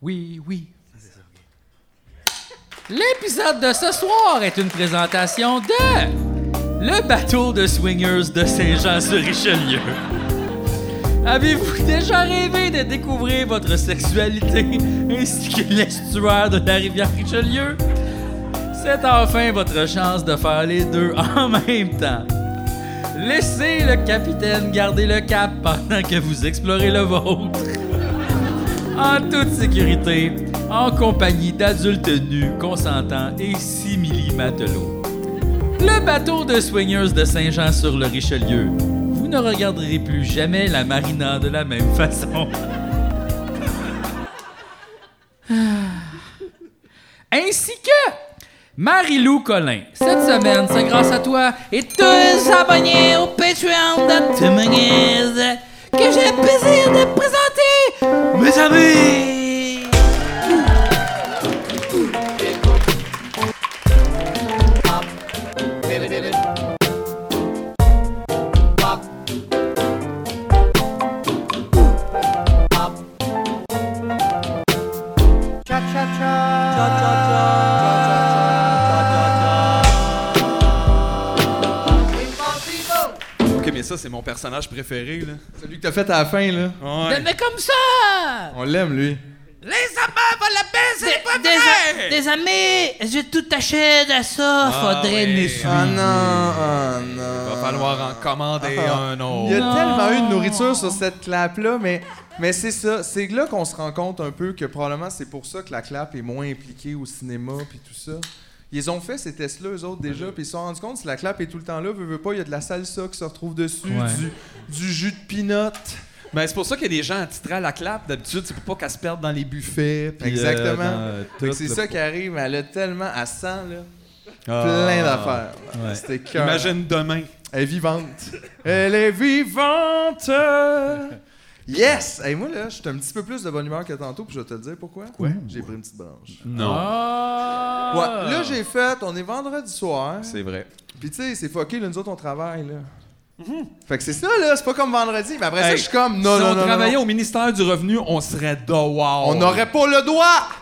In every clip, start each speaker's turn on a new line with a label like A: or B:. A: Oui, oui. L'épisode de ce soir est une présentation de Le bateau de swingers de Saint-Jean-sur-Richelieu. Avez-vous déjà rêvé de découvrir votre sexualité ainsi que l'estuaire de la rivière Richelieu? C'est enfin votre chance de faire les deux en même temps. Laissez le capitaine garder le cap pendant que vous explorez le vôtre. En toute sécurité, en compagnie d'adultes nus, consentants et simili matelots. Le bateau de soigneuses de Saint-Jean sur le Richelieu. Vous ne regarderez plus jamais la marina de la même façon. Ah. ainsi que Marie-Lou Collin. Cette semaine, c'est grâce à toi et tous les abonnés au Patreon de Tumaguise que j'ai le plaisir de présenter mes amis.
B: Ok, mais ça, c'est mon personnage préféré, là.
C: Celui que t'as fait à la fin, là.
B: Ouais.
D: Mais comme ça!
C: On l'aime, lui.
A: Les amants vont la baisse, c'est pas
D: Des, des amis, je tout achète à ça, faudrait
B: oui.
D: nous suivre.
C: Ah non, ah non.
B: Va falloir en commander
C: Ah.
B: un
C: Il y a
B: autre.
C: tellement eu de nourriture sur cette clap-là, mais, mais c'est ça. C'est là qu'on se rend compte un peu que probablement c'est pour ça que la clap est moins impliquée au cinéma puis tout ça. Ils ont fait ces tests-là, eux autres, déjà, puis ils se sont rendus compte si la clap est tout le temps là, veut, veut pas, il y a de la salsa qui se retrouve dessus,
A: Ouais.
C: du, du jus de pinot.
B: Mais c'est pour ça qu'il y a des gens attitrés à la clap. D'habitude, c'est pour pas qu'elle se perde dans les buffets. puis, euh,
C: Exactement.
B: dans, euh,
C: Fait que
B: tout,
C: C'est
B: là.
C: ça qui arrive, elle a tellement à 100, là.
B: Ah.
C: Plein d'affaires.
A: Ouais.
C: C'était cœur.
B: Imagine demain.
C: Elle est vivante. Elle est vivante! Yes! Et moi, là, je suis un petit peu plus de bonne humeur que tantôt, puis je vais te le dire pourquoi. J'ai pris une petite branche.
B: Non.
A: Ah.
C: Ouais, là, j'ai fait, on est vendredi soir,
B: Ah. C'est vrai.
C: puis tu sais, c'est fucké, là, nous autres, on travaille, là. Fait que c'est ça, là, c'est pas comme vendredi, mais après ça,
B: Mhm. Hey,
C: je suis comme, non,
B: si
C: non,
B: on
C: non, non,
B: travaillait
C: non.
B: au ministère du Revenu, on serait dehors.
C: On n'aurait pas le droit! Oh.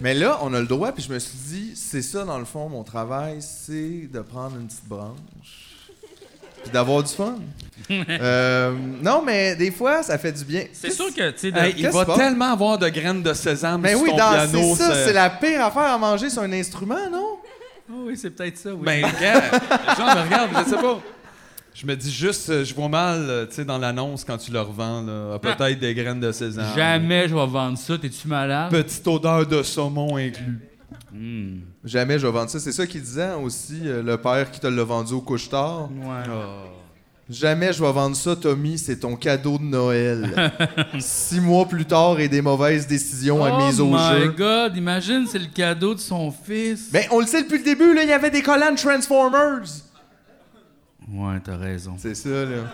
C: Mais là, on a le droit, puis je me suis dit, c'est ça, dans le fond, mon travail, c'est de prendre une petite branche, puis d'avoir du fun. Euh, non, mais des fois, ça fait du bien.
A: C'est sûr que, tu sais, de-
B: Hey, il
C: Qu'est-ce
B: va
C: pas?
B: tellement avoir de graines de sésame
C: Mais
B: sur
C: Ben oui,
B: ton
C: dans,
B: piano.
C: c'est ça, c'est la pire affaire à manger sur un instrument, non?
A: Oh oui, c'est peut-être ça, oui.
B: Ben, regarde, les gens me regardent, je sais pas. Je me dis juste, euh, je vois mal, euh, tu sais, dans l'annonce, quand tu le revends,
C: Ah.
B: là, Ah, peut-être des graines de sésame.
A: Jamais je vais vendre ça, t'es-tu malade?
B: Petite odeur de saumon inclus.
C: Hmm. Jamais je vais vendre ça. C'est ça qu'il disait aussi, euh, le père qui te l'a vendu au couche-tard.
A: Ouais.
C: Jamais je vais vendre ça, Tommy, c'est ton cadeau de Noël. Six mois plus tard et des mauvaises décisions
A: Oh
C: à mise au
A: my
C: jeu.
A: god, imagine, c'est le cadeau de son fils.
C: Mais on le sait depuis le début, là, il y avait des collants de Transformers.
A: Ouais, t'as raison.
C: C'est ça, là.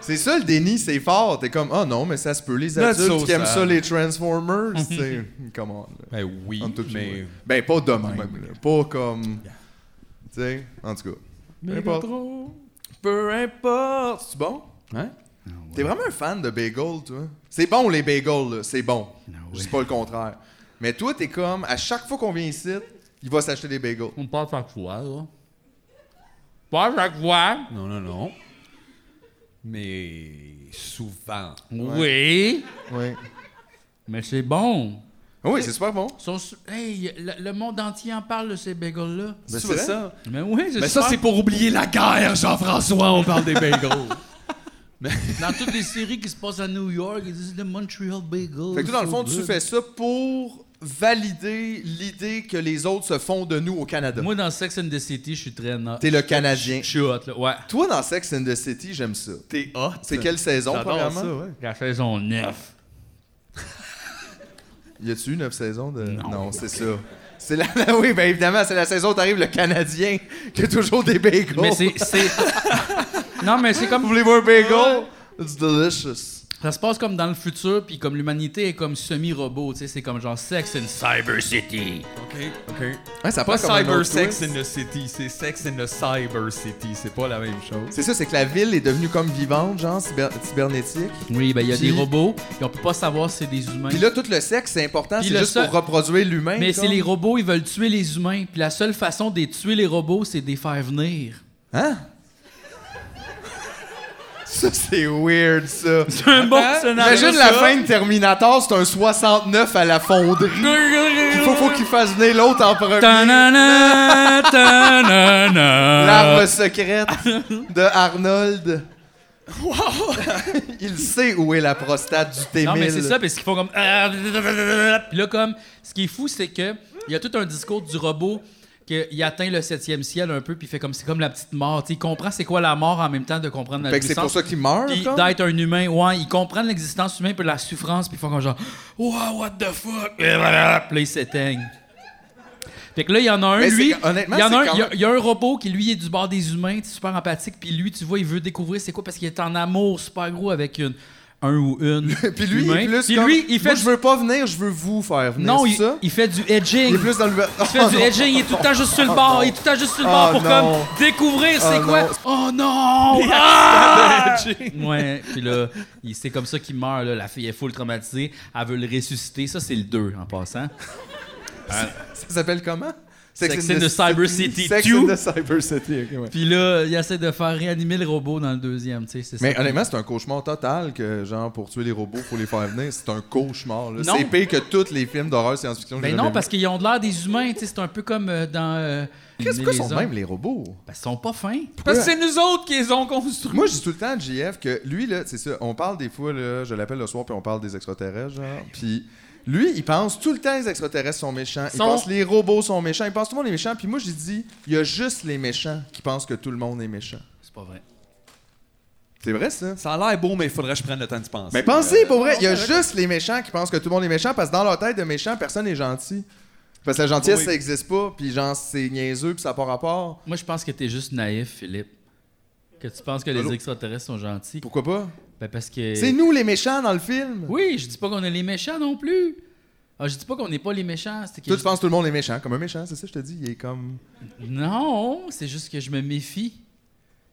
C: C'est ça le déni, c'est fort. T'es comme, oh non, mais ça se peut, les
B: That's
C: adultes
B: so
C: qui aiment
B: sad.
C: ça, les Transformers. tu sais. Come on. là.
B: Ben oui,
C: Entre toi pis
B: mais...
C: moi. Ben, pas de même. là. Pas comme. Tu sais, en tout cas. Peu importe. Peu importe. C'est bon?
B: Hein?
C: T'es vraiment un fan de bagels, toi? C'est bon, les bagels, là. C'est bon.
B: Ah,
C: Je dis pas le contraire. Mais toi, t'es comme, à chaque fois qu'on vient ici, il va s'acheter des bagels.
A: On parle chaque fois, là. Pas chaque fois.
B: Non, non, non. Mais souvent.
A: Oui.
C: Oui.
A: Mais c'est bon.
C: Ah Oui, c'est super bon.
A: Sont su- Hey, le, le monde entier en parle de ces bagels-là.
C: Ben,
B: tu
C: c'est
B: vois
C: vrai?
B: ça?
A: Mais oui, c'est
B: Mais ça, c'est
A: super.
B: pour oublier la guerre, Jean-François, on parle des bagels.
A: Dans toutes les séries qui se passent à New York, ils disent le Montreal Bagel.
C: Fait que toi, dans le
A: so
C: fond, tu
A: good.
C: fais ça pour valider l'idée que les autres se font de nous au Canada.
A: Moi, dans Sex and the City, je suis très... na-
C: T'es le Canadien.
A: Je suis hot, là. Ouais.
C: Toi, dans Sex and the City, j'aime ça.
B: T'es hot.
C: C'est quelle saison,
B: J'adore
C: premièrement?
B: ça, ouais.
A: La saison 9.
C: Y a-tu eu neuf saisons de. Non, c'est ça. C'est la... oui, bien évidemment, c'est la saison où t'arrives le Canadien qui a toujours des bagels.
A: Mais c'est... c'est- non, mais c'est comme...
C: Voulez-vous un bagel? It's delicious.
A: Ça se passe comme dans le futur, puis comme l'humanité est comme semi-robot, tu sais, c'est comme genre Sex and Cyber City.
C: Ouais, ça
B: Pas
C: passe comme un
B: Cyber
C: autre
B: Sex
C: twist.
B: in the City, c'est Sex in the Cyber City, c'est pas la même chose.
C: C'est ça, c'est que la ville est devenue comme vivante, genre cyber- cybernétique.
A: Oui, ben il y a
C: Puis-
A: des robots, et on peut pas savoir si c'est des humains.
C: Puis là, tout le sexe, c'est important,
A: Puis
C: c'est
A: le
C: juste
A: seul-
C: pour reproduire l'humain.
A: Mais
C: comme.
A: c'est les robots, ils veulent tuer les humains, puis la seule façon de les tuer les robots, c'est de les faire venir.
C: Hein? Ça, c'est weird, ça.
A: C'est un bon scénario.
C: Imagine la fin de Terminator, c'est un 69 à la fonderie. Il faut, faut qu'il fasse venir l'autre en premier.
A: Ta-na-na, ta-na-na.
C: L'arme secrète de Arnold. Il sait où est la prostate du T-1000.
A: Non, mais c'est ça, parce qu'ils font comme. euh, Puis là, comme. Ce qui est fou, c'est que il y a tout un discours du robot qu'il atteint le septième ciel un peu, puis il fait comme. C'est comme la petite mort. tu sais, il comprend c'est quoi la mort en même temps de comprendre la
C: Fait que c'est pour
A: puissance.
C: ça qu'il meurt,
A: Puis
C: comme?
A: d'être un humain, ouais, ils comprennent l'existence humaine, puis la souffrance, puis ils font comme genre. Wow, what the fuck? Puis là, ils s'éteignent. Fait que là, il y en a un,
C: Mais c'est
A: lui.
C: que- honnêtement,
A: il y en a
C: c'est
A: un,
C: quand
A: il y a-
C: même-
A: il y a un robot qui, lui, est du bord des humains, tu sais, super empathique, puis lui, tu vois, il veut découvrir c'est quoi parce qu'il est en amour super gros avec une. Un ou une.
C: Puis lui,
A: humain.
C: il est plus
A: Puis
C: comme,
A: lui, il fait
C: Moi,
A: du-
C: je veux pas venir, je veux vous faire venir,
A: non,
C: c'est
A: il,
C: ça?
A: il fait du
C: Il
A: edging.
C: est plus dans le...
A: Il fait du edging, il est tout le temps juste sur le bord, il est tout le temps juste sur le
C: Oh
A: bord pour
C: non.
A: comme découvrir c'est
C: Oh
A: quoi.
C: non.
A: Oh non! Ah! Ouais, puis là, il- c'est comme ça qu'il meurt, là. la fille est full traumatisée, elle veut le ressusciter, ça c'est le 2 en passant.
C: Ça s'appelle comment?
A: Sex in the Cyber City
C: Sex
A: 2.
C: in the Cyber City, ok, ouais.
A: Puis là, il essaie de faire réanimer le robot dans le deuxième, tu sais, c'est ça.
C: Mais honnêtement, c'est un cauchemar total que, genre, pour tuer les robots, faut les faire venir. C'est un cauchemar. là.
A: Non.
C: C'est pire que tous les films d'horreur science-fiction que
A: Ben
C: j'ai
A: non,
C: jamais
A: parce qu'ils ont de l'air des humains, tu sais, c'est un peu comme euh, dans... euh,
C: vus. Qu'est-ce
A: Les
C: que sont
A: hommes.
C: même les robots?
A: Ben, ils sont pas fins.
B: Parce que c'est nous autres qui les ont construits.
C: Moi, je dis tout le temps à JF que lui, là, c'est ça, on parle des fois, là, je l'appelle le soir, puis on parle des extraterrestres, genre. Puis lui, il pense tout le temps les extraterrestres sont méchants. Il
A: Sont-
C: pense les robots sont méchants. Il pense tout le monde est méchant. Puis moi, j'ai dit, il y a juste les méchants qui pensent que tout le monde est méchant.
A: C'est pas vrai.
C: C'est vrai, ça?
B: Ça a l'air beau, mais il faudrait que je prenne le temps de penser.
C: Mais pensez, pour vrai, il y a juste les méchants qui pensent que tout le monde est méchant parce que dans leur tête de méchant, personne n'est gentil. Parce que la gentillesse,
B: Oui.
C: ça existe pas, puis genre, c'est niaiseux, puis ça n'a pas rapport.
A: Moi, je pense que t'es juste naïf, Philippe. Que tu penses que les extraterrestres sont gentils.
C: Pourquoi pas?
A: Ben parce que.
C: C'est nous les méchants dans le film.
A: Oui, je dis pas qu'on est les méchants non plus. Ah, je dis pas qu'on n'est pas les méchants. C'est que
C: Toi,
A: je-
C: tu penses que tout le monde est méchant, comme un méchant, c'est ça, je te dis. Il est comme.
A: Non, c'est juste que je me méfie.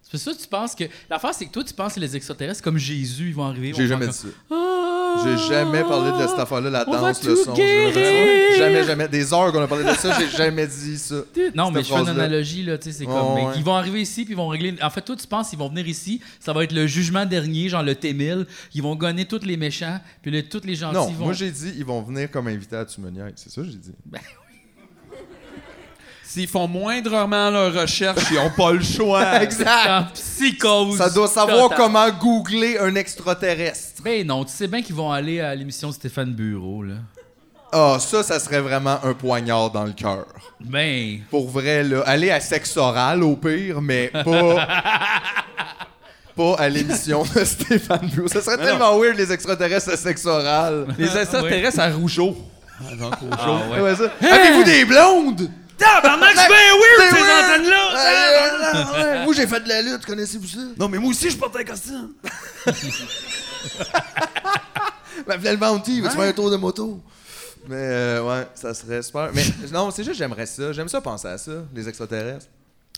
A: C'est pour ça que tu penses que. L'affaire, c'est que toi, tu penses que les extraterrestres, comme Jésus, ils vont arriver.
C: J'ai
A: on
C: jamais
A: va
C: dit ça.
A: comme- Ah!
C: J'ai jamais parlé de cette affaire-là, la
A: On va
C: danse,
A: tout
C: le son. je me
A: guérir.
C: rends- Jamais, jamais. Des heures qu'on a parlé de ça, j'ai jamais dit ça.
A: Non,
C: cette
A: mais je fais une
C: phrase-là.
A: analogie, là, tu sais, c'est
C: Oh,
A: comme. mais
C: ouais.
A: Ils vont arriver ici, puis ils vont régler. En fait, toi, tu penses qu'ils vont venir ici, ça va être le jugement dernier, genre le T1000. Ils vont gonner tous les méchants, puis là, tous les gentils
C: Non,
A: vont.
C: moi j'ai dit, ils vont venir comme invités à Tumoniac. C'est ça, que j'ai dit.
B: S'ils font moindrement leurs recherches, ils ont pas le choix.
A: En psychose.
C: Ah! Ça doit savoir
A: totale.
C: comment googler un extraterrestre.
A: Ben non, tu sais bien qu'ils vont aller à l'émission de Stéphane Bureau, là.
C: Ah, ça, ça serait vraiment un poignard dans le cœur.
A: Ben.
C: Pour vrai, là, aller à sexe oral au pire, mais pas. pas à l'émission de Stéphane Bureau. Ça serait tellement weird les extraterrestres à sexe oral.
B: Les extraterrestres à Rougeau. Ah, donc, Rougeau.
A: Ah ouais.
C: Ouais, ça. Avez-vous des blondes?
D: Tabarnak, c'est bien
C: C'est
D: weird, ces
C: weird.
D: antennes-là!
C: Ouais, ouais, ouais. Moi, j'ai fait de la lutte, connaissez-vous ça?
B: Non, mais moi aussi, je porte un costume.
C: Ma le Bounty, veux-tu faire un tour de moto? Mais euh, ouais, ça serait super. Mais non, c'est juste j'aimerais ça. J'aime ça penser à ça, les extraterrestres.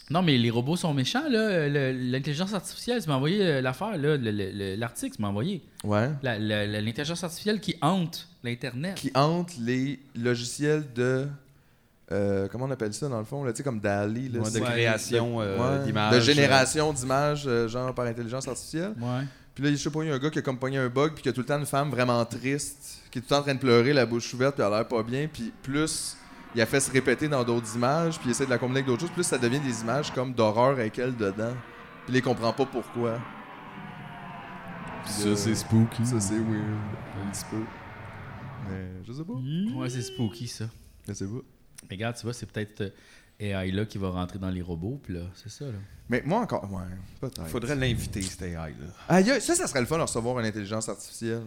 A: Non, mais les robots sont méchants, là. Le- L'intelligence artificielle, tu m'as envoyé euh, l'affaire, là. le- le- le- L'article, tu m'as envoyé.
C: Ouais.
A: La- la- la- L'intelligence artificielle qui hante l'Internet.
C: Qui hante les logiciels de. euh, comment on appelle ça dans le fond? là, Tu sais, comme DALI. Là,
B: Ouais,
C: c'est-
B: de création euh,
C: Ouais,
B: d'images.
C: De génération d'images, euh, genre par intelligence artificielle.
A: Ouais.
C: Puis là, je sais pas, il y a un gars qui a comme pogné un bug, puis qui a tout le temps une femme vraiment triste, qui est tout le temps en train de pleurer, la bouche ouverte, puis elle a l'air pas bien. Puis plus, il a fait se répéter dans d'autres images, puis il essaie de la combiner avec d'autres choses, plus ça devient des images comme d'horreur avec elle dedans. Puis là, il comprend pas pourquoi.
B: Ça, c'est spooky.
C: Ça, c'est weird, un petit peu. Mais je sais pas.
A: Ouais, c'est spooky, ça.
C: Mais c'est beau.
A: Hmm. Mais regarde, tu vois, c'est peut-être euh, AI, là, qui va rentrer dans les robots, puis là, c'est ça, là.
C: Mais moi encore, ouais, peut-être.
B: Faudrait l'inviter, cet AI, là.
C: Aïe, aïe, ça, ça serait le fun de recevoir une intelligence artificielle.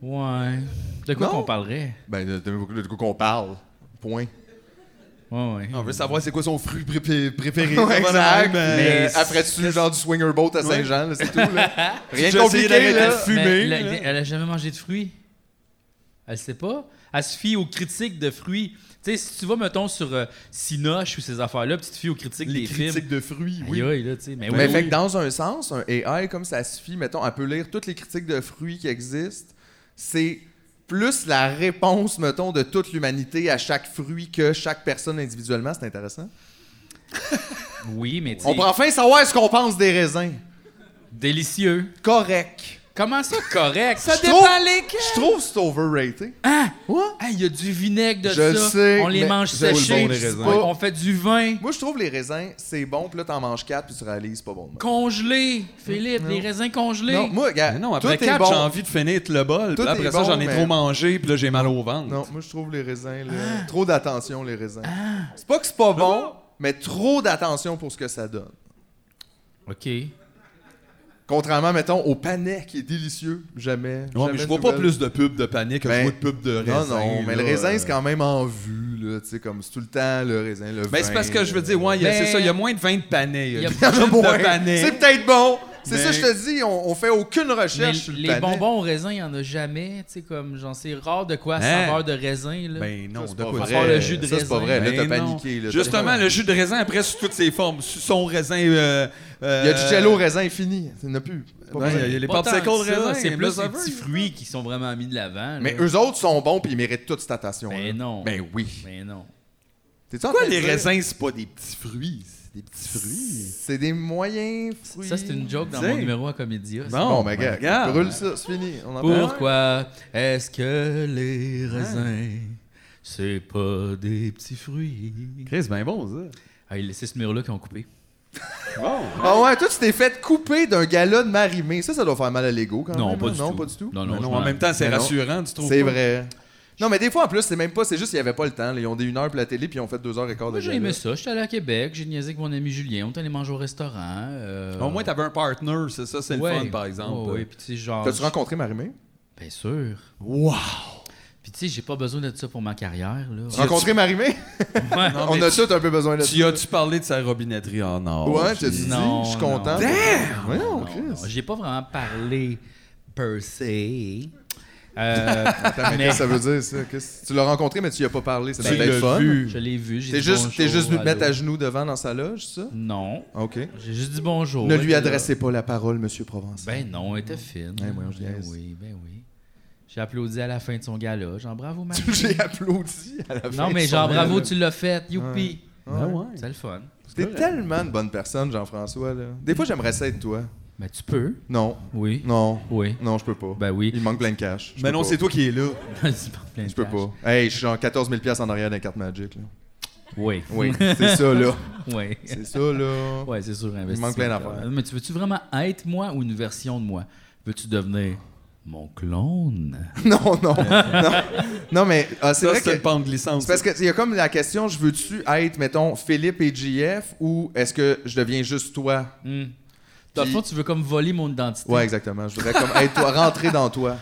A: Ouais. De quoi
C: Non.
A: qu'on parlerait?
C: Ben, de, de- de quoi qu'on parle. Point.
A: Ouais, ouais.
B: On veut savoir c'est quoi son fruit pré- préféré.
C: Ouais, exact.
A: Mais
C: Mais euh, après dessus, genre du swinger boat à Saint-Jean, là, c'est tout. Là. Rien de compliqué.
B: d'arrêter de
C: Là.
A: Mais
B: fumer.
A: la-
B: là.
A: elle a jamais mangé de fruits. Elle sait pas. Elle se fie aux critiques de fruits. Tu sais, si tu vas, mettons, sur euh, Cinoche ou ces affaires-là, puis tu te fies aux critiques
B: Les
A: des films.
B: critiques de fruits, oui. Ben
A: Aïe, aïe, là, tu sais. Mais,
C: Mais
A: oui.
C: fait que dans un sens, un AI, comme ça suffit, mettons, elle peut lire toutes les critiques de fruits qui existent. C'est plus la réponse, mettons, de toute l'humanité à chaque fruit que chaque personne individuellement. C'est intéressant.
A: Oui, mais tu
C: On
A: sais,
C: peut enfin savoir ce qu'on pense des raisins.
A: délicieux.
C: Correct.
A: Comment ça, correct? Ça
C: Je trouve-
A: dépend lesquels.
C: Je trouve que c'est overrated.
A: Ah!
C: Quoi?
A: Ah, il y a du vinaigre de
C: Je
A: ça.
C: le sais,
A: on les
C: mais
A: mange
B: je sais où le
A: séchés.
B: bon des raisins.
A: on, on fait du vin
C: Moi, je trouve les raisins, c'est bon, puis là, t'en manges quatre, puis tu réalises, c'est pas bon. de même.
A: congelé. Philippe, les raisins congelés.
C: Non, moi, regarde,
B: Mais Euh, non,
C: tout
B: après
C: est
B: 4,
C: bon.
B: j'ai envie de finir le bol.
C: Tout
B: puis après
C: est
B: ça,
C: bon,
B: j'en ai
C: mais-
B: trop mangé, puis là, j'ai mal au ventre.
C: Non, moi je trouve les raisins. là, Trop d'attention, les raisins. C'est pas que c'est pas bon, mais trop d'attention pour ce que ça donne.
A: OK.
C: Contrairement, mettons, au panais qui est délicieux. Jamais.
B: Ouais,
C: jamais
B: mais je vois pas
C: nouvelle.
B: plus de pubs de panique que
C: Ben,
B: je vois de pubs de
C: Non,
B: raisin.
C: non, mais
B: là,
C: le raisin,
B: euh.
C: c'est quand même en vue, là. Tu sais, comme c'est tout le temps le raisin, le
B: Ben,
C: vin,
B: c'est parce que je veux dire, ouais, il y a-
A: Mais-
B: c'est ça, il y a moins de 20 de panais. Il y a
A: Ben, Il
B: des
A: y en a
B: pubs
C: moins.
B: de panais.
C: C'est peut-être bon. C'est
B: Mais-
C: ça, je te dis, on, on fait aucune
A: Mais
C: recherche sur le
A: les
C: panais.
A: bonbons aux raisins, il n'y en a jamais. Tu sais, comme, genre, c'est rare de quoi,
B: Hein?
A: saveur de raisin. Là.
B: Ben non,
C: Ça, c'est
B: de
C: pas
B: quoi
C: vrai.
A: faire le jus de
C: Ça, c'est pas
A: raisin.
C: vrai. Là, t'as
B: Ben non.
C: paniqué. là, t'as-
B: Justement, le jus de raisin, après, sous toutes ses formes, sous son raisin. euh,
C: Il y a du jello raisin infini. Il n'y en a plus. Pas
B: Il
C: besoin.
B: y a les
A: Pas tant
B: popsicles
A: que ça,
B: raisin.
A: C'est plus les petits
B: fruits.
A: fruits qui sont vraiment mis de l'avant.
C: Mais
A: là.
C: eux autres sont bons, puis ils méritent toute cette attention.
A: Ben non.
C: Ben oui.
A: Ben non.
C: T'es-tu en
B: Pourquoi
C: train de
B: les
C: dire-
B: raisins, c'est pas des petits fruits? C'est des petits fruits.
C: C'est des moyens fruits.
A: Ça, c'est une joke dans
B: T'sais.
A: mon numéro à Comédia. ça.
C: Bon,
B: Bon,
C: ben,
B: ben,
C: gars,
B: regarde.
C: brûle ça, c'est fini. On en parle.
A: Pourquoi est-ce que les raisins, c'est pas des petits fruits?
B: Chris, ben bon,
A: Ah, il c'est ce numéro-là qu'ils ont coupé.
B: ça. Bon.
C: Ah ouais, toi, tu t'es fait couper d'un gala de marimé. Ça, ça doit faire mal à l'ego quand
A: Non,
C: même.
A: pas
C: hein?
A: du
C: non
A: tout.
C: pas du tout.
A: Non,
B: Mais
A: non,
B: non,
A: je
B: en
A: m'en-
B: même temps, c'est
C: Mais Ben non.
B: rassurant, tu trouves
C: C'est
B: pas?
C: vrai. Non, mais des fois, en plus, c'est même pas. C'est juste qu'il y avait pas le temps. là. Ils ont des une heure pour la télé, puis ils ont fait deux heures et quart de
A: Moi, j'ai
C: gala.
A: aimé ça. J'étais allé à Québec, j'ai niaisé avec mon ami Julien, on est allé manger au restaurant. euh,
B: Au moins, t'avais un partner, c'est ça, c'est
A: ouais.
B: le fun, par exemple.
A: Ouais, ouais, puis tu sais, genre.
C: T'as-tu rencontré marimé?
A: Bien sûr.
B: Wow!
A: Puis tu sais, j'ai pas besoin de ça pour ma carrière, là.
C: Rencontré marimé?
A: Ouais.
B: Non,
C: On
B: mais
C: a tout un peu besoin de ça.
B: Tu as-tu parlé de sa robinetterie en or?
C: Ouais, tu as dit,
A: Non,
C: je suis
A: non.
C: content. Damn!
A: Non, non, J'ai pas vraiment parlé per se. Euh, mais
C: Ça veut dire ça. Qu'est-ce- Tu l'as rencontré, mais tu y as pas parlé. Ça
B: Tu
C: doit être
B: l'as
C: fun.
B: vu.
A: je l'ai vu. j'ai
C: T'es
A: dit
C: juste, t'es
A: bonjour,
C: juste venu te mettre à
A: allô.
C: genoux devant dans sa loge, ça?
A: Non.
C: OK.
A: J'ai juste dit bonjour.
C: Ne lui
A: Puis là-
C: adressez pas la parole, Monsieur Provençal.
A: Ben non, elle était fine.
C: Ouais, moi, je
A: ben
C: niaise.
A: oui, ben oui. J'ai applaudi à la fin de son gala. Genre, bravo, Marie.
C: J'ai applaudi à la fin.
A: non, mais
C: de son
A: genre,
C: rêve.
A: bravo, tu Ben l'as fait. Youpi.
B: Ah ouais.
A: C'est le fun.
C: T'es tellement de bonne personne, Jean-François. Là. Des fois, j'aimerais ça être toi.
A: Mais tu peux.
C: Non,
A: Oui.
C: non,
A: Oui.
C: non, je peux pas.
A: Ben oui.
C: Il manque plein de cash. Je
B: Mais
C: peux
B: non,
C: pas.
B: c'est toi qui es là.
A: Tu prends plein de
C: Je peux
A: cash.
C: pas. Hey, je suis genre 14 000 piastres en arrière d'un carte Magic. Là.
A: Oui.
C: Oui, c'est ça, là.
A: oui.
C: C'est ça, là.
A: Ouais, c'est sûr.
C: Il manque plein d'affaires.
A: Mais tu veux-tu vraiment être moi ou une version de moi? Veux-tu devenir mon clone?
C: Non, non, non. Non, mais ah, c'est
B: Ça,
C: vrai
B: c'est une
C: que...
B: pente glissante.
C: C'est parce qu'il y a comme la question, je veux-tu être, mettons, Philippe et JF ou est-ce que je deviens juste toi?
A: Hmm. Dans le
C: Puis-
A: fond, tu veux comme voler mon identité.
C: Ouais, exactement. Je voudrais comme être toi, rentrer dans toi.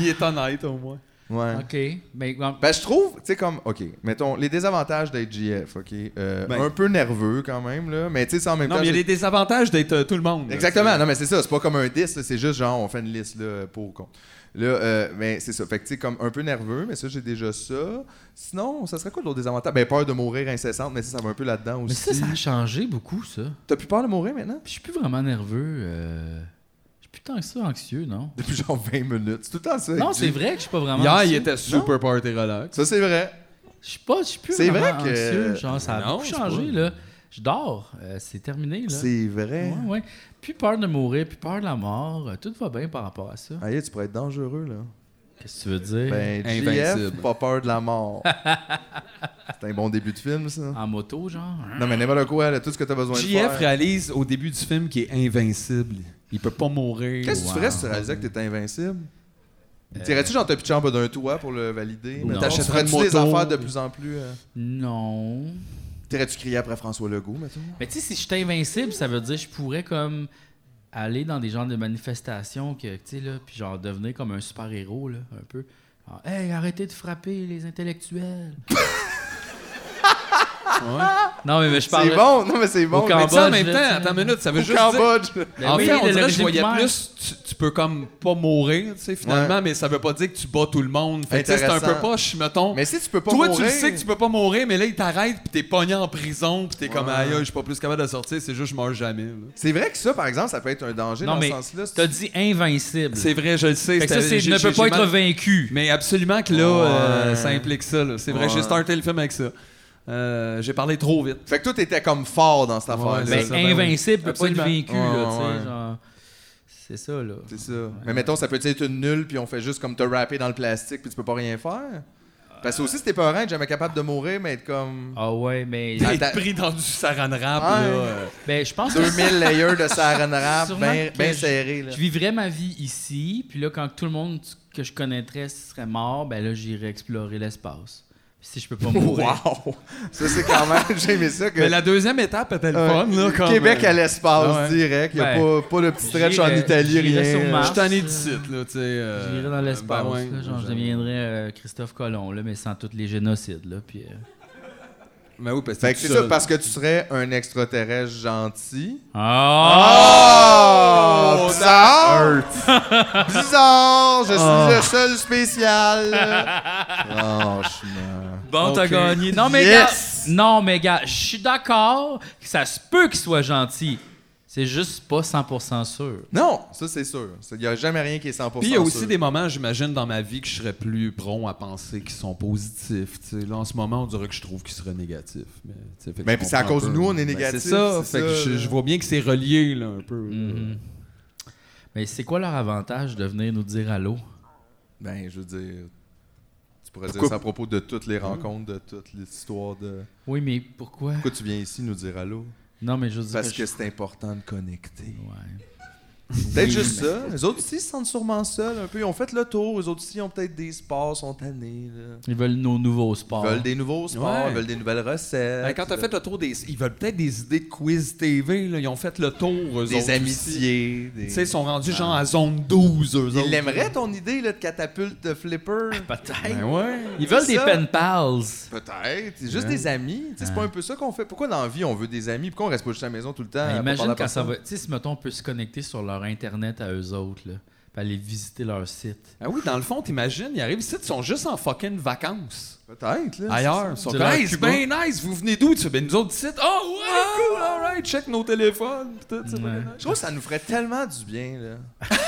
B: Il est honnête, au moins.
C: Ouais.
A: OK. Mais en-
C: Ben, je trouve, tu sais, comme, OK, mettons, les désavantages d'être GF, OK? euh,
B: Ben-
C: Un peu nerveux quand même, là, mais tu sais, ça en même
B: Non,
C: temps.
B: mais il y a
C: j'ai-
B: des désavantages d'être euh, tout le monde. là,
C: Exactement, non, mais c'est ça, c'est pas comme un 10, là, c'est juste genre, on fait une liste, là, pour ou contre. Là, euh, mais c'est ça, fait que tu sais, comme un peu nerveux, mais ça, j'ai déjà ça. Sinon, ça serait quoi l'autre désavantage? Ben, peur de mourir incessante, mais ça, ça va un peu là-dedans
A: Mais
C: aussi.
A: ça, ça a changé beaucoup, ça.
C: T'as plus peur de mourir maintenant?
A: Je suis plus vraiment nerveux. euh, Je suis plus tant que ça anxieux, non?
C: Depuis genre 20 minutes, c'est tout le temps ça.
A: Non,
C: G.
A: c'est vrai que je suis pas
B: tu
A: vraiment.
B: sais. Hier, il
A: anxieux.
B: était super party relax.
C: Ça, c'est vrai.
A: Je suis pas, je suis plus
C: C'est
A: vraiment
C: vrai que-
A: anxieux. Genre, ça a
B: Non,
A: beaucoup
B: c'est
A: changé, là. Je dors, euh, c'est terminé, là.
C: C'est vrai.
A: Ouais, ouais. Plus peur de mourir, plus peur de la mort. euh, tout va bien par rapport à ça.
C: Ah, yeah, tu pourrais être dangereux, là.
A: Qu'est-ce que tu veux dire?
C: Ben,
B: Invincible.
C: JF, pas peur de la mort. c'est un bon début de film, ça.
A: En moto, genre? hein?
C: Non, mais n'importe quoi, là, tout ce que t'as besoin de
B: JF
C: faire.
B: réalise au début du film qu'il est invincible. Il peut pas mourir.
C: Qu'est-ce que tu
A: Wow.
C: ferais si tu réalisais que t'étais invincible? Tirais-tu genre te pitcher en bas d'un toit pour le valider?
A: Non.
C: Mettons, tu
B: T'achèterais une
C: ferais-tu des
B: moto?
C: affaires de plus en plus? euh,
A: Non.
C: T'irais-tu crier après François Legault, mettons?
A: Mais tu sais, si je suis invincible, ça veut dire que je pourrais comme aller dans des genres de manifestations que tu sais là, puis genre devenir comme un super héros là, un peu. Genre, hey, arrêtez de frapper les intellectuels. Non, mais, mais je parle.
C: C'est bon, non, mais c'est bon.
A: Au
C: Mais
B: Mais tu sais, en
A: Cambodge,
B: même
A: là,
B: temps,
A: tu-
B: attends une minute, ça veut
C: au
B: juste dire...
C: Cambodge.
A: Ben
B: En
A: oui,
B: fait, on
A: le
B: dirait que je
A: régime
B: voyais
A: primaire.
B: plus, tu, tu peux comme pas mourir, tu sais, finalement, mais ça veut pas dire que tu bats tout le monde. Fait que, tu sais, c'est un peu
C: Intéressant.
B: poche, mettons.
C: Mais si tu peux pas
B: Toi, tu
C: mourir,
B: le sais que tu peux pas mourir, mais là, il t'arrête, puis t'es pogné en prison, puis t'es comme,
C: Ouais.
B: aïe, aïe, je suis pas plus capable de sortir, c'est juste, je meurs jamais. là.
C: C'est vrai que ça, par exemple, ça peut être un danger
A: Non,
C: dans
A: mais
C: ce sens-là. Si
A: T'as
C: tu-
A: dit invincible.
B: C'est vrai, je le sais.
A: Fait que ça,
B: c'était-
A: c'est
B: j'ai-
A: ne
B: j'ai-
A: peut pas
B: j'ai
A: être
B: mal-
A: vaincu.
B: Mais absolument que là, euh,
C: Ouais.
B: ça implique ça. là. C'est vrai,
C: Ouais.
B: j'ai starté le film avec ça. Euh, j'ai parlé trop vite.
C: Fait que toi, t'étais comme fort dans cette
B: Ouais,
C: affaire-là.
B: c'est
A: Mais
B: ça, ben oui.
A: invincible peut pas être
B: Absolument.
A: vaincu, là, tu sais,
C: Ouais, ouais.
A: genre, C'est ça, là.
C: C'est ça. Mais mettons, ça peut être une nulle, puis on fait juste comme te rapper dans le plastique, puis tu peux pas rien faire. Parce que aussi, c'était pas être jamais capable de mourir, mais être comme
A: Ah ouais, mais.
C: Ah,
B: T'es
C: t'as-
B: pris dans du saran wrap, là.
C: Ouais.
B: euh.
A: ben, je pense que
C: 2000 layers de saran wrap,
A: Sûrement
C: bien
A: que
C: ben
A: je-
C: serré. Là.
A: je vivrais ma vie ici, puis là, quand tout le monde que je connaîtrais serait mort, ben là, j'irais explorer l'espace. Puis si je peux pas mourir.
C: Wow! Ça, c'est quand même, j'ai aimé ça. Que
B: Mais la deuxième étape était le
C: Ouais.
B: fun, là. Comme,
C: Québec à
B: euh,
C: l'espace
B: Ouais.
C: direct, y a
A: Ben,
C: pas, pas de petit stretch en
A: j'irais-
C: Italie,
A: j'irais sur
C: rien.
A: Mars.
B: Je t'en ai dit site, là, tu sais. euh,
A: J'irais dans l'espace.
B: ben ouais,
A: là, genre, je
B: j'avoue.
A: deviendrais euh, Christophe Colomb, là, mais sans tous les génocides. Là, puis, euh,
B: Ben oui, parce que
C: Fait que
B: t'es
C: c'est
B: tout
C: ça,
B: seul.
C: parce que tu serais un extraterrestre gentil.
A: Ah!
C: Ah!
B: Oh!
C: Oh! Bizarre! Bizarre! Je suis
B: Oh.
C: le seul spécial! Franchement.
A: Bon, t'as
B: Ok.
A: gagné. Non, mais
C: Yes!
A: gars, non, mais gars, je suis d'accord que ça se peut qu'il soit gentil. C'est juste pas 100% sûr.
C: Non! Ça, c'est sûr. Il n'y a jamais rien qui est 100%
B: Puis il y a aussi
C: sûr.
B: des moments, j'imagine, dans ma vie que je serais plus prompt à penser qu'ils sont positifs. tu sais. Là, en ce moment, on dirait que je trouve qu'ils seraient négatifs. Mais, tu sais, fait que
C: Mais
B: je
C: puis c'est à
B: comprends
C: cause
B: un
C: de
B: peu.
C: nous, on
B: Ben,
C: est négatifs,
B: C'est ça.
C: c'est
B: Fait que
C: ça,
B: je,
C: là.
B: je vois bien que c'est relié, là, un peu. Mm-hmm.
A: Mhm. Mais c'est quoi leur avantage de venir nous dire allô?
C: Ben, je veux dire... Tu pourrais
B: Pourquoi-
C: dire ça à propos de toutes les rencontres, de toute l'histoire de...
A: Oui, mais pourquoi?
C: Pourquoi tu viens ici nous dire allô?
A: Non, mais je veux dire
C: Parce
A: que
C: que c'est important de connecter.
A: je- Ouais.
C: Peut-être juste ça. Les autres ici se sentent sûrement seuls un peu. Ils ont fait le tour. Les autres ici ont peut-être des sports, sont tannés. Là.
A: Ils veulent nos nouveaux sports.
C: Ils veulent des nouveaux sports,
B: Ah. Ouais.
C: ils veulent des nouvelles recettes.
B: Ben, quand t'as fait le tour des. Ils veulent peut-être des idées de quiz TV, là. Ils ont fait le tour, eux autres
C: des
B: aussi.
C: amitiés. Des...
B: Tu sais, ils sont rendus genre à zone 12, eux autres.
C: Ils l'aimeraient hein? ton idée là, de catapulte de flipper.
A: Peut-être.
B: Ben ouais.
A: Ils veulent
C: C'est
A: des
C: ça.
A: pen pals.
B: Ben
C: Peut-être. C'est juste des amis. Tu sais, C'est pas un peu ça qu'on fait. Pourquoi dans la vie on veut des amis? Pourquoi on reste pas juste à la maison tout le temps? à
A: Ben,
C: Ah, pas
A: imagine
C: parler à
A: quand ça
C: personne?
A: va. Tu sais, si mettons, on peut se connecter sur leur internet à eux autres, là, puis aller visiter leur site.
B: Ah oui, dans le fond, t'imagines, ils arrivent ici, ils sont juste en fucking vacances.
C: Peut-être. là.
B: Ailleurs, ils sont
A: Du
B: comme, hey,
A: Cuba. Ah,
B: c'est bien nice, vous venez d'où? Tu fais, ben nous autres ici, oh ouais, cool, alright, check nos téléphones. pis tout, c'est
A: Ouais.
B: bien nice.
C: Je trouve que ça nous ferait tellement du bien, là.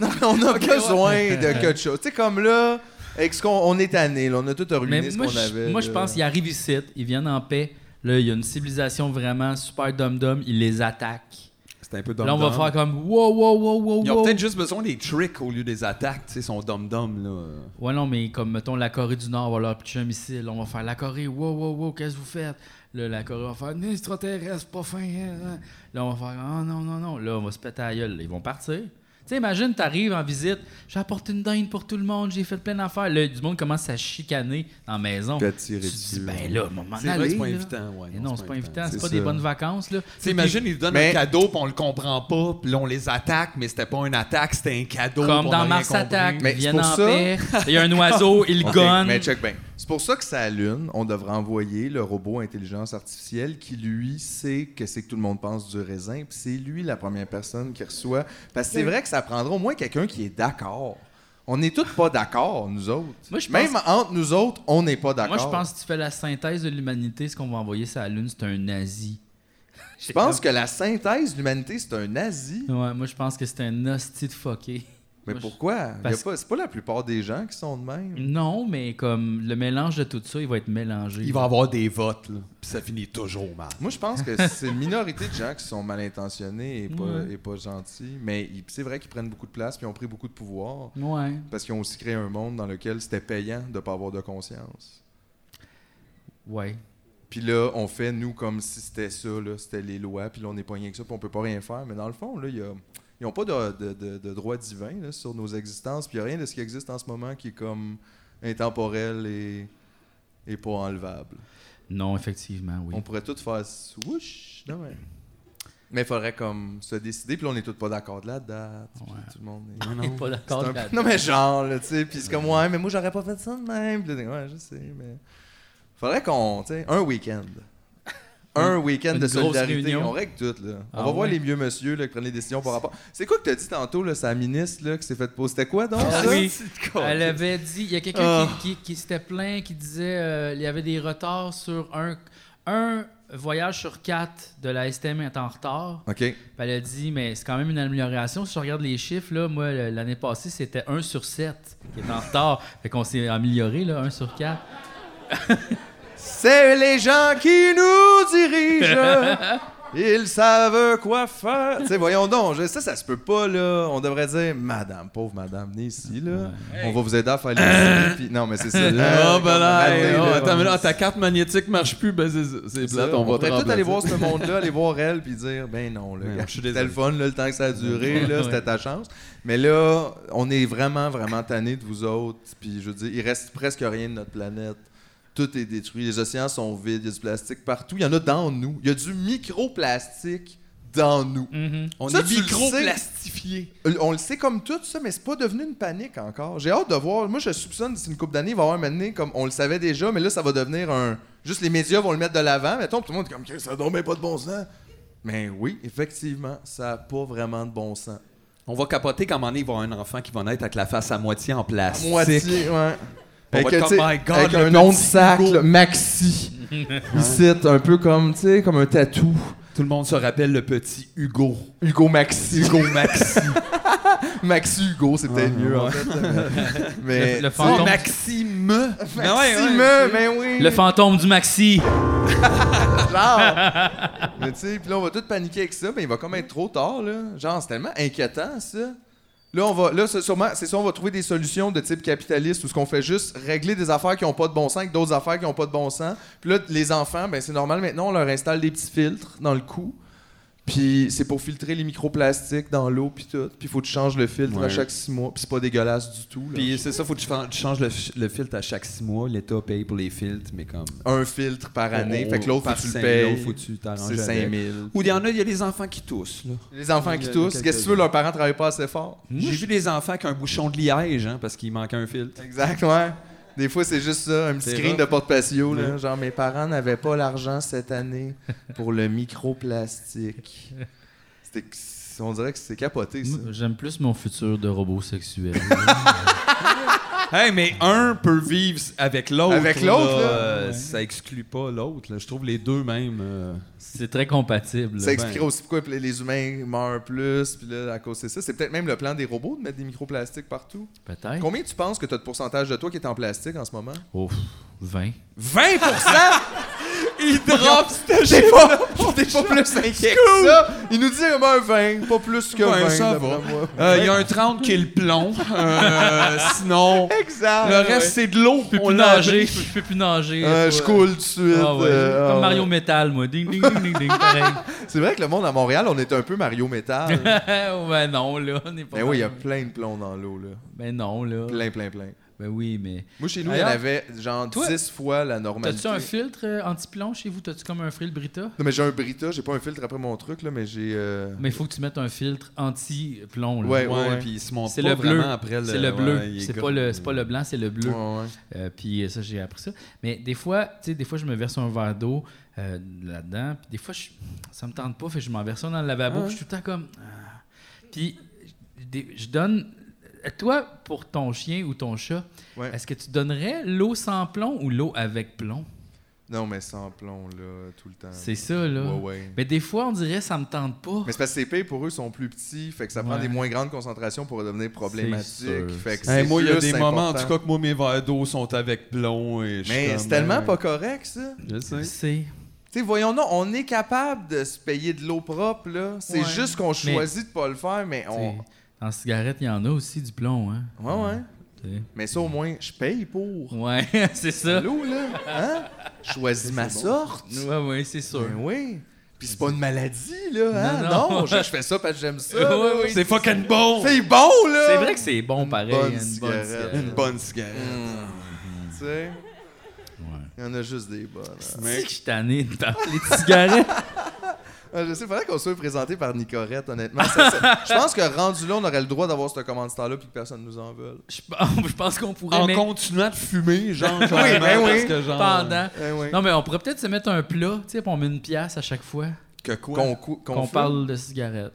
C: non, mais on a besoin de quelque chose. Tu sais, comme là, avec ce qu'on on est tanné, là, on a tout ruiné
A: Mais
C: ce
A: moi,
C: qu'on
A: je-
C: avait.
A: moi, je
C: là.
A: pense qu'ils arrivent ici, ils viennent en paix. Là, il y a une civilisation vraiment super dum-dum, ils les attaquent.
B: C'était un peu
A: là, on va
B: dum-dum.
A: faire comme wow, wow, wow, wow,
B: Ils ont
A: wow.
B: peut-être juste besoin des tricks au lieu des attaques, tu sais, ils sont dum-dum, là.
A: Ouais, non, mais comme, mettons, la Corée du Nord va leur pitcher un missile. On va faire la Corée, wow, wow, wow, qu'est-ce que vous faites? Là, la Corée va faire, non, extraterrestre, pas fin. hein, hein. Là, on va faire, oh non, non, non. Là, on va se péter à la gueule. là. Ils vont partir. Tu sais, imagine, t'arrives en visite, j'ai apporté une dinde pour tout le monde, j'ai fait plein d'affaires. Là, du monde commence à chicaner dans la maison.
C: Puis à
A: Tu
C: tirer
A: te dis,
C: dessus, ouais.
A: ben là, moment
B: C'est vrai que c'est pas invitant, ouais.
A: Mais non, c'est pas invitant, c'est
C: C'est
A: pas des
C: ça.
A: bonnes vacances, là.
B: Tu sais, imagine, ils donnent un
C: Mais-
B: cadeau, puis on le comprend pas, puis là, on les attaque, mais c'était pas une attaque, c'était un cadeau. puis
A: Comme
B: on a
A: dans
B: rien
A: Mars
B: compris.
A: Attack, ils
C: Mais c'est
A: viennent
C: pour
A: en
C: ça-
A: paix, il y a un oiseau, il
C: OK,
A: gonne.
C: Mais check bien. C'est pour ça que ça lune, on devrait envoyer le robot intelligence artificielle qui, lui, sait que c'est que tout le monde pense du raisin. Puis c'est lui la première personne qui reçoit. Parce que c'est vrai que ça prendra au moins quelqu'un qui est d'accord. On n'est tous pas d'accord, nous autres.
A: Moi, je pense-
C: Même entre nous autres, on n'est pas d'accord.
A: Moi, je pense que tu fais la synthèse de l'humanité. Ce qu'on va envoyer sur la Lune, c'est un nazi.
C: Je pense que la synthèse de l'humanité, c'est un nazi.
A: Ouais, moi, je pense que c'est un hostie de fucké.
C: Mais
A: Moi, je-
C: pourquoi? Il y a
A: parce-
C: pas- C'est pas la plupart des gens qui sont de même.
A: Non, mais comme le mélange de tout ça, il va être mélangé.
B: Il va y avoir des votes, là, puis ça finit toujours mal.
C: Moi, je pense que c'est une minorité de gens qui sont mal intentionnés et pas,
A: Ouais.
C: et pas gentils. Mais ils- c'est vrai qu'ils prennent beaucoup de place puis ils ont pris beaucoup de pouvoir
A: Ouais.
C: parce qu'ils ont aussi créé un monde dans lequel c'était payant de pas avoir de conscience.
A: Ouais.
C: Puis là, on fait, nous, comme si c'était ça, là, c'était les lois, puis là, on n'est pas rien que ça, puis on peut pas rien faire. Mais dans le fond, là, il y a- ils n'ont pas de, de- de- de droit divin là, sur nos existences, puis il n'y a rien de ce qui existe en ce moment qui est comme intemporel et, et pas enlevable.
A: Non, effectivement, oui.
C: On pourrait tout faire swoosh.
A: Ah
C: Non, ouais. Mais il faudrait comme se décider, puis là, on est tous pas d'accord de la date. puis
A: Ouais.
C: Tout le monde est...
B: Non,
A: On
B: non.
A: n'est pas
C: C'est
A: d'accord.
C: un
A: de la-
C: peu- Non, mais genre, là, tu sais, puis c'est comme, ouais, mais moi, j'aurais pas fait ça de même. Puis là, t'es comme, ouais, je sais, mais. Faudrait qu'on, tu sais, un week-end. un week-end
A: Une
C: de
A: grosse
C: solidarité.
A: réunion.
C: On règle tout, là.
A: Ah
C: on va voir
A: ouais?
C: les vieux monsieur là, qui prennent les décisions par rapport. C'est quoi que t'as dit tantôt, là, sa ministre, là, qui s'est fait poser? C'était quoi, donc,
A: Ah
C: ça?
A: oui. Elle avait dit, il y a quelqu'un
C: Ah.
A: qui, qui- qui s'était plaint, qui disait euh, il y avait des retards sur un, un voyage sur quatre de la STM est en retard.
C: OK.
A: Puis elle a dit, mais c'est quand même une amélioration. Si je regarde les chiffres, là, moi, le- l'année passée, c'était 1 sur 7 qui est en retard. Fait qu'on s'est amélioré, là, 1 sur 4.
C: C'est les gens qui nous dirigent. Ils savent quoi faire. Tu sais, voyons donc, je- ça, ça se peut pas, là. On devrait dire, madame, pauvre madame, venez ici, là. On va vous aider à faire les puis- Non, mais c'est ça. là,
B: Ah, ben là,
C: comme-
B: hey, oh,
C: là,
B: attends, mais là, ta carte magnétique marche plus, ben c'est c'est
C: ça,
B: plate, on va te
C: pourrait tout
B: remplacer.
C: aller voir ce monde-là, aller voir elle, puis dire, ben non, là,
B: Ouais,
C: gars,
B: je suis désolé.
C: c'était le fun, là, le temps que ça a duré, là,
A: Ouais.
C: c'était ta chance. Mais là, on est vraiment, vraiment tanné de vous autres, puis je veux dire, il reste presque rien de notre planète. Tout est détruit, les océans sont vides, il y a du plastique partout, il y en a dans nous. Il y a du microplastique dans nous.
B: On
C: Ça,
B: est
C: tu le
B: microplastifié.
C: Euh, On le sait comme tout ça, mais c'est pas devenu une panique encore. J'ai hâte de voir. Moi, je soupçonne d'ici une couple d'années, il va y avoir un moment donné, comme on le savait déjà, mais là, ça va devenir un. Juste les médias vont le mettre de l'avant, mettons, puis tout le monde est comme, Qu'est-ce que ça donne ben pas de bon sens. Mais oui, effectivement, ça n'a pas vraiment de bon sens.
B: On va capoter quand on est, il va y avoir un enfant qui va naître avec la face à moitié en place.
C: Moitié, ouais.
B: On
C: Avec,
B: va être
C: tu sais,
B: comme, Oh, My God,
C: avec
B: le
C: un
B: petit
C: nom de sac,
B: Hugo.
C: là, maxi. Ici, un peu comme, tu sais, comme un tatou.
B: Tout le monde se rappelle le petit Hugo.
C: Hugo Maxi.
B: Hugo Maxi.
C: Maxi Hugo, c'est peut-être mieux, en fait. Mais.
A: Le, le fantôme, Ben
B: Maxime.
C: Maxime, mais oui.
A: le fantôme du maxi.
C: Genre. mais tu sais, puis là, on va tout paniquer avec ça, mais il va comme être trop tard, là. Genre, c'est tellement inquiétant, ça. Là, on va, là, c'est sûrement, c'est sûr, on va trouver des solutions de type capitaliste où ce qu'on fait juste régler des affaires qui n'ont pas de bon sens avec d'autres affaires qui n'ont pas de bon sens. Puis là, les enfants, ben c'est normal, maintenant, on leur installe des petits filtres dans le cou. Puis c'est pour filtrer les microplastiques dans l'eau, puis tout. Puis il faut que tu changes le filtre à
B: Ouais.
C: chaque six mois, puis c'est pas dégueulasse du tout. là.
B: Puis c'est ça, faut que tu fan- tu changes le, f- le filtre à chaque six mois. L'État paye pour les filtres, mais comme.
C: un filtre par année,
B: On-
C: fait que l'autre, faut
B: Oh, par
C: que tu le
B: cinq-
C: payes.
B: l'autre, faut que tu t'arranges
C: C'est
B: avec.
C: 5000.
B: Ou il y en a, il y a les enfants qui toussent. là.
C: Les enfants
B: Il y
C: qui
B: a
C: toussent,
B: quelques-
C: qu'est-ce que tu veux, leurs parents travaillent pas assez fort.
B: J'ai vu des enfants avec un bouchon de liège, hein, parce qu'il manquait un filtre.
C: Exact, ouais. Des fois, c'est juste ça, un petit
B: C'est
C: screen
B: rough.
C: de porte-patio. là.
B: Ouais.
C: Genre, mes parents n'avaient pas l'argent cette année pour le microplastique. C'était- On dirait que c'est capoté, ça.
A: J'aime plus mon futur de robot sexuel.
B: Hey, mais un peut vivre s- avec l'autre.
C: Avec l'autre, là.
B: euh, Ça exclut pas l'autre. là. Je trouve les deux même. euh,
A: c'est très compatible.
C: Ça expliquerait aussi pourquoi les humains meurent plus, puis là, à cause de ça. C'est peut-être même le plan des robots de mettre des microplastiques partout.
A: Peut-être.
C: Combien tu penses que tu as de pourcentage de toi qui est en plastique en ce moment?
A: Ouf, 20.
B: 20 Il drop cette
C: T'es pas, t'es pas plus inquiet que ça! Il nous dit un 20, pas plus que
B: Ouais,
C: 20,
B: ça
C: d'après
B: va.
C: moi.
B: Euh, Il y a un 30 qui est le plomb. Euh, sinon,
C: Exact!
B: le reste, c'est de l'eau.
A: Je peux
B: On
A: plus
B: l'a
A: nager.
B: appris.
A: Je peux plus nager.
C: Euh, je
A: Ouais.
C: coule tout de suite.
A: Ah ouais.
C: euh,
A: Comme
C: ah
A: Mario
C: ouais.
A: Metal, moi. Ding, ding, ding, ding, ding. Pareil.
C: C'est vrai que le monde à Montréal, on est un peu Mario Metal.
A: ouais, non, là. On n'est pas
C: Mais Ben oui, il y a
A: mal.
C: plein de plombs dans l'eau, là.
A: Ben non, là.
C: Plein, plein, plein.
A: Ben oui, mais.
C: Moi, chez nous, il y en
A: D'ailleurs,
C: avait genre
A: toi,
C: 10 fois la normalité.
A: T'as-tu un filtre euh, anti-plomb chez vous? T'as-tu comme un frill Brita?
C: Non, mais j'ai un Brita, j'ai pas un filtre après mon truc, là, mais j'ai. euh,
A: Mais il faut que tu mettes un filtre anti-plomb. là.
C: Ouais,
B: Ouais,
C: ouais.
B: puis ils se montrent
A: C'est
B: pas
A: le bleu.
B: vraiment après le.
A: C'est le
B: ouais,
A: bleu.
B: il est
A: c'est,
B: gros.
A: pas le, c'est pas le blanc, c'est le bleu.
C: Ouais, ouais.
A: Euh, puis euh, ça, j'ai appris ça. Mais des fois, tu sais, des fois, je me verse un verre d'eau euh, là-dedans. Puis des fois, je- ça me tente pas. Fait que je m'en verse un dans le lavabo.
B: Ah.
A: puis je suis tout le temps comme. ah. Puis des- je donne. Toi, pour ton chien ou ton chat,
C: Ouais.
A: est-ce que tu donnerais l'eau sans plomb ou l'eau avec plomb?
C: Non, mais sans plomb, là, tout le temps.
A: C'est ça, là.
C: Ouais, ouais.
A: Mais des fois, on dirait ça me tente pas.
C: Mais c'est parce que ces pays, pour eux, sont plus petits, fait que ça prend
A: Ouais.
C: des moins grandes concentrations pour devenir
A: sûr,
C: problématique. Fait que
B: Hey,
C: c'est
B: moi, il y a
C: plus
B: des moments, en
C: important.
B: tout cas, que moi, mes verres d'eau sont avec plomb. Et je suis
C: Mais
B: comme,
C: c'est tellement
B: euh,
C: pas correct, ça.
B: Je sais.
A: C'est.
C: Tu sais, voyons, non, on est capable de se payer de l'eau propre, là. C'est
A: Ouais.
C: juste qu'on
A: Mais-
C: choisit de pas le faire, mais on.
A: t'sais, Dans cigarette, il y en a aussi du plomb, hein?
C: Ouais, ouais.
A: T'sais.
C: Mais ça, au moins, je paye pour.
A: Ouais, c'est ça.
C: L'eau, là. Hein? Je Choisis ma sorte.
A: Ouais, ouais, c'est sûr.
C: Ben oui. Puis c'est pas une maladie, là. Hein?
A: Non,
C: Non,
A: non.
C: je, je fais ça parce que j'aime ça.
A: Ouais,
C: là.
A: ouais,
B: C'est fucking bon!
C: C'est bon, là.
A: C'est vrai que c'est bon, pareil.
C: bonne
A: une
C: cigarette.
B: Une bonne cigarette.
C: Hum. Tu sais. Il y en a juste des bonnes. hein.
A: C'est que je suis tanné de parler de cigarettes.
C: Euh, je sais, faudrait qu'on soit présenté par Nicorette, honnêtement. Ça, ça- je pense que rendu là, on aurait le droit d'avoir ce commanditaire-là puis que personne nous en veuille.
A: Je pense- je pense qu'on pourrait
B: En
A: mais-
B: continuant de fumer, genre, oui,
C: ben oui.
B: parce que genre...
A: pendant.
C: Eh oui.
A: Non, mais on pourrait peut-être se mettre un plat, tu sais, puis on met une pièce à chaque fois
C: Que quoi? Qu'on cou- qu'on
A: qu'on
C: fume.
A: parle de cigarettes.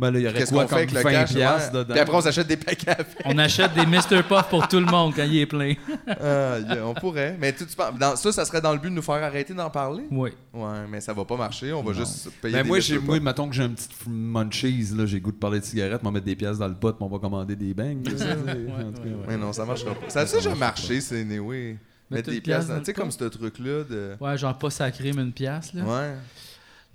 B: Ben là, il y aurait
C: Qu'est-ce
B: quoi
C: qu'on
B: comme
C: fait avec le
B: 20
C: cash?
B: piastres
C: ouais?
B: dedans?
C: Puis après, on s'achète des paquets à
A: On achète des Mr. Puff pour tout le monde quand il est plein.
C: Euh, y a- on pourrait. Mais tu, tu penses- dans, ça, ça serait dans le but de nous faire arrêter d'en parler.
A: Oui.
C: Ouais, mais ça va pas marcher. On va juste payer.
B: Ben
C: des
B: moi,
C: Mr.
B: j'ai,
C: Pop.
B: moi, mettons que j'ai un petit f- munchies, là, j'ai le goût de parler de cigarettes, m'en mettre des pièces dans le pot, puis on va commander des bangs. là, c'est- en tout cas, ouais.
C: Mais non, ça marchera pas. Ça a déjà marché, c'est néo. Mettre des pièces dans. Tu sais, comme ce truc-là de.
A: Ouais, genre pas sacré, mais une pièce, là.
C: Ouais.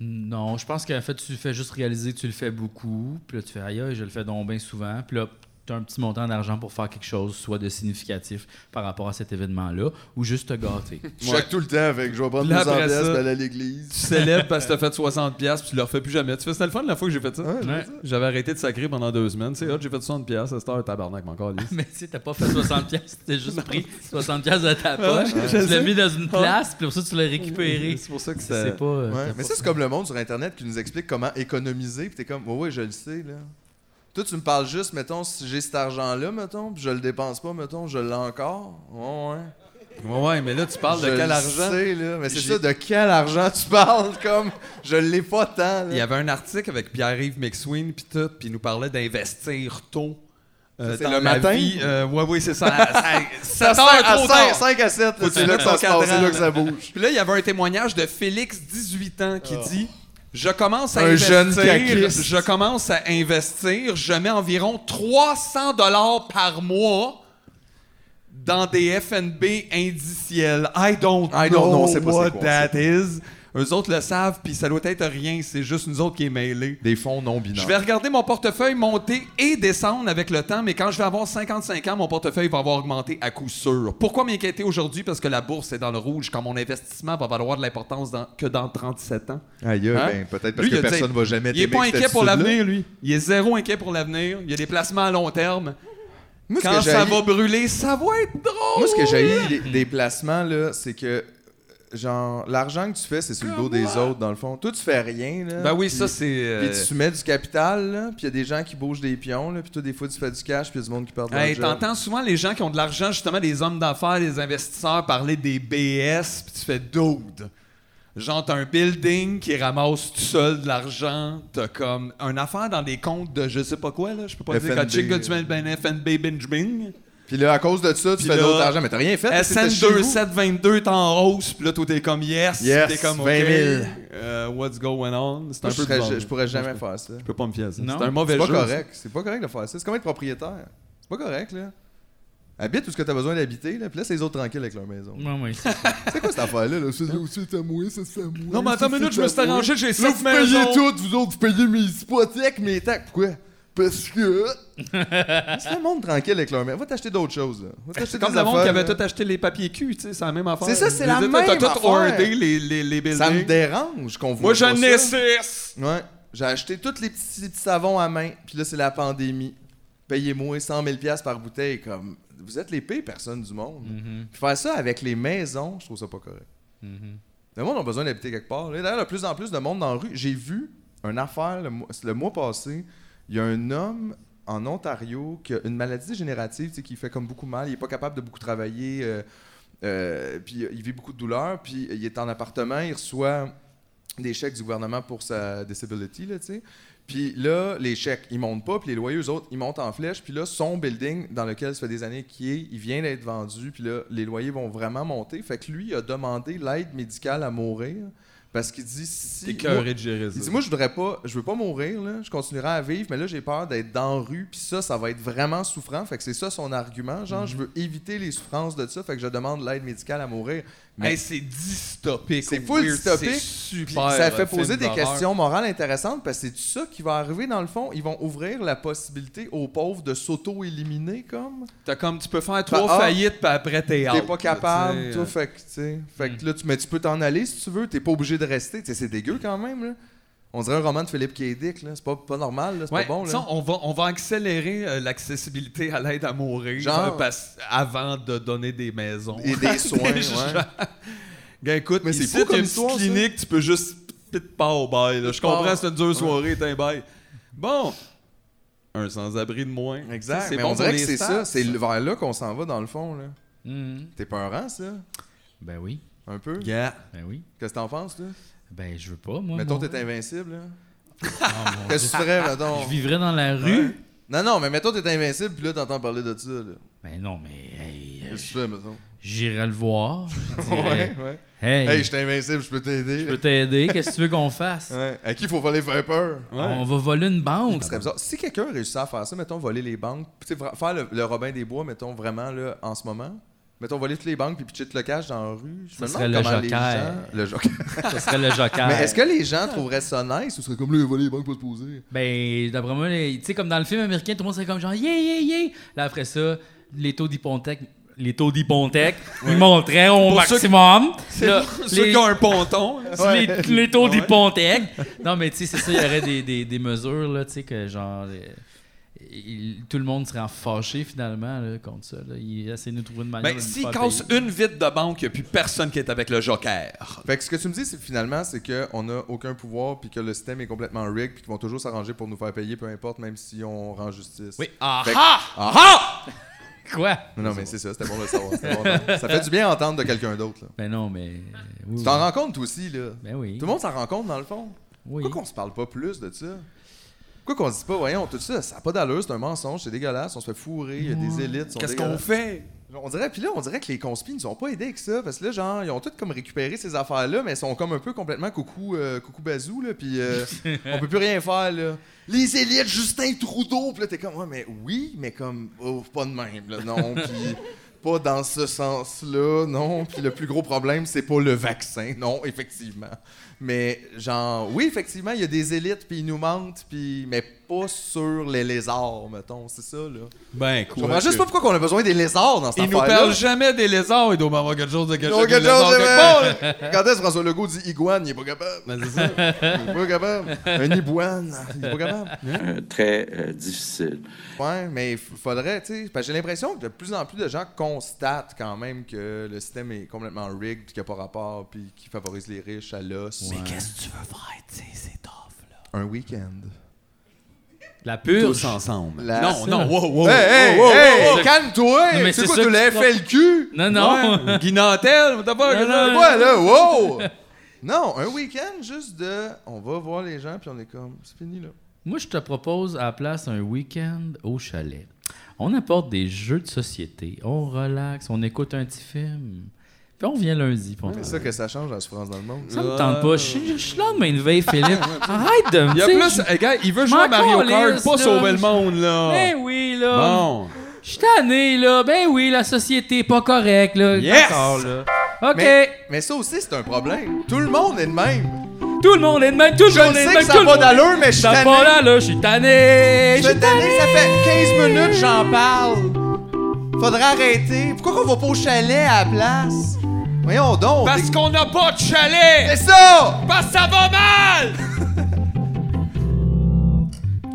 A: Non, je pense qu'en fait, tu fais juste réaliser que tu le fais beaucoup, puis là, tu fais aïe, aïe, je le fais donc bien souvent, puis là, tu as un petit montant d'argent pour faire quelque chose, soit de significatif par rapport à cet événement-là, ou juste te gâter.
C: Je choque tout le temps avec. Je vais prendre
B: Là,
C: mes
B: après
C: pièces,
B: ça-
C: puis aller à
B: Tu
C: l'église.
B: célèbres parce que t'as fait 60 piastres, puis tu le refais plus jamais. Tu fais, c'était le fun la fois que j'ai fait ça.
A: Ouais.
B: J'avais arrêté de sacrer pendant deux semaines. Tu sais, hop, j'ai fait 60 piastres, c'est un tabarnak, mais encore lisse.
A: Mais tu sais, t'as pas fait 60 pièces, t'as juste pris 60 pièces de ta poche, tu l'as mis dans une place, puis pour ça, tu l'as récupéré.
B: C'est pour ça que ça...
A: C'est pas... euh,
C: Ouais.
A: t'as
C: Mais
A: pas-
C: ça, c'est comme le monde sur Internet qui nous explique comment économiser. Puis t'es comme, ouais, ouais, je le sais, là. Toi, tu me parles juste, mettons, si j'ai cet argent-là, mettons, puis je le dépense pas, mettons, je l'ai encore. Ouais, ouais.
B: Ouais, ouais, mais là, tu parles
C: Je
B: de quel
C: le
B: argent?
C: sais, là, mais c'est
B: J'ai-
C: ça, de quel argent tu parles? Comme, je l'ai pas tant. là.
B: Il y avait un article avec Pierre-Yves McSween puis tout, puis il nous parlait d'investir tôt. euh,
C: Ça, c'est
B: dans
C: le
B: la
C: matin?
B: vie. Euh, ouais, oui, c'est ça. À- à- ça
C: Ça sert
B: sort
C: à
B: trop
C: 5,
B: tard.
C: à 7,
B: Faut
C: c'est
B: que
C: là
B: tu
C: que ça
B: mettes
C: se
B: ton
C: passe, c'est
B: cadran,
C: là que
B: là.
C: ça bouge.
B: Puis là, il y avait un témoignage de Félix, 18 ans, qui
C: Ah.
B: dit Je commence à
C: Un
B: investir.
C: jeune caquiste.
B: je commence à investir. Je mets environ 300 dollars par mois dans des FNB indiciels. I don't,
C: I don't
B: know,
C: know, c'est pas c'est
B: what
C: quoi,
B: that is. Eux autres le savent, puis ça doit être rien. C'est juste nous autres qui est mêlés.
C: Des fonds non binaires.
B: Je vais regarder mon portefeuille monter et descendre avec le temps, mais quand je vais avoir 55 ans, mon portefeuille va avoir augmenté à coup sûr. Pourquoi m'inquiéter aujourd'hui? Parce que la bourse est dans le rouge quand mon investissement va valoir de l'importance dans- que dans 37 ans.
C: Aïe,
B: Hein?
C: ben, peut-être parce
B: Lui, il
C: que
B: a dit-
C: personne va jamais
B: Il est
C: t'aimer
B: pas
C: avec
B: inquiet
C: cette
B: pour
C: attitude-là.
B: l'avenir, lui. Il est zéro inquiet pour l'avenir. Il y a des placements à long terme.
C: Moi, ce
B: Quand
C: que Euh,
B: ça
C: j'haïs-
B: va brûler, ça va être drôle!
C: Moi, ce que j'ai des, des placements, là, c'est que, genre, l'argent que tu fais, c'est sur le dos des autres, dans le fond. Toi, tu fais rien, là.
B: Ben oui,
C: puis-
B: ça, c'est... euh,
C: Puis tu mets du capital, là, puis il y a des gens qui bougent des pions, là, puis toi, des fois, tu fais du cash, puis il y a du monde qui perd de
B: Hey,
C: l'argent.
B: t'entends souvent les gens qui ont de l'argent, justement, les hommes d'affaires, les investisseurs, parler des BS, puis tu fais dude. Genre, t'as un building qui ramasse tout seul de l'argent, t'as comme un affaire dans des comptes de je sais pas quoi, là, je peux pas dire.
C: FNB.
B: Quand Chick Godwin, ben FNB Benjamin,
C: Puis là, à cause de ça, tu
B: Puis
C: fais
B: là,
C: d'autres argent, mais t'as rien fait. parce que t'étais chez vous.
B: SN2722 t'es en hausse, puis là, toi, t'es comme yes,
C: Yes,
B: t'es comme ok,
C: 20 000.
B: euh, what's going on? C'est
C: Moi,
B: un
C: je,
B: peu
C: serais-
B: bizarre.
C: je- je pourrais jamais faire ça.
B: Je peux pas me fier à ça.
A: Non.
B: C'est un mauvais
C: C'est pas
B: jeu.
C: correct. C'est pas correct de faire ça. C'est comme être propriétaire. C'est pas correct, là. Habite où ce que t'as besoin d'habiter, là. Puis laisse les autres tranquilles avec leur maison.
A: Non, mais c'est-
C: C'est quoi cette affaire-là, là? C'est aussi, c'est à moi, ça c'est à moi.
B: Non, mais attends une minute, je me suis arrangé, j'ai
C: Là,
B: sept
C: vous payez
B: maisons.
C: tout, vous autres, vous payez mes hypothèques, mes taxes. Pourquoi? Parce que. Laisse le monde tranquille avec leur maison. Va t'acheter d'autres choses, là. Va t'acheter
B: C'est comme
C: des
B: le monde qui
C: affaires,
B: avait
C: là.
B: tout acheté les papiers cul, tu sais, c'est la même affaire.
C: C'est ça, c'est la
B: T'as-
C: même
B: T'as
C: affaire.
B: tout ordé les, les, les buildings.
C: Ça me dérange qu'on voit.
B: Moi, j'en
C: pas
B: ai
C: ça.
B: six!
C: Ouais. J'ai acheté tous les petits, les petits savons à main, puis là, c'est la pandémie. Payez-moi 100 000 pièces par bouteille, comme... Vous êtes les pires personnes du monde.
A: Mm. Mhm,
C: Puis faire ça avec les maisons, je trouve ça pas correct. Le monde a besoin d'habiter quelque part. Là, D'ailleurs, de plus en plus de monde dans la rue. J'ai vu une affaire le, mois- le mois passé. Il y a un homme en Ontario qui a une maladie dégénérative tu sais, qui fait comme beaucoup mal. Il est pas capable de beaucoup travailler. euh, euh, puis euh, il vit beaucoup de douleurs. Puis euh, il est en appartement. Il reçoit des chèques du gouvernement pour sa disability, là, tu sais. Puis là, les chèques, ils montent pas, puis les loyers, eux autres, ils montent en flèche. Puis là, son building, dans lequel ça fait des années qu'il est, il vient d'être vendu, puis là, les loyers vont vraiment monter. Fait que lui, il a demandé l'aide médicale à mourir, parce qu'il dit si...
B: T'es
C: moi-
B: cœuré de gérer ça.
C: il dit moi je voudrais pas, je veux pas mourir là, je continuerai à vivre mais là j'ai peur d'être dans la rue puis ça ça va être vraiment souffrant fait que c'est ça son argument genre
B: Mhm.
C: je veux éviter les souffrances de ça fait que je demande l'aide médicale à mourir. Mais-
B: Hey, c'est dystopique.
C: C'est full
B: weird,
C: dystopique,
B: c'est
C: Puis
B: super.
C: ça
B: euh,
C: fait poser
B: film
C: des
B: d'horreur.
C: questions morales intéressantes parce que c'est ça qui va arriver dans le fond. Ils vont ouvrir la possibilité aux pauvres de s'auto-éliminer comme.
B: T'as comme, tu peux faire trois
C: ah,
B: faillites, puis après, t'es out.
C: T'es pas
B: là,
C: capable,
B: tu sais,
C: toi,
B: euh, mm.
C: fait que, tu sais, fait que là, tu, mais tu peux t'en aller si tu veux, t'es pas obligé de rester. Tu sais, c'est dégueu quand même. là. On dirait un roman de Philippe K. Dick, là. c'est pas, pas normal, là, c'est
B: Ouais,
C: pas bon.
B: tu
C: Là.
B: sais, on va, on va accélérer euh, l'accessibilité à l'aide à mourir
C: Genre.
B: euh, parce- avant de donner des maisons.
C: Et des soins,
B: gens.
C: ouais.
B: Gars, écoute,
C: Mais
B: mais
C: c'est
B: ici,
C: fou
B: t'as
C: comme
B: une petite
C: histoire, ça.
B: clinique, tu peux juste pis de pas au bail. là. Je comprends,
C: Pars.
B: c'est une dure soirée, t'es un bail. Bon, un sans-abri de moins.
C: Exact.
B: C'est
C: mais
B: bon
C: on
B: pour
C: dirait que
B: les
C: c'est
B: stats.
C: ça. C'est le- vers là qu'on s'en va, dans le fond. là.
A: Mhm.
C: T'es peurant, ça?
A: Ben oui,
C: Un peu?
B: Yeah.
A: ben oui.
C: Qu'est-ce que t'en penses, toi?
A: Ben je veux pas, moi.
C: mettons,
A: mon-
C: t'es invincible, là.
A: Ah, mon
C: Qu'est-ce que tu ferais, mettons?
A: Je vivrais dans la rue.
C: Non, non, mais mettons, t'es invincible, puis là, t'entends parler de ça, là.
A: Ben non, mais hey, euh,
C: Qu'est-ce que tu fais, mettons?
A: j'irai le voir. Je
C: Ouais,
A: dirais,
C: ouais.
A: Hey,
C: Hey, je suis invincible, je peux t'aider.
A: je peux t'aider. Qu'est-ce que tu veux qu'on fasse?
C: Ouais. À qui faut voler faire peur?
B: Ouais.
A: On va voler une banque.
C: Ce serait bizarre. Si quelqu'un réussissait à faire ça, mettons, voler les banques, tu sais, vra- faire le, le Robin des Bois, mettons, vraiment, là, en ce moment, mettons, voler toutes les banques puis pitcher tout le cash dans la rue, je
A: Ça
C: me
A: serait
C: demande
A: le
C: comment les
A: joker.
C: gens... Le joker.
A: Ce serait le joker.
C: Mais est-ce que les gens trouveraient ça nice ou serait comme, là, voler les banques, pas se poser?
A: Ben, d'après moi, les- tu sais, comme dans le film américain, tout le monde serait comme genre, yeah, yeah, yeah. Là, après ça, les taux d'hypothèque, les taux d'hypothèque, ils monteraient au
B: Pour ceux qui-
A: maximum.
B: C'est
A: Là,
B: ceux
A: les-
B: qui ont un ponton. là.
A: les, les taux
B: Ouais.
A: d'hypothèque. Non, mais tu sais, c'est ça, il y aurait des, des, des mesures, là, tu sais, que genre. euh, il- tout le monde serait en fâché, finalement, là, contre ça. Là. Il essaie de nous trouver une manière.
B: Ben,
A: de nous
B: s'ils
A: faire
B: cassent
A: payer.
B: une vitre de banque, il a plus personne qui est avec le joker.
C: Fait que ce que tu me dis, c'est finalement, c'est qu'on n'a aucun pouvoir puis que le système est complètement rigged puis qu'ils vont toujours s'arranger pour nous faire payer, peu importe, même si on rend justice.
A: Oui, ah,
C: Fait que-
B: Ah!
A: quoi?
C: Non, non, mais c'est ça, c'était bon de le savoir. c'était bon de- ça fait du bien entendre de quelqu'un d'autre. là.
A: Ben non, mais. oui,
C: Tu t'en
A: oui.
C: rends compte toi aussi, là.
A: Ben oui.
C: Tout le monde s'en rend compte, dans le fond.
A: Oui.
C: Pourquoi qu'on se parle pas plus de ça? Pourquoi qu'on se dit pas, voyons, tout ça, ça n'a pas d'allure, c'est un mensonge, c'est dégueulasse, on se fait fourrer, il y a des élites, sont
B: Qu'est-ce qu'on
C: dégueulasses.
B: fait?
C: On dirait, puis là, on dirait que les conspires nous ont pas aidé avec ça, parce que là, genre, ils ont tous comme récupéré ces affaires-là, mais ils sont comme un peu complètement coucou, euh, coucou bazou, là, puis euh, on peut plus rien faire, là. Les élites, Justin Trudeau, puis là, t'es comme, ouais, mais oui, mais comme, oh, pas de même, là, non, puis pas dans ce sens-là, non, puis le plus gros problème, c'est pas le vaccin, non, effectivement. Mais genre, oui, effectivement, il y a des élites, puis ils nous mentent, puis, mais pas sur les lézards, mettons, c'est ça, là.
B: Ben,
C: Je comprends juste pas pourquoi on a besoin des lézards dans cette
B: Ils nous
C: affaire-là.
B: parlent jamais des lézards. Il doit m'avoir quelque chose de quelque
C: Non,
B: chose.
C: quelque
B: des lézards
C: chose,
B: quelque
C: c'est
B: part, là.
C: vrai. Quand est-ce que François Legault dit iguane, il est pas capable.
B: Ben, c'est ça.
C: Il est pas capable. Un iguane, il est pas capable.
E: euh, très euh, difficile.
C: Ouais, mais il faudrait, tu sais, parce que j'ai l'impression que de plus en plus de gens constatent quand même que le système est complètement rigged, puis qu'il n'y a pas rapport, puis qu'il favorise les riches à l'os.
B: Qu'est-ce que tu veux faire? tu sais, C'est tough, là.
C: Un week-end.
A: La
B: Tous
A: purge.
B: ensemble.
C: La-
B: Non, non, wow,
A: Oh,
B: wow.
C: Hey, hey,
B: wow, wow,
C: hey,
B: wow.
A: Non, mais
C: calme-toi! C'est
A: c'est
C: quoi,
A: sûr
C: tu
A: que
C: l'as
A: tu-
C: FLQ?
A: Non, non.
B: Ouais. Guy Nantel, t'as pas
A: Non, non,
C: Ouais, là, wow! Non, un week-end juste de. On va voir les gens, puis on est comme. C'est fini, là.
A: Moi, je te propose à la place un week-end au chalet. On apporte des jeux de société, on relaxe, on écoute un petit film. Puis on vient lundi. Pour
C: C'est ça que ça change la souffrance dans le monde.
A: Ça me tente pas. Je suis- je suis là de une veille, Philippe. Arrête de me
B: Il y a
A: tu sais,
B: plus.
A: je-
B: Hey, gars, il veut jouer à
A: M'en
B: Mario
A: calisse,
B: Kart, pas
A: là.
B: sauver le monde,
C: Eh,
B: là.
A: Ben oui, là.
B: Bon.
A: Je suis tanné, là. Ben oui, la société est pas correcte, là.
B: Yes!
A: D'accord, là. OK.
C: Mais, mais ça aussi, c'est un problème. Tout le monde est le même.
A: Tout le monde est de même. Tout le
C: Je le
A: monde est de
C: sais
A: même. tout
C: que ça
A: le
C: n'a pas
A: monde est-
C: d'allure, mais je suis
A: Ça
C: tanné.
A: va là, là. Je suis tanné.
C: Je suis tanné, ça fait 15 minutes j'en parle. Faudrait arrêter. Pourquoi qu'on va pas au chalet à la place? Voyons donc.
B: Parce
C: c'est-
B: qu'on n'a pas de chalet!
C: C'est ça!
B: Parce que ça va mal!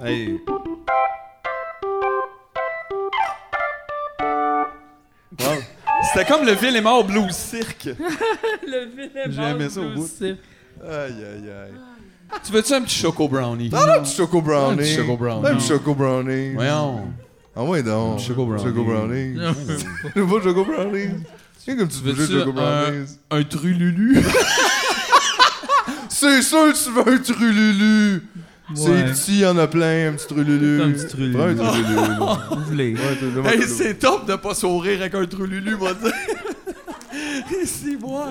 B: hey. Wow. C'était comme le ville est mort Blue Cirque. J'ai aimé ça au bout.
C: Aïe, aïe, aïe.
B: Tu veux-tu un petit choco brownie?
C: Ah, un petit choco brownie.
B: Un petit choco brownie.
C: Un petit choco brownie.
B: Voyons.
C: Ah ouais donc.
B: Choco brownie.
C: Choco brownie. Le beau choco brownie. C'est comme tu veux
B: Veux-tu
C: choco
B: un-
C: brownies.
B: Un trululu?
C: C'est sûr que tu veux un trululu. C'est
A: Ouais.
C: petit, il y en a plein, un petit trululu.
A: Un petit trululu.
C: Prends Un trululu. là.
A: Vous voulez.
C: Ouais, t'as vraiment
B: hey,
C: trululu.
B: c'est top de pas sourire avec un trululu, moi dire. c'est moi.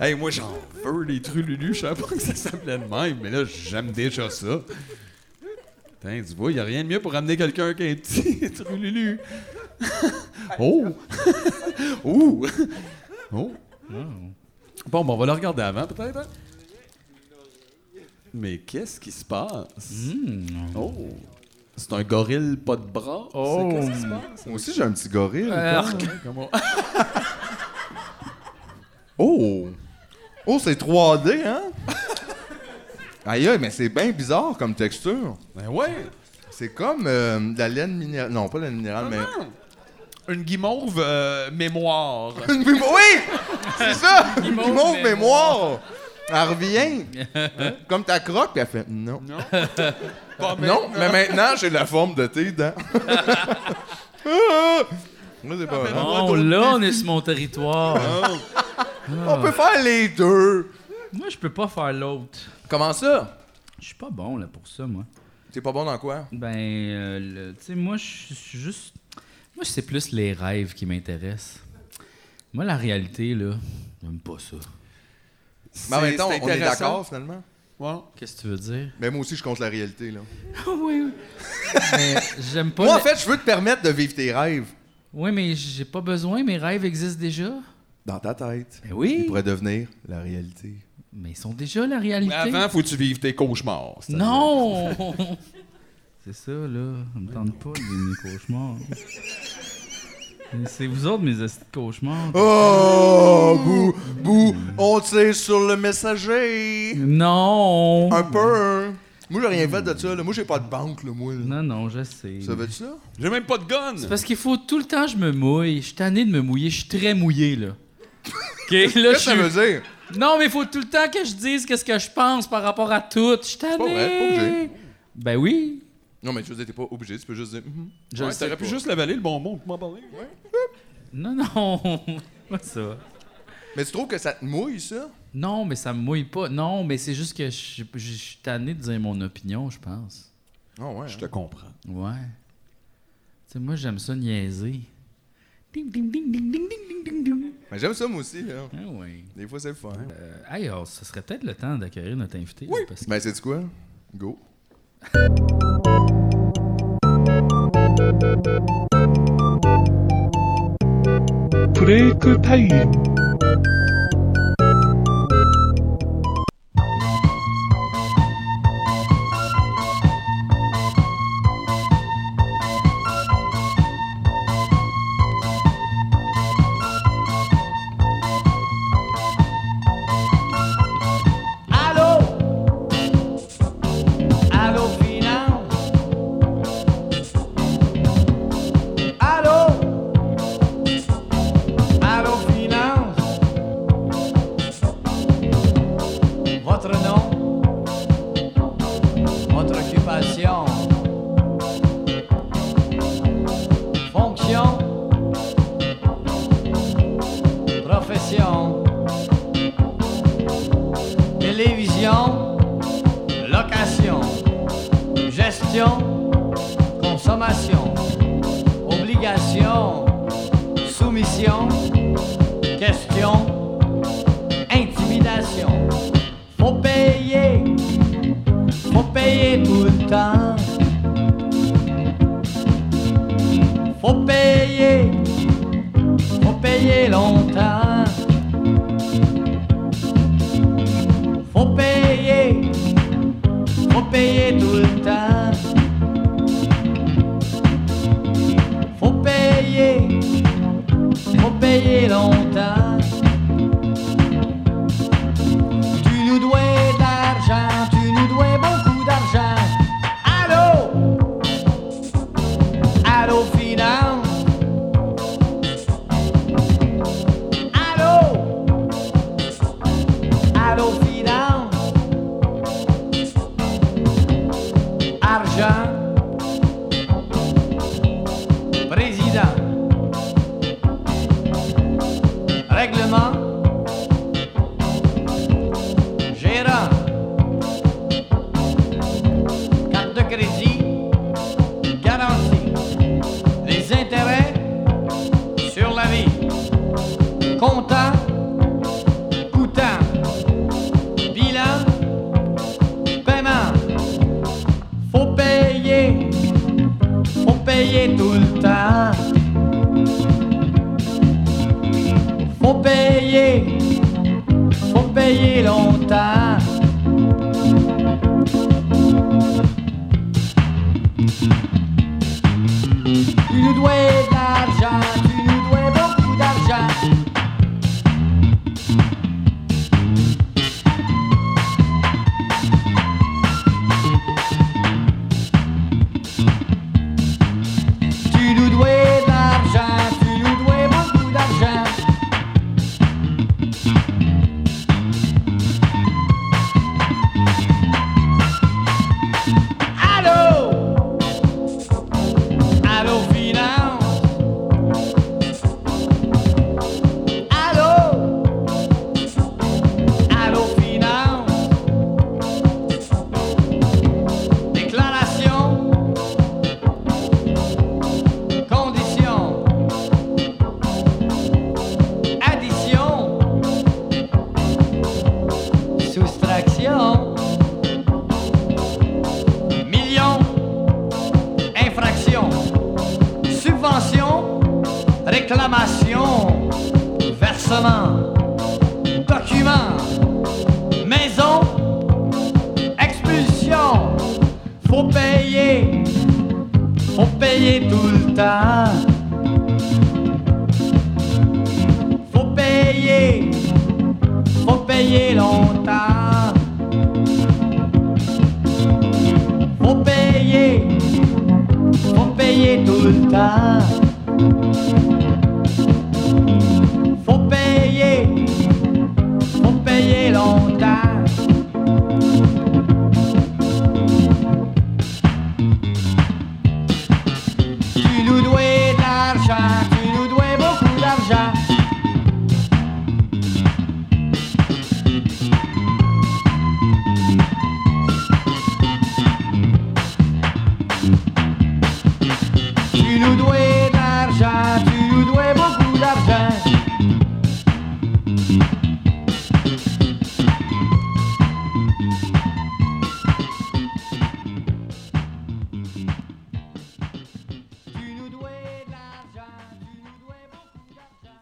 B: Hey, moi j'en veux des trululus, je savais pas que ça s'appelait de même, mais là j'aime déjà ça. Putain, tu vois, y a rien de mieux pour amener quelqu'un qu'un petit trululu. oh! Ouh! Oh! Bon, ben, on va le regarder avant peut-être. hein? Mais qu'est-ce qui se passe? Oh! C'est un gorille pas de bras?
A: Oh.
B: C'est Qu'est-ce qui se passe?
C: Moi aussi, j'ai un petit gorille.
A: Arc.
C: Oh! Oh, c'est 3D, hein? aïe, aïe, mais c'est bien bizarre comme texture.
B: Ben ouais!
C: C'est comme euh, de la laine minérale. Non, pas de la laine minérale, mais.
B: Une guimauve euh, mémoire.
C: Une mémo- Oui! C'est ça! Une
A: Guimauve
C: guimauve mémoire! Elle revient. Hein? Comme ta croque, puis elle fait non.
B: Non. Pas
C: Non, mais maintenant, j'ai la forme de tes dents. Ah! Moi, c'est pas vrai.
A: Bon, là, on est sur mon
C: Ah.
A: territoire.
C: On peut faire les deux.
A: Moi, je peux pas faire l'autre.
C: Comment ça?
A: Je suis pas bon, là, pour ça, moi.
C: T'es pas bon dans quoi?
A: Ben, euh, le- tu sais, moi, je suis- je suis juste. Moi, c'est plus les rêves qui m'intéressent. Moi, la réalité, là, j'aime pas ça.
C: Mais en même temps,
B: C'est
C: on est
B: intéressant.
C: d'accord finalement.
B: Ouais.
A: Qu'est-ce que tu veux dire?
C: Mais moi aussi, je compte la réalité. là.
A: oui, oui. Mais j'aime pas.
C: Moi, en
A: le-
C: fait, je veux te permettre de vivre tes rêves
A: Oui, mais j'ai pas besoin, mes rêves existent déjà.
C: dans ta tête.
A: Ben oui.
C: Ils pourraient devenir la réalité.
A: Mais ils sont déjà la réalité.
B: Mais avant, faut que tu vives tes cauchemars. c'est-à-dire.
A: Non! C'est ça, là. On me tente pas, les mes cauchemars. C'est vous autres, mes estis de cauchemars.
C: Oh, bou, bou, on tire sur le messager.
A: Non!
C: Un peu. hein. Moi, j'ai rien fait de ça. là. Moi, j'ai pas de banque, là, moi. là.
A: Non, non, je sais.
C: Ça veut dire ça?
B: J'ai même pas de gun.
A: C'est parce qu'il faut tout le temps je me mouille. Je suis tanné de me mouiller. Je suis très mouillé, là. OK, là, je
C: Qu'est-ce que
A: suis...
C: ça veut dire?
A: Non, mais il faut tout le temps que je dise qu'est-ce que je pense par rapport à tout. Je suis tanné.
C: vrai, pas obligé.
A: ben oui.
C: Non, mais tu veux dire, t'es pas obligé. Tu peux juste dire. mhm.
A: Je le
B: Ouais,
A: sais
B: T'aurais pu
A: pas.
B: juste l'avaler le bonbon pour m'en parler.
A: Non, non. pas ça.
C: Mais tu trouves que ça te mouille, ça?
A: Non, mais ça me mouille pas. Non, mais c'est juste que je je- je suis tanné de dire mon opinion, je pense.
C: Ah ouais.
B: Je te comprends.
A: Ouais. Tu sais, moi, j'aime ça niaiser. Ding, ding, ding, ding, ding, ding, ding, ding, ding.
C: Mais j'aime ça, moi aussi. Là.
A: Ah oui.
C: Des fois, c'est le fun.
A: Euh, hey, alors, ce serait peut-être le temps d'accueillir notre invité. là, parce que-
C: Ben, c'est quoi? Go.
F: Allô? Allô, finance? Allô? Allô, finance? Votre nom? Votre occupation? Fonction? Profession? télévision, location, gestion, consommation, obligation, soumission, question, intimidation. Faut payer, faut payer tout le temps. Faut payer, faut payer longtemps. Faut payer, faut payer tout le temps. Faut payer, faut payer longtemps. Tu nous dois d'argent, tu nous dois beaucoup d'argent. Allô, allô finance. Allô. Allô, finance. Argent. Président. Règlement. Gérant. Carte de crédit. Garantie. Les intérêts sur la vie. Comptant. Coûtant. Bilan, paiement, faut payer, faut payer tout le temps. Faut payer, faut payer longtemps. Tu nous dois de l'argent, tu nous dois beaucoup d'argent. Tu nous dois de l'argent, tu nous dois beaucoup d'argent. millions, millions, infractions, subventions, réclamations, versements, documents, maisons, expulsions. Faut payer, faut payer tout le temps. Faut payer, faut payer longtemps. Faut payer, faut payer tout le temps. Faut payer, faut payer longtemps. Tu nous dois de l'argent, tu nous dois beaucoup d'argent. Tu nous dois de l'argent, tu nous dois beaucoup d'argent. Tu nous dois de l'argent, tu nous dois beaucoup d'argent.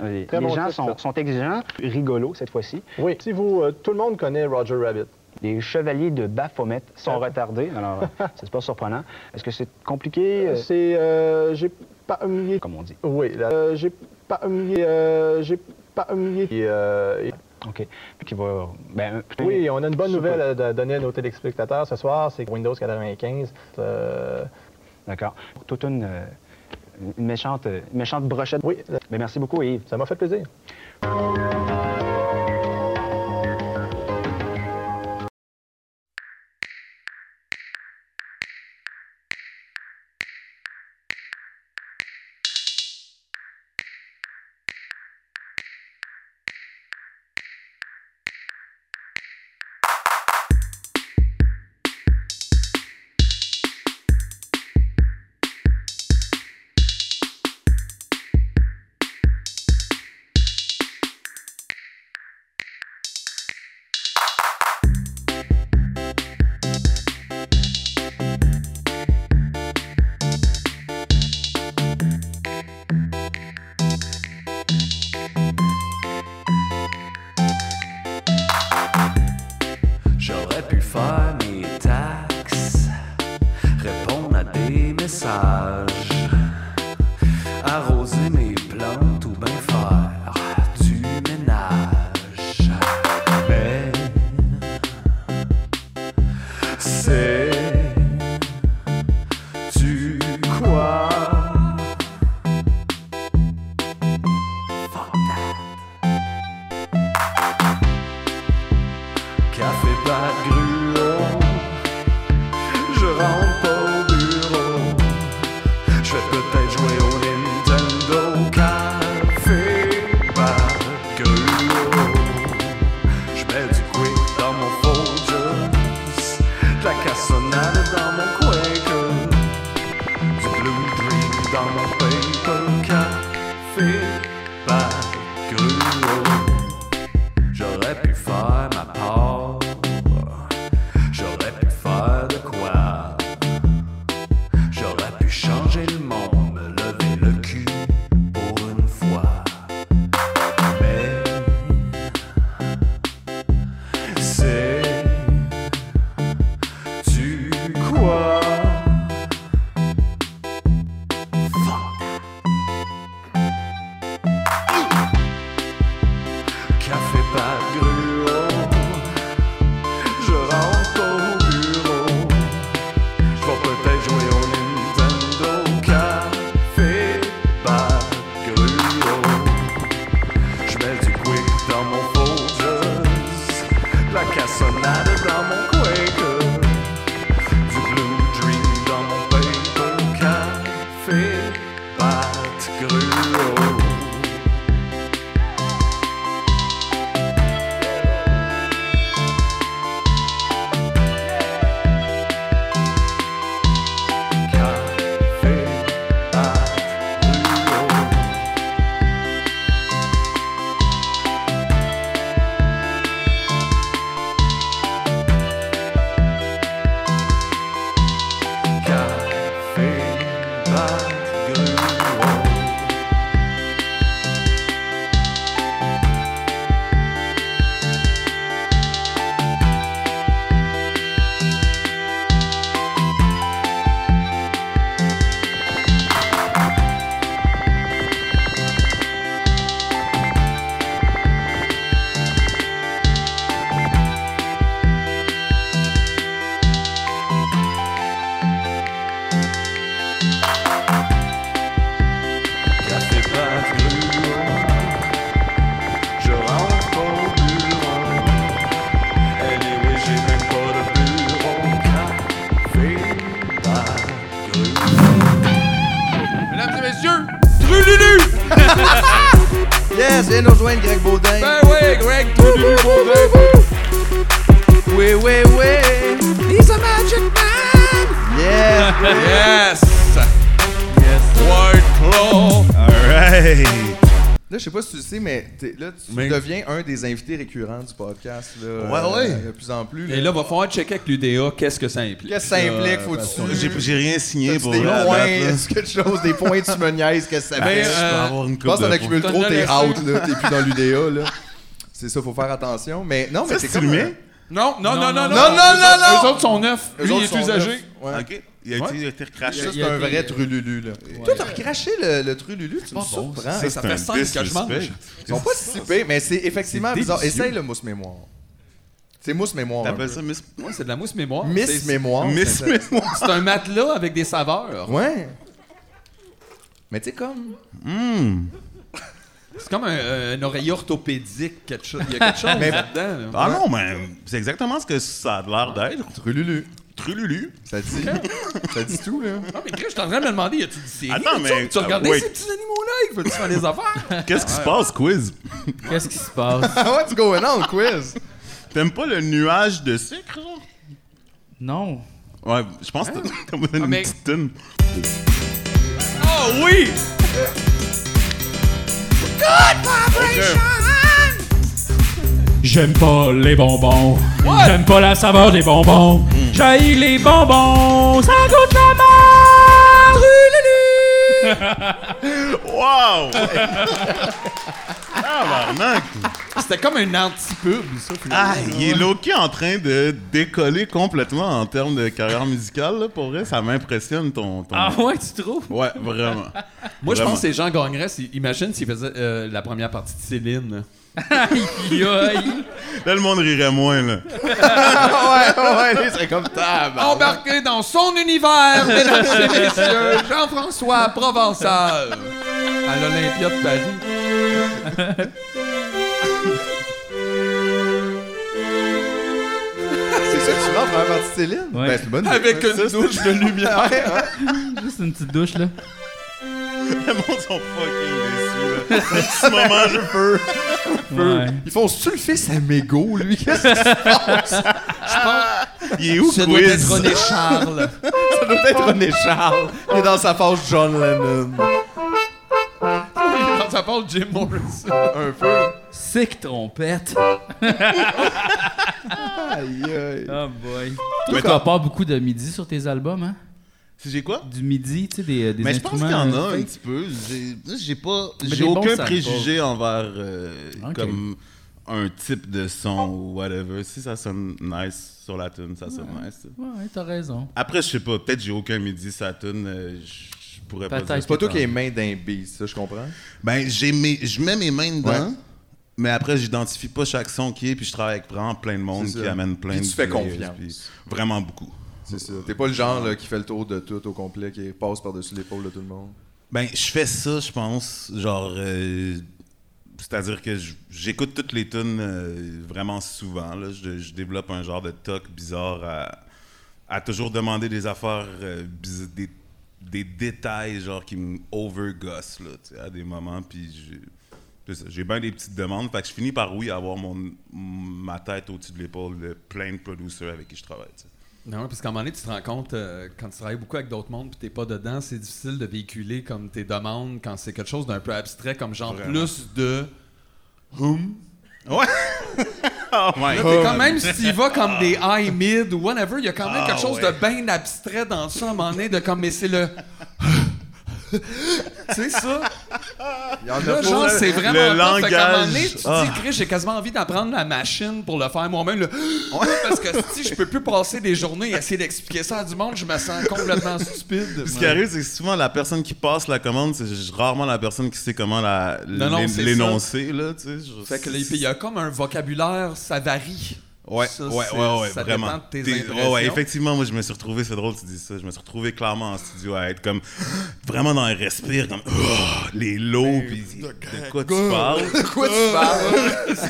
G: Euh,
H: Très
G: les
H: bon
G: gens
H: titre,
G: sont,
H: ça.
G: sont exigeants, rigolos cette fois-ci.
H: Oui. Si vous, euh, tout le monde connaît Roger Rabbit.
G: Les chevaliers de Baphomet sont retardés, alors euh, c'est pas surprenant. Est-ce que c'est compliqué? euh,
H: C'est. euh, j'ai pas oublié.
G: comme on dit.
H: Oui, là, euh, j'ai pas oublié. euh, j'ai pas oublié. Et, euh, et-
G: OK. Qui va... ben,
H: oui, on a une bonne
G: Super.
H: nouvelle à à donner à nos téléspectateurs ce soir c'est que Windows 95. euh,
G: D'accord. Toute une, euh, une méchante, euh, une méchante brochette.
H: oui, là,
G: Ben, merci beaucoup, Yves.
H: ça m'a fait plaisir.
C: J'aurais pu faire mes taxes, répondre à des messages, arroser mes plantes ou bien faire du ménage. Mais c'est tu quoi? Fuck that. Café pas de gruau. Je rentre pas au bureau. Je vais peut-être jouer au Nintendo. Café pas de gruau. Je mets du quick dans mon Folgers. De la cassonade dans mon Quaker. Du blue dream dans mon paper. Café pas de gruau. J'aurais pu faire ma part. J'aurais pu faire de quoi. J'aurais pu changer le monde, me lever le cul pour une fois. Mais c'est tu quoi? Fuck. Café pas gruau
F: Yes, viens nous rejoindre, Greg Baudin.
B: Ben oui, Greg, tout du
F: Oui, oui, oui.
B: He's a magic man!
F: Yes.
B: Yes! Word claw!
H: Alright!
C: Là, je sais pas si tu le sais, mais t'es- là, tu
B: Mais-
C: deviens un des invités récurrents du podcast. Là, euh,
H: ouais.
C: De plus en plus.
B: Et là, va falloir checker avec l'UDA qu'est-ce que ça implique.
C: Qu'est-ce que ça implique? Faut-tu.
H: Euh, J'ai j'ai rien signé
C: Des
H: pour la
C: points,
H: date, là.
C: est-ce quelque chose, des points, tu me niaises, qu'est-ce que ça
B: Ben,
C: fait?
H: Je peux
B: euh,
H: avoir une
C: Je pense
H: coupe
C: qu'on
H: de
C: accumule
B: points.
C: trop, t'es
B: T'en as
C: out, là, t'es plus dans l'UDA, là. C'est ça, faut faire attention. Mais non, mais
H: c'est
C: c'est comme.
H: filmé?
C: un-
B: Non, non, non, non, non,
A: non,
C: non, non, non.
B: Eux autres sont neufs.
C: Eux
B: Lui,
C: autres
B: il
C: sont
B: est usagé.
C: neufs. Ouais.
H: Ok. Il a
B: Ouais.
H: été, il a été recraché.
C: Ça,
A: Il
C: c'est
A: y a
C: un
A: des-
C: vrai trululu, là. Toi, t'as recraché le, le trululu, tu me surprends.
B: ça fait cinq que je mange.
C: Ils sont pas si pires, mais c'est effectivement
H: C'est
C: bizarre.
H: délicieux.
C: Essaye le mousse mémoire. C'est mousse mémoire. un
H: T'appelles
C: peu.
H: ça Miss...
B: Ouais, c'est de la mousse mémoire.
C: Miss
B: C'est-
C: mémoire.
H: Miss
C: c'est-
H: Mémoire?
B: C'est un matelas avec des saveurs.
C: Ouais. Mais tu sais, comme.
H: Hum!
B: C'est comme un, euh, un oreiller orthopédique, quelque chose. Il y a quelque chose
C: Mais-
B: là-dedans. là.
H: Ah non, mais c'est exactement ce que ça a l'air d'être.
C: Trululu.
H: Trululu.
C: Ça dit. ça dit tout, là.
B: Ah, mais Chris, je suis en train de me demander, y a-tu du série?
H: Attends, mais- ah,
B: Tu regardais
H: wait.
B: ces petits animaux-là, ils veulent faire des affaires?
H: Qu'est-ce qui se passe, quiz?
A: Qu'est-ce qui se passe?
C: What's going on, quiz?
H: T'aimes pas le nuage de sucre, genre?
A: Non.
H: Ouais, je pense que t'as- t'as besoin d'une
B: Ah, mais-
H: petite toune.
B: Oh oui!
I: J'aime pas les bonbons. J'aime pas la saveur des bonbons.
H: Hmm.
I: J'haïs les bonbons. Ça goûte la mort.
H: Wow! ah, barnac!
B: C'était comme un anti-pub, ça.
H: Ah, il est loqué en train de décoller complètement en termes de carrière musicale, là, pour vrai. Ça m'impressionne ton... ton-
A: Ah ouais, tu trouves?
H: Ouais, vraiment.
B: Moi, je
H: Vraiment.
B: pense que les gens gagneraient. s'ils- Imagine s'ils faisaient euh, la première partie de Céline.
A: Aïe, aïe.
H: Là, le monde rirait moins, là.
C: ouais, ouais, il serait comme
H: Bah
C: table.
B: Embarqué dans son univers, mesdames et messieurs, Jean-François Provençal. À l'Olympia de Paris.
C: C'est ça que tu rentres en partie de Céline?
A: Ouais.
C: Ben, c'est une bonne
B: Avec une douche de lumière.
A: Juste une petite douche, là.
H: Le monde sont fucking déçus, là. Un petit moment, je peux.
A: Ouais.
C: Ils font sulfice à mégot, lui. Qu'est-ce que
H: Il est où,
B: Ça doit
H: quiz?
B: être René Charles.
C: ça doit être René Charles? Il est dans sa phase John Lennon.
B: Quand ça parle Jim Morrison.
C: Un peu.
A: Sick trompette.
C: Aïe, aïe.
A: Oh boy.
H: Mais
A: Toi, tu
H: t'as-
A: pas beaucoup de midi sur tes albums, hein?
H: C'est j'ai quoi?
A: Du midi, tu sais, des, des
H: Mais je pense
A: instruments.
H: qu'il y en a
A: euh,
H: un petit peu. J'ai- J'ai pas,
A: Mais
H: j'ai
A: des bons
H: aucun
A: samples.
H: préjugé envers euh,
A: Ok.
H: comme un type de son ou whatever. Si ça sonne nice sur la tune, ça sonne nice. ça.
A: Ouais, t'as raison.
H: Après, je sais pas. Peut-être j'ai aucun midi sur la tune. euh, je je pourrais pas
A: Peut-être.
H: dire.
C: C'est pas toi qui es main d'un beat, ça, je comprends.
H: Ben, j'ai mes, je mets mes mains dedans. Mais après, j'identifie pas chaque son qui est, puis je travaille avec vraiment plein de monde
C: C'est
H: qui
C: ça.
H: amène plein
C: Puis
H: de
C: tu fais
H: layers,
C: confiance.
H: puis Vraiment beaucoup.
C: C'est ça. T'es pas le genre là, qui fait le tour de tout au complet, qui passe par-dessus l'épaule de tout le monde.
H: Ben, je fais ça, je pense. Genre, euh, c'est-à-dire que j- j'écoute toutes les tunes euh, vraiment souvent. Là. Je, je développe un genre de toc bizarre à, à toujours demander des affaires, euh, biz- des, des détails, genre qui me overgossent là, tu sais, à des moments. Puis j'ai- c'est ça, j'ai bien des petites demandes. Fait que je finis par, oui, avoir mon, ma tête au-dessus de l'épaule de plein de producers avec qui je travaille. tu sais.
B: Non, parce qu'à un moment donné, tu te rends compte, euh, quand tu travailles beaucoup avec d'autres mondes puis t'es pas dedans, c'est difficile de véhiculer comme tes demandes quand c'est quelque chose d'un peu abstrait, comme genre
H: Vraiment.
B: plus de.
H: Oh my
B: Là, t'es quand même, s'il va comme des high, mid ou whatever, il y a quand même
H: Ah,
B: quelque chose
H: ouais.
B: de bien abstrait dans ça à un moment donné, de comme, mais c'est le. tu sais, ça?
C: Il y en a
B: Là,
C: pas.
B: genre, c'est vraiment.
H: le
B: tough. Fait qu'à un moment donné,
H: langage.
B: tu te
H: Ah.
B: dis, Chris, j'ai quasiment envie d'apprendre la machine pour le faire moi-même. le Parce que si je peux plus passer des journées à essayer d'expliquer ça à du monde, je me sens complètement stupide.
H: Puis Ce qui arrive, c'est que souvent la personne qui passe la commande, c'est j- rarement la personne qui sait comment la
B: Non, non,
H: l'é-
B: c'est
H: l'énoncer là, tu sais. je-
B: Fait que là, il y a comme un vocabulaire, ça varie.
H: Ouais,
C: Ça,
H: ouais,
C: c'est-
H: ouais, ouais,
C: ça
H: vraiment.
C: dépend de tes
H: T'es-
C: impressions.
H: ouais, effectivement, moi, je me suis retrouvé, c'est drôle, tu dis ça, je me suis retrouvé clairement en studio à être comme vraiment dans un respire, comme Ah, les
C: Ben,
H: lots, puis de quoi tu parles
C: De quoi tu parles?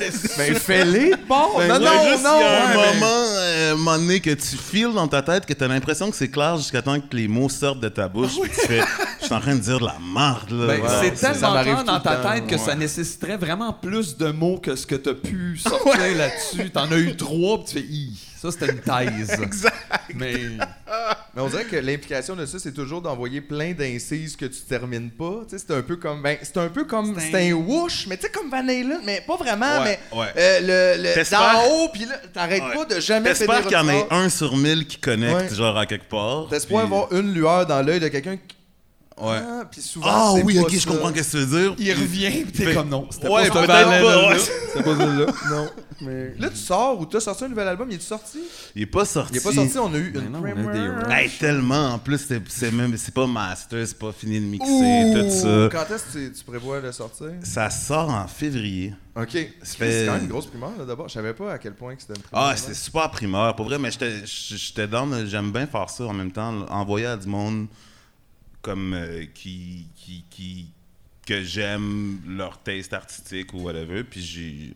C: Mais Euh, Ben, fais-les, bon!
H: Ben,
C: non,
H: ouais,
C: non,
H: juste,
C: non!
H: Il y a un
C: ouais, mais-
H: moment, euh, un moment donné que tu files dans ta tête, que tu as l'impression que c'est clair jusqu'à temps que les mots sortent de ta bouche, puis tu
C: Ah
H: fais, je suis en train de dire de la marde, là.
B: Ben,
H: Ouais,
B: c'est
H: ça
B: tellement
H: m'arrive
B: clair
H: tout
B: dans
H: le
B: ta
H: temps,
B: tête que
H: ouais.
B: ça nécessiterait vraiment plus de mots que ce que t'as pu sortir là-dessus. T'en as eu trois, puis tu fais Hi, ça c'était une thèse.
C: Exact.
B: Mais
C: Mais on dirait que l'implication de ça, c'est toujours d'envoyer plein d'incises que tu termines pas. Tu sais, c'est un peu comme. Ben, c'est un peu comme.
F: C'est
C: C'est
F: un-
C: un, whoosh, mais tu sais, comme Van Halen, mais pas vraiment,
H: Ouais,
C: mais.
H: ouais.
C: euh, le, le,
H: T'espères-
C: d'en haut, puis là, t'arrêtes
H: Ouais.
C: pas de jamais finir
H: T'espères qu'il y en
C: une
H: ait
C: phrase.
H: un sur mille qui connecte,
C: Ouais.
H: genre à quelque part.
C: T'espères avoir une lueur dans l'œil de quelqu'un qui.
H: Ouais.
C: Ah, puis souvent.
H: Ah
C: c'est
H: oui,
C: pas
H: ok, je
C: ça.
H: comprends qu'est-ce que tu veux dire.
B: il revient, puis t'es
H: Fait-
B: comme non. C'était pas
H: Ouais,
B: ce
H: peut-être
B: Van
H: pas,
B: Halen-là.
H: ouais.
B: C'était pas celle-là.
C: Non. Mais... Là, tu sors ou t'as sorti un nouvel album, il est sorti?
H: Il est pas sorti.
C: Il est pas sorti, on a eu une première.
H: Hey, tellement. En plus, c'est- c'est même c'est pas master, c'est pas fini de mixer, tout
C: Ouh,
H: ça.
C: Quand est-ce que tu, tu prévois le sortir?
H: Ça sort en février.
C: Ok.
H: Ça
C: C'est
H: fait-
C: quand même une grosse primeur, là, d'abord. Je savais pas à quel point que c'était une primeur.
H: Ah, c'était super primeur, pour vrai, mais j'étais- j'étais dans, j'aime bien faire ça en même temps, là, envoyer à du monde comme euh, qui, qui, qui- que j'aime leur taste artistique ou whatever, puis j'ai,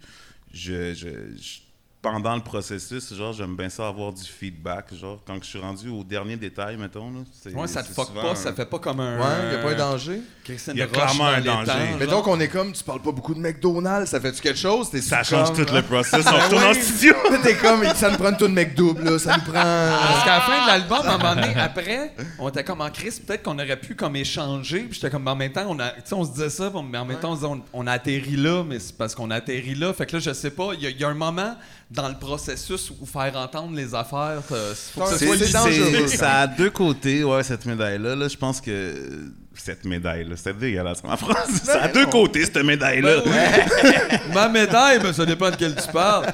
H: je, je- je- pendant le processus, genre, j'aime bien ça avoir du feedback, genre, quand je suis rendu au dernier détail, mettons, là, c'est-
B: Ouais, ça te
H: c'est
B: fuck
H: souvent
B: pas,
H: un-
B: ça fait pas comme un.
C: Ouais, y a pas
H: Euh.
C: un danger?
B: Christine
H: Y a
B: Roche
H: clairement
B: dans
H: un
B: les temps,
H: danger.
B: genre.
C: Mais donc, on est comme, tu parles pas beaucoup de McDonald's, ça fait-tu quelque chose? T'es hein?
H: Ça change tout
B: hein.
H: le process,
C: Ben
H: on retourne en studio.
C: Ah T'es comme, ça nous prend une toune McDo, là, ça nous prend.
H: Ah!
B: Parce qu'à la fin de l'album, à un moment donné, après, on était comme en crise, peut-être qu'on aurait pu comme échanger. Puis j'étais comme, mais en même temps, on, a, tu sais, on se disait ça, puis mais en même temps, on se disait, on, on a atterri là, mais c'est parce qu'on a atterri là. Fait que là, je sais pas, il y, a- il y a un moment dans le processus où faire entendre les affaires, euh, faut que ce soit
H: C'est- c'est-
B: dangereux.
H: Ça a deux côtés, ouais, cette médaille-là. là. je pense que. Cette médaille-là, c'est dégueulasse ma phrase. Ça a
B: mais
H: deux
B: non.
H: côtés, cette médaille-là.
B: Ben Ma médaille, ben, ça dépend de quel tu parles.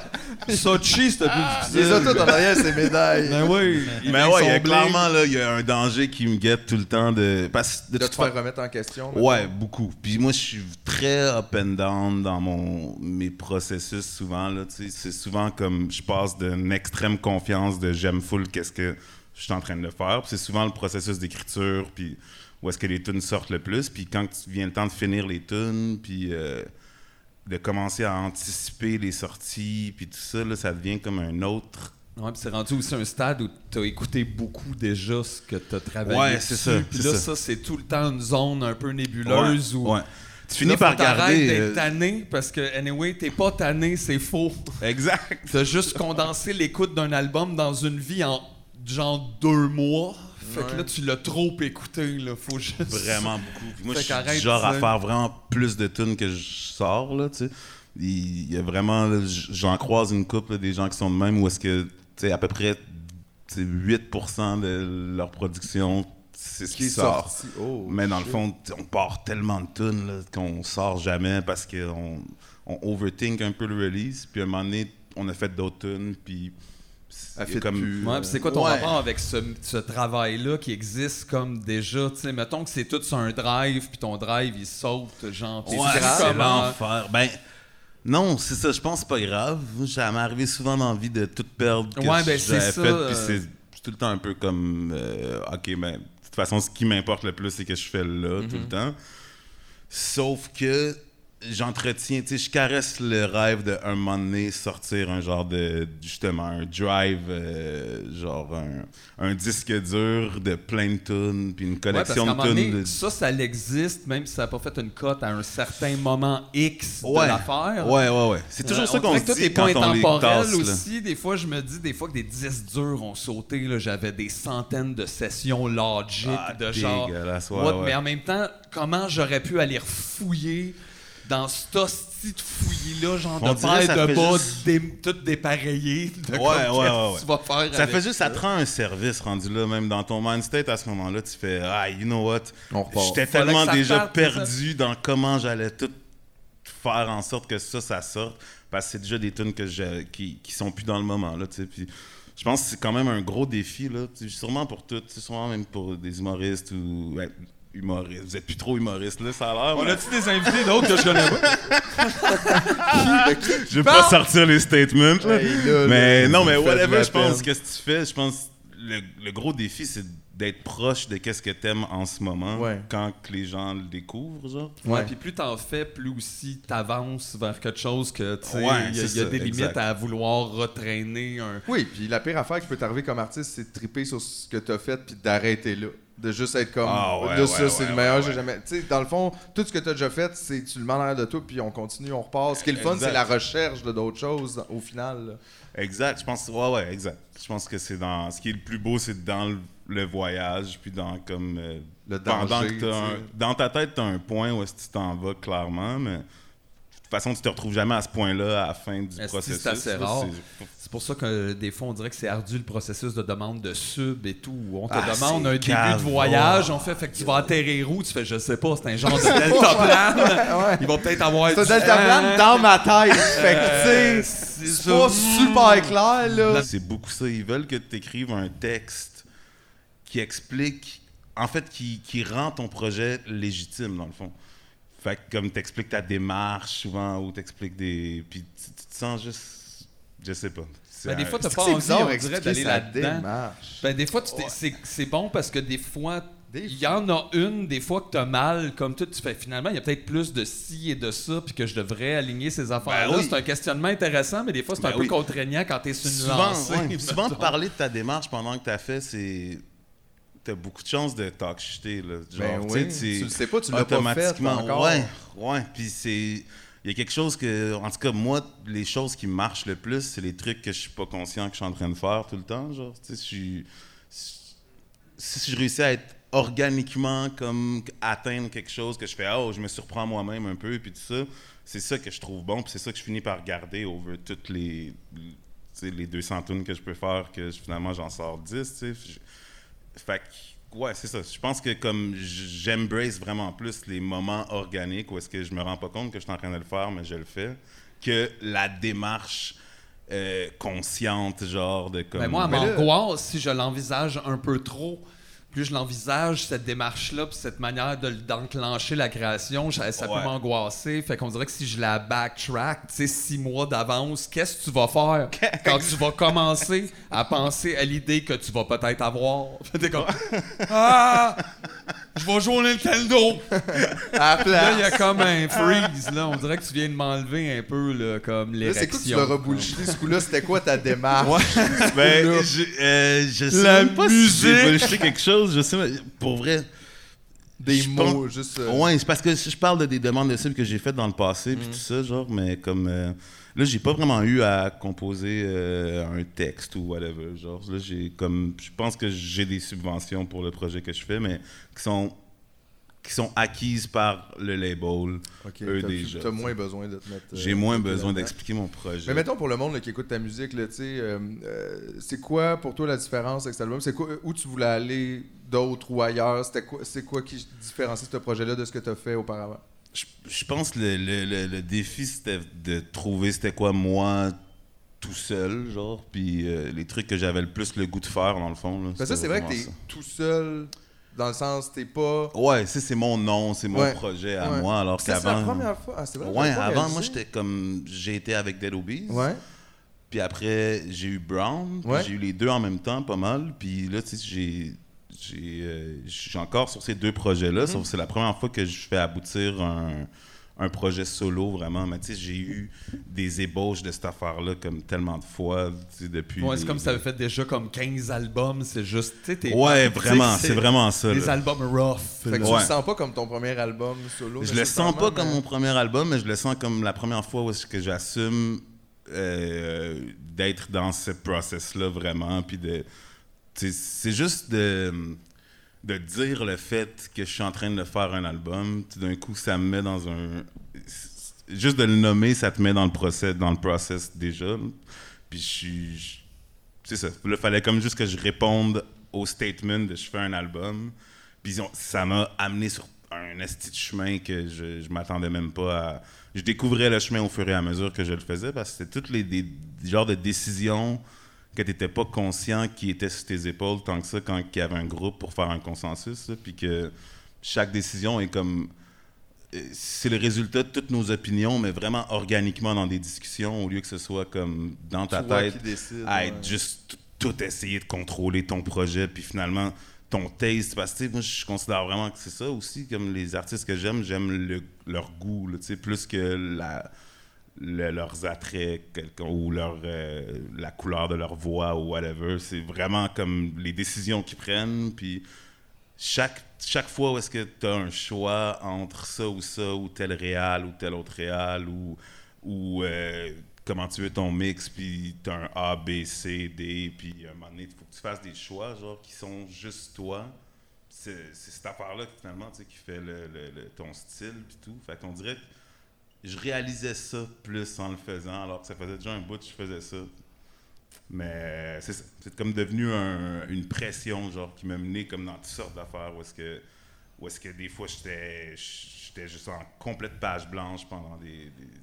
B: Sochi, c'était
H: Ah!
B: plus difficile.
C: Les autos en arrière, c'est médailles.
B: Ben oui.
H: Mais ouais, il y a
B: sont blés.
H: clairement là, il y a un danger qui me guette tout le temps de. Parce que de
C: De
H: toute
C: te faire
H: fa-
C: remettre en question.
H: Ouais, beaucoup. Puis moi, je suis très up and down dans mon mes processus souvent. là, tu sais. C'est souvent comme je passe d'une extrême confiance de j'aime full qu'est-ce que je suis en train de faire. Puis c'est souvent le processus d'écriture, puis où est-ce que les tunes sortent le plus. Puis quand tu- vient le temps de finir les tunes, puis euh, de commencer à anticiper les sorties, puis tout ça, là, ça devient comme un autre
B: Ouais, puis c'est rendu aussi un stade où t'as écouté beaucoup déjà ce que t'as travaillé.
H: Ouais, c'est
B: dessus.
H: ça,
B: Puis
H: c'est
B: là,
H: ça.
B: ça, c'est tout le temps une zone un peu nébuleuse
H: Ouais,
B: où.
H: ouais. Tu
B: Là,
H: finis
B: faut
H: par
B: t'arrêtes
H: garder.
B: d'être
H: euh,
B: tanné parce que, anyway, t'es pas tanné, c'est faux.
H: Exact.
B: T'as juste condensé l'écoute d'un album dans une vie en genre deux mois. Fait que
C: Ouais.
B: là, tu l'as trop écouté, là. Faut juste.
H: Vraiment beaucoup. Puis moi,
B: Fait
H: je suis
B: qu'arrête
H: du genre à
B: ça.
H: faire vraiment plus de tunes que je sors, là, tu sais. Il il y a vraiment... là, j- J'en croise une couple là, des gens qui sont de même où est-ce que, tu sais, à peu près tu sais, 8% de leur production, c'est ce
C: Qui
H: qui,
C: est
H: sort.
C: sorti. Oh,
H: Mais dans le
C: shit.
H: fond, t- on part tellement de tunes là, qu'on sort jamais parce qu'on on overthink un peu le release. Puis à un moment donné, on a fait d'autres tunes, puis... c'est
C: Elle fit plus.
B: Ouais, puis c'est quoi ton
C: Ouais.
B: rapport avec ce, ce travail-là qui existe comme déjà, tu sais, mettons que c'est tout sur un drive, puis ton drive, il saute, genre, t'es
H: Ouais,
B: sur
H: c'est
B: comment-
H: l'enfer. Ben, non, c'est ça, je pense que c'est pas grave. Ça m'est arrivé souvent l'envie de tout perdre que
B: Ouais, ben,
H: j'avais
B: c'est ça,
H: fait, puis
B: euh.
H: c'est c'est tout le temps un peu comme, euh, OK, ben, de toute façon, ce qui m'importe le plus, c'est que je fais là
B: Mhm.
H: tout le temps. Sauf que j'entretiens, tu sais, je caresse le rêve de un moment donné sortir un genre de, justement, un drive, euh, genre un, un disque dur de plein de tunes, puis une
B: Ouais, parce
H: collection
B: qu'à un
H: de
B: moment donné,
H: tunes. de-
B: ça, ça l'existe, même si ça n'a pas fait une cote à un certain moment X
H: Ouais.
B: de l'affaire.
H: Ouais, ouais, ouais. C'est toujours
B: Euh,
H: ça
B: on
H: qu'on
B: dirait
H: se
B: que tout
H: dit
B: est pas
H: quand on les
B: intemporel
H: tasse, là.
B: aussi. Des fois, je me dis, des fois que des 10 durs ont sauté, là, j'avais des centaines de sessions logiques
H: Ah,
B: de genre.
H: dégueulasse, ouais,
B: what,
H: ouais.
B: Mais en même temps, comment j'aurais pu aller fouiller dans cet hostie de fouillis-là, genre
H: On
B: de
H: dirait
B: paire
H: ça
B: de
H: fait
B: bas,
H: juste-
B: dé- tout dépareillé. De
H: Ouais,
B: comme,
H: ouais, ouais,
B: qu'est-ce que
H: ouais.
B: tu vas faire
H: Ça
B: avec
H: fait juste, ça te rend un service rendu là, même dans ton mind state à ce moment-là, tu fais Ah, you know what?
C: On repart.
H: J'étais
B: Fallait
H: tellement
B: que ça
H: déjà
B: parte,
H: perdu dans comment j'allais tout faire en sorte que ça, ça sorte. Parce que c'est déjà des tunes que je- qui, qui sont plus dans le moment. Là, tu sais. Puis, je pense que c'est quand même un gros défi. Là, Tu sais, sûrement pour tout, tu sais, sûrement même pour des humoristes ou ouais, humoriste. Vous êtes plus trop humoriste, là, ça a l'air.
B: On
H: mais-
B: a-tu des invités d'autres que je connais pas?
H: Je vais pas sortir les statements. là.
B: Ouais, là, là,
H: mais non, mais
B: vous faites
H: whatever,
B: la
H: je pense
B: peine.
H: que ce que tu fais, je pense le, le gros défi, c'est d'être proche de qu'est-ce que t'aimes en ce moment
B: Ouais.
H: quand que les gens le découvrent, genre.
B: Ouais, puis plus t'en fais, plus aussi t'avances vers quelque chose que, tu sais, il
H: Ouais,
B: y a,
H: c'est
B: il y a
H: ça,
B: des limites
H: exact.
B: à vouloir retraîner un...
C: Oui, puis la pire affaire qui peut t'arriver comme artiste, c'est de triper sur ce que t'as fait puis d'arrêter là. De juste être comme.
H: Ah, ouais,
C: là,
H: ouais,
C: ça, c'est
H: ouais,
C: le meilleur, j'ai jamais. Tu sais, dans le fond, tout ce que t'as déjà fait, c'est tu le mets en l'air de toi puis on continue, on repart. Ce qui est le fun,
H: Exact.
C: c'est la recherche de d'autres choses au final. là.
H: Exact, je pense, ouais, ouais, exact. Je pense que c'est dans, ce qui est le plus beau, c'est dans le, le voyage, puis dans comme. euh,
C: Le
H: pendant
C: danger,
H: que t'as un-
C: tu sais.
H: Dans ta tête, t'as un point où est-ce que tu t'en vas clairement, mais de toute façon, tu te retrouves jamais à ce point-là à la fin du
B: Est-ce que
H: processus.
B: C'est assez
H: là,
B: rare.
H: c'est-
B: C'est pour ça que euh, des fois, on dirait que c'est ardu le processus de demande de sub et tout. On te
H: Ah,
B: demande
H: c'est
B: un début
H: cave.
B: de voyage, on fait, fait que tu vas atterrir où? Tu fais, je sais pas, c'est un genre de
C: Ouais, ouais.
B: deltaplane. Ils vont peut-être avoir
C: C'est un
B: du
C: deltaplane
B: temps.
C: dans ma tête. Fait
B: Euh,
C: que, tu sais, c'est
B: ça.
C: pas super clair, là.
H: C'est beaucoup ça. Ils veulent que tu écrives un texte qui explique, en fait, qui, qui rend ton projet légitime, dans le fond. Fait que comme t'expliques ta démarche souvent, ou t'expliques des. Puis tu, tu te sens juste. Je sais pas. C'est
B: Ben, des
H: un-
B: fois, t'as
H: c'est-
B: pas
C: c'est
B: envie,
C: bizarre
B: on dirait,
C: expliquer
B: d'aller
C: sa
B: là-dedans.
C: démarche.
B: Ben, des fois, tu t'es- c'est- c'est bon parce que des fois, il y en a une, des fois que t'as mal, comme tout, tu fais finalement, il y a peut-être plus de ci et de ça, puis que je devrais aligner ces affaires-là.
H: Ben oui.
B: C'est un questionnement intéressant, mais des fois, c'est
H: Ben
B: un peu
H: oui.
B: contraignant quand t'es sur une
H: souvent,
B: lancée. ben.
H: ouais,
B: mettons.
H: souvent, de parler de ta démarche pendant que t'as fait, c'est. T'as beaucoup de chance de talk shiter, là.
C: Ben
H: Genre, tu sais,
C: oui.
H: c'est
C: Tu le sais pas, tu l'as pas fait
H: automatiquement,
C: encore.
H: Ouais, ouais. Puis c'est. Il y a quelque chose que. En tout cas, moi, les choses qui marchent le plus, c'est les trucs que je suis pas conscient que je suis en train de faire tout le temps. Genre, tu sais, je suis. Si je réussis à être organiquement comme atteindre quelque chose que je fais oh je me surprends moi-même un peu puis tout ça c'est ça que je trouve bon puis c'est ça que je finis par garder over toutes les tu sais, les 200 tunes que je peux faire que je- finalement j'en sors 10 tu sais. Je- fait que, ouais c'est ça je pense que comme j- j'embrace vraiment plus les moments organiques où est-ce que je me rends pas compte que je suis en train de le faire mais je le fais que la démarche euh, consciente genre de comme
B: Ben moi, elle
H: Mais là-
B: m'angoisse si je l'envisage un peu trop. Plus je l'envisage, cette démarche-là, puis cette manière de- d'enclencher la création, ça, ça
H: Ouais.
B: peut m'angoisser. Fait qu'on dirait que si je la backtrack, tu sais, six mois d'avance, qu'est-ce que tu vas faire quand tu vas commencer à penser à l'idée que tu vas peut-être avoir? T'es comme, ah, je vais jouer au Nintendo!
C: À la
B: Là, il y a
C: place.
B: comme un freeze, là. On dirait que tu viens de m'enlever un peu, là, comme
C: Là,
B: l'érection.
C: c'est cool que tu l'as rebullshité. Ce coup-là, c'était quoi ta démarche?
H: Ben,
C: Là.
H: je, euh, je sais
C: La
H: même pas si
C: musique.
H: j'ai bullshité quelque chose, je sais même- pour vrai.
C: Des
H: je
C: mots,
H: pense-
C: juste. euh,
H: Ouais, c'est parce que je parle de des demandes de cibles que j'ai faites dans le passé,
C: Mm.
H: puis tout ça, genre, mais comme. euh, là, j'ai pas vraiment eu à composer euh, un texte ou whatever. Genre, là, j'ai comme. Je pense que j'ai des subventions pour le projet que je fais, mais qui sont qui sont acquises par le label,
C: Ok,
H: eux
C: t'as-
H: déjà.
C: T'as moins besoin de te mettre. euh,
H: J'ai moins besoin
C: là-dedans.
H: d'expliquer mon projet.
C: Mais mettons pour le monde là, qui écoute ta musique, là, tu sais, euh, euh, c'est quoi pour toi la différence avec cet album? C'est quoi euh, où tu voulais aller d'autre ou ailleurs? C'était quoi, c'est quoi qui différencie ce projet-là de ce que tu as fait auparavant?
H: je, je pense que le, le- le- le défi, c'était de trouver c'était quoi moi tout seul, genre, puis euh, les trucs que j'avais le plus le goût de faire, dans le fond. là,
C: Parce que Ben, ça,
H: c'était
C: c'est vrai que
H: vraiment
C: t'es
H: ça.
C: tout seul, dans le sens t'es pas.
H: Ouais, ça, c'est mon nom, c'est mon
C: Ouais.
H: projet à
C: Ouais.
H: moi, alors
C: Ça,
H: qu'avant...
C: c'est la première fois. Ah, c'est vrai,
H: Ouais,
C: j'avais pas
H: avant,
C: réalisé.
H: moi, j'étais comme... J'ai été avec Dead Obies.
C: Ouais.
H: Puis après, j'ai eu Brown. puis
C: Ouais.
H: J'ai eu les deux en même temps, pas mal. Puis là, tu sais, j'ai. j'ai, euh, Je suis encore sur ces deux
B: Mhm.
H: projets-là, sauf que c'est la première fois que je fais aboutir un, un projet solo, vraiment. Mais tu sais, j'ai eu des ébauches de cette affaire-là comme tellement de fois tu sais, depuis.
B: Ouais, c'est
H: les-
B: comme si t'avais fait déjà comme 15 albums, c'est juste. tu sais, t'es-
H: Ouais,
B: tu sais,
H: vraiment, c'est vraiment ça,
B: Les
H: là.
B: albums rough.
C: Fait que
B: là.
C: tu le
H: Ouais.
C: sens pas comme ton premier album solo.
H: Je le sens pas
C: nécessairement,
H: comme
B: hein.
C: mais-
H: mon premier album, mais je le sens comme la première fois où est-ce que j'assume euh, d'être dans ce process-là vraiment. Puis de, tu sais, c'est juste de, de dire le fait que je suis en train de faire un album. Tout d'un coup, ça me met dans un. Juste de le nommer, ça te met dans le process, dans le process déjà. Puis je suis. je- C'est ça. Là, fallait comme juste que je réponde au statement de je fais un album. Puis ils ont- ça m'a amené sur un esti de chemin que je, je m'attendais même pas à. Je découvrais le chemin au fur et à mesure que je le faisais parce que c'était toutes les des- des genres de décisions que tu n'étais pas conscient qui étaient sur tes épaules tant que ça quand il y avait un groupe pour faire un consensus. là, puis que chaque décision est comme. euh, C'est le résultat de toutes nos opinions, mais vraiment organiquement dans des discussions, au lieu que ce soit comme dans ta
B: Tu vois
H: tête.
B: qui décide,
H: à être
B: ouais.
H: juste t- tout essayer de contrôler ton projet, puis finalement ton taste. Parce que tu sais, moi, je considère vraiment que c'est ça aussi. Comme les artistes que j'aime, j'aime le- leur goût, là, tu sais, plus que la, le- leurs attraits quelqu'un- ou leur, euh, la couleur de leur voix ou whatever. C'est vraiment comme les décisions qu'ils prennent. Puis chaque, chaque fois où est-ce que tu as un choix entre ça ou ça, ou tel réal ou tel autre réal, ou, ou euh, comment tu veux ton mix, puis tu un A, B, C, D, puis à un moment donné, il faut que tu fasses des choix genre qui sont juste toi. C'est c'est cette affaire-là que, finalement tu sais, qui fait le, le- le- ton style, puis tout. Fait qu'on dirait que je réalisais ça plus en le faisant, alors que ça faisait déjà un bout que je faisais ça. Mais euh, c'est ça. C'est comme devenu un- une pression, genre, qui m'a mené comme dans toutes sortes d'affaires où est-ce que, où est-ce que des fois j'étais, j'étais juste en complète page blanche pendant des, des-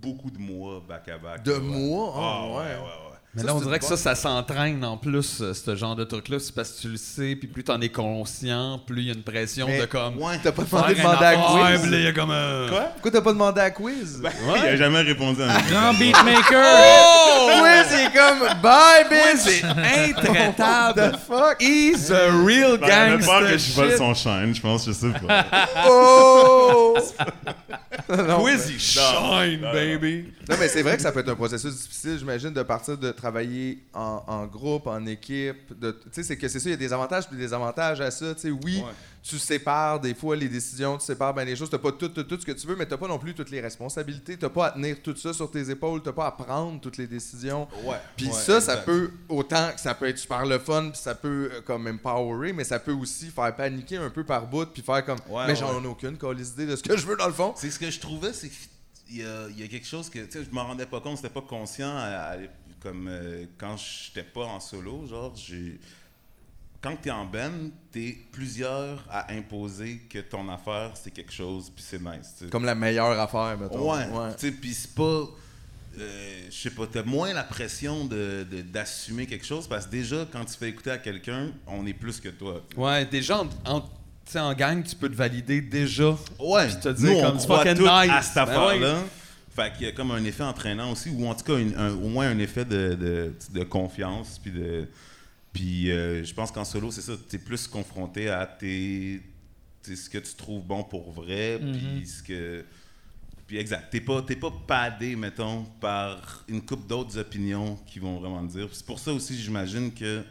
H: beaucoup de mois back à back.
B: De
H: Ouais.
B: mois? Ah,
H: Ah, ouais,
B: ouais.
H: ouais, ouais.
B: Mais
H: Ça,
B: là, on
H: c'est
B: dirait
H: une
B: que
H: bonne-
B: ça, ça s'entraîne en plus, euh, ce genre de truc-là. C'est parce que tu le sais, puis plus t'en es conscient, plus il y a une pression
C: Mais-
B: de comme.
C: ouais. T'as pas
B: faire
C: demandé
B: une
C: demandé à
B: affaire,
C: Quiz?
B: puis là, Ben- il y a comme. euh,
C: Pourquoi t'as pas demandé à Quiz?
H: Il a jamais répondu à une
A: Grand beatmaker!
C: Oh! Quiz, il est comme Bye, bitch!
B: c'est intraitable.
C: The fuck? Euh,
B: He's a real
H: Ben, elle avait
B: gangster.
H: peur que je vole
B: shit.
H: son chaîne, je pense, je sais pas.
C: Oh! Non,
B: Quiz, il
C: mais-
B: shine,
H: non, non.
B: baby.
C: Non, mais c'est vrai que ça peut être un processus difficile, j'imagine, de partir de travailler en, en groupe, en équipe. de- Tu sais, c'est que c'est ça, il y a des avantages puis des avantages à ça. Tu sais, oui, tu sépares des fois les décisions, tu sépares bien les choses. Tu pas tout, tout, tout ce que tu veux, mais tu pas non plus toutes les responsabilités. Tu pas à tenir tout ça sur tes épaules. Tu pas à prendre toutes les décisions.
H: Ouais,
C: Puis
H: ouais,
C: ça, ça
H: exact.
C: peut, autant que ça peut être super le fun, puis ça peut euh, comme empowerer, mais ça peut aussi faire paniquer un peu par bout, puis faire comme,
H: Ouais,
C: mais
H: ouais.
C: j'en ai aucune colise idée de ce que je veux dans le fond.
H: C'est ce que je trouvais, c'est qu'il y a, il y a quelque chose que, tu sais, je m'en rendais pas compte, c'était pas conscient, à- à l'ép- comme euh, quand j'étais pas en solo, genre, j'ai... Quand t'es en band, t'es plusieurs à imposer que ton affaire, c'est quelque chose, puis c'est nice, tu sais.
C: Comme la meilleure affaire, mettons.
H: Ouais, tu sais, puis c'est pas... euh, je sais pas, t'as moins la pression de- de- d'assumer quelque chose, parce que déjà, quand tu fais écouter à quelqu'un, on est plus que toi.
B: Ouais, déjà, en, en, tu sais, en gang, tu peux te valider déjà.
H: Ouais,
B: Puis te
H: nous,
B: dire
H: on
B: comme
H: croit
B: fucking
H: tout
B: nice.
H: à cette
B: Ben
H: affaire-là.
B: ouais.
H: Fait qu'il y a comme un effet entraînant aussi, ou en tout cas une- un- au moins un effet de, de- de confiance. Puis, de, puis euh, je pense qu'en solo, c'est ça, tu es plus confronté à tes, t'es- ce que tu trouves bon pour vrai, puis ce que... Puis exact, t'es pas, t'es pas padé, mettons, par une coupe d'autres opinions qui vont vraiment le dire. Puis C'est pour ça aussi, j'imagine que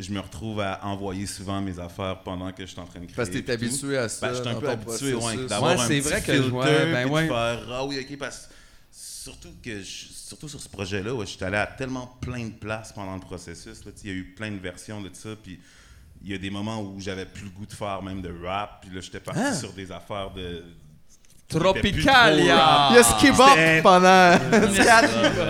H: je me retrouve à envoyer souvent mes affaires pendant que je suis en train de créer.
C: Parce que t'es
H: puis tout.
C: habitué à ça
H: Ben, je suis un
C: dans
H: peu
C: ton
H: habitué, ouais,
C: processus.
H: d'avoir
B: Ouais,
H: un
B: c'est
H: petit
B: vrai que je-
H: filter,
B: ouais, ben
H: puis de
B: ouais.
H: faire ah oui, ok, parce que surtout que je- surtout sur ce projet-là, ouais, je suis allé à tellement plein de places pendant le processus. là, tu sais, il y a eu plein de versions de ça, puis il y a des moments où j'avais plus le goût de faire même de rap, puis là j'étais parti
B: Hein?
H: sur des affaires de
B: Tropicalia.
C: Il y a skip up
H: C'était-
C: pendant,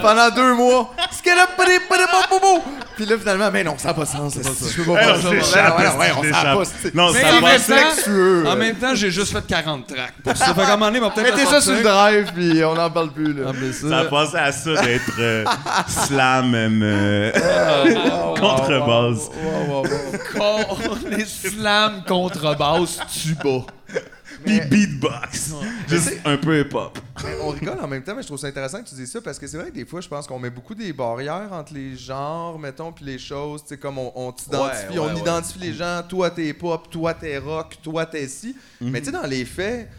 C: pendant deux mois. Skip up, pidi, pidi, bou, bou, bou. Puis là, finalement, mais non, ça n'a pas de sens. esti, Je peux pas
H: Eh non,
C: faire ça.
H: c'est
C: Ouais,
H: échappe,
C: ouais, ouais, on
H: c'est
C: s'en
H: échappe.
C: passe, esti.
H: Non,
B: Mais
H: ça
B: en
H: va.
B: même temps-
C: Respectueux.
B: En même temps, j'ai juste fait 40 tracks. Pour ça fait qu'à un moment donné, il va peut-être
C: Mettez
B: me
C: ça sur
B: sortir.
C: le drive, puis on n'en parle plus. Là.
B: Ah, mais ça-
H: Ça a passé à ça d'être euh, slam même euh,
B: Oh,
H: contrebase.
C: Wow, wow, wow.
B: Con- les slams contrebasse tuba.
H: Puis beatbox. Juste un peu hip-hop.
C: On rigole en même temps, mais je trouve ça intéressant que tu dises ça parce que c'est vrai que des fois, je pense qu'on met beaucoup des barrières entre les genres, mettons, puis les choses. Tu sais, comme on, on t'identifie,
H: Ouais, ouais,
C: on
H: ouais.
C: identifie les gens. Toi, t'es pop, toi, t'es rock, toi, t'es ci.
H: Mm-hmm.
C: Mais tu sais, dans les faits,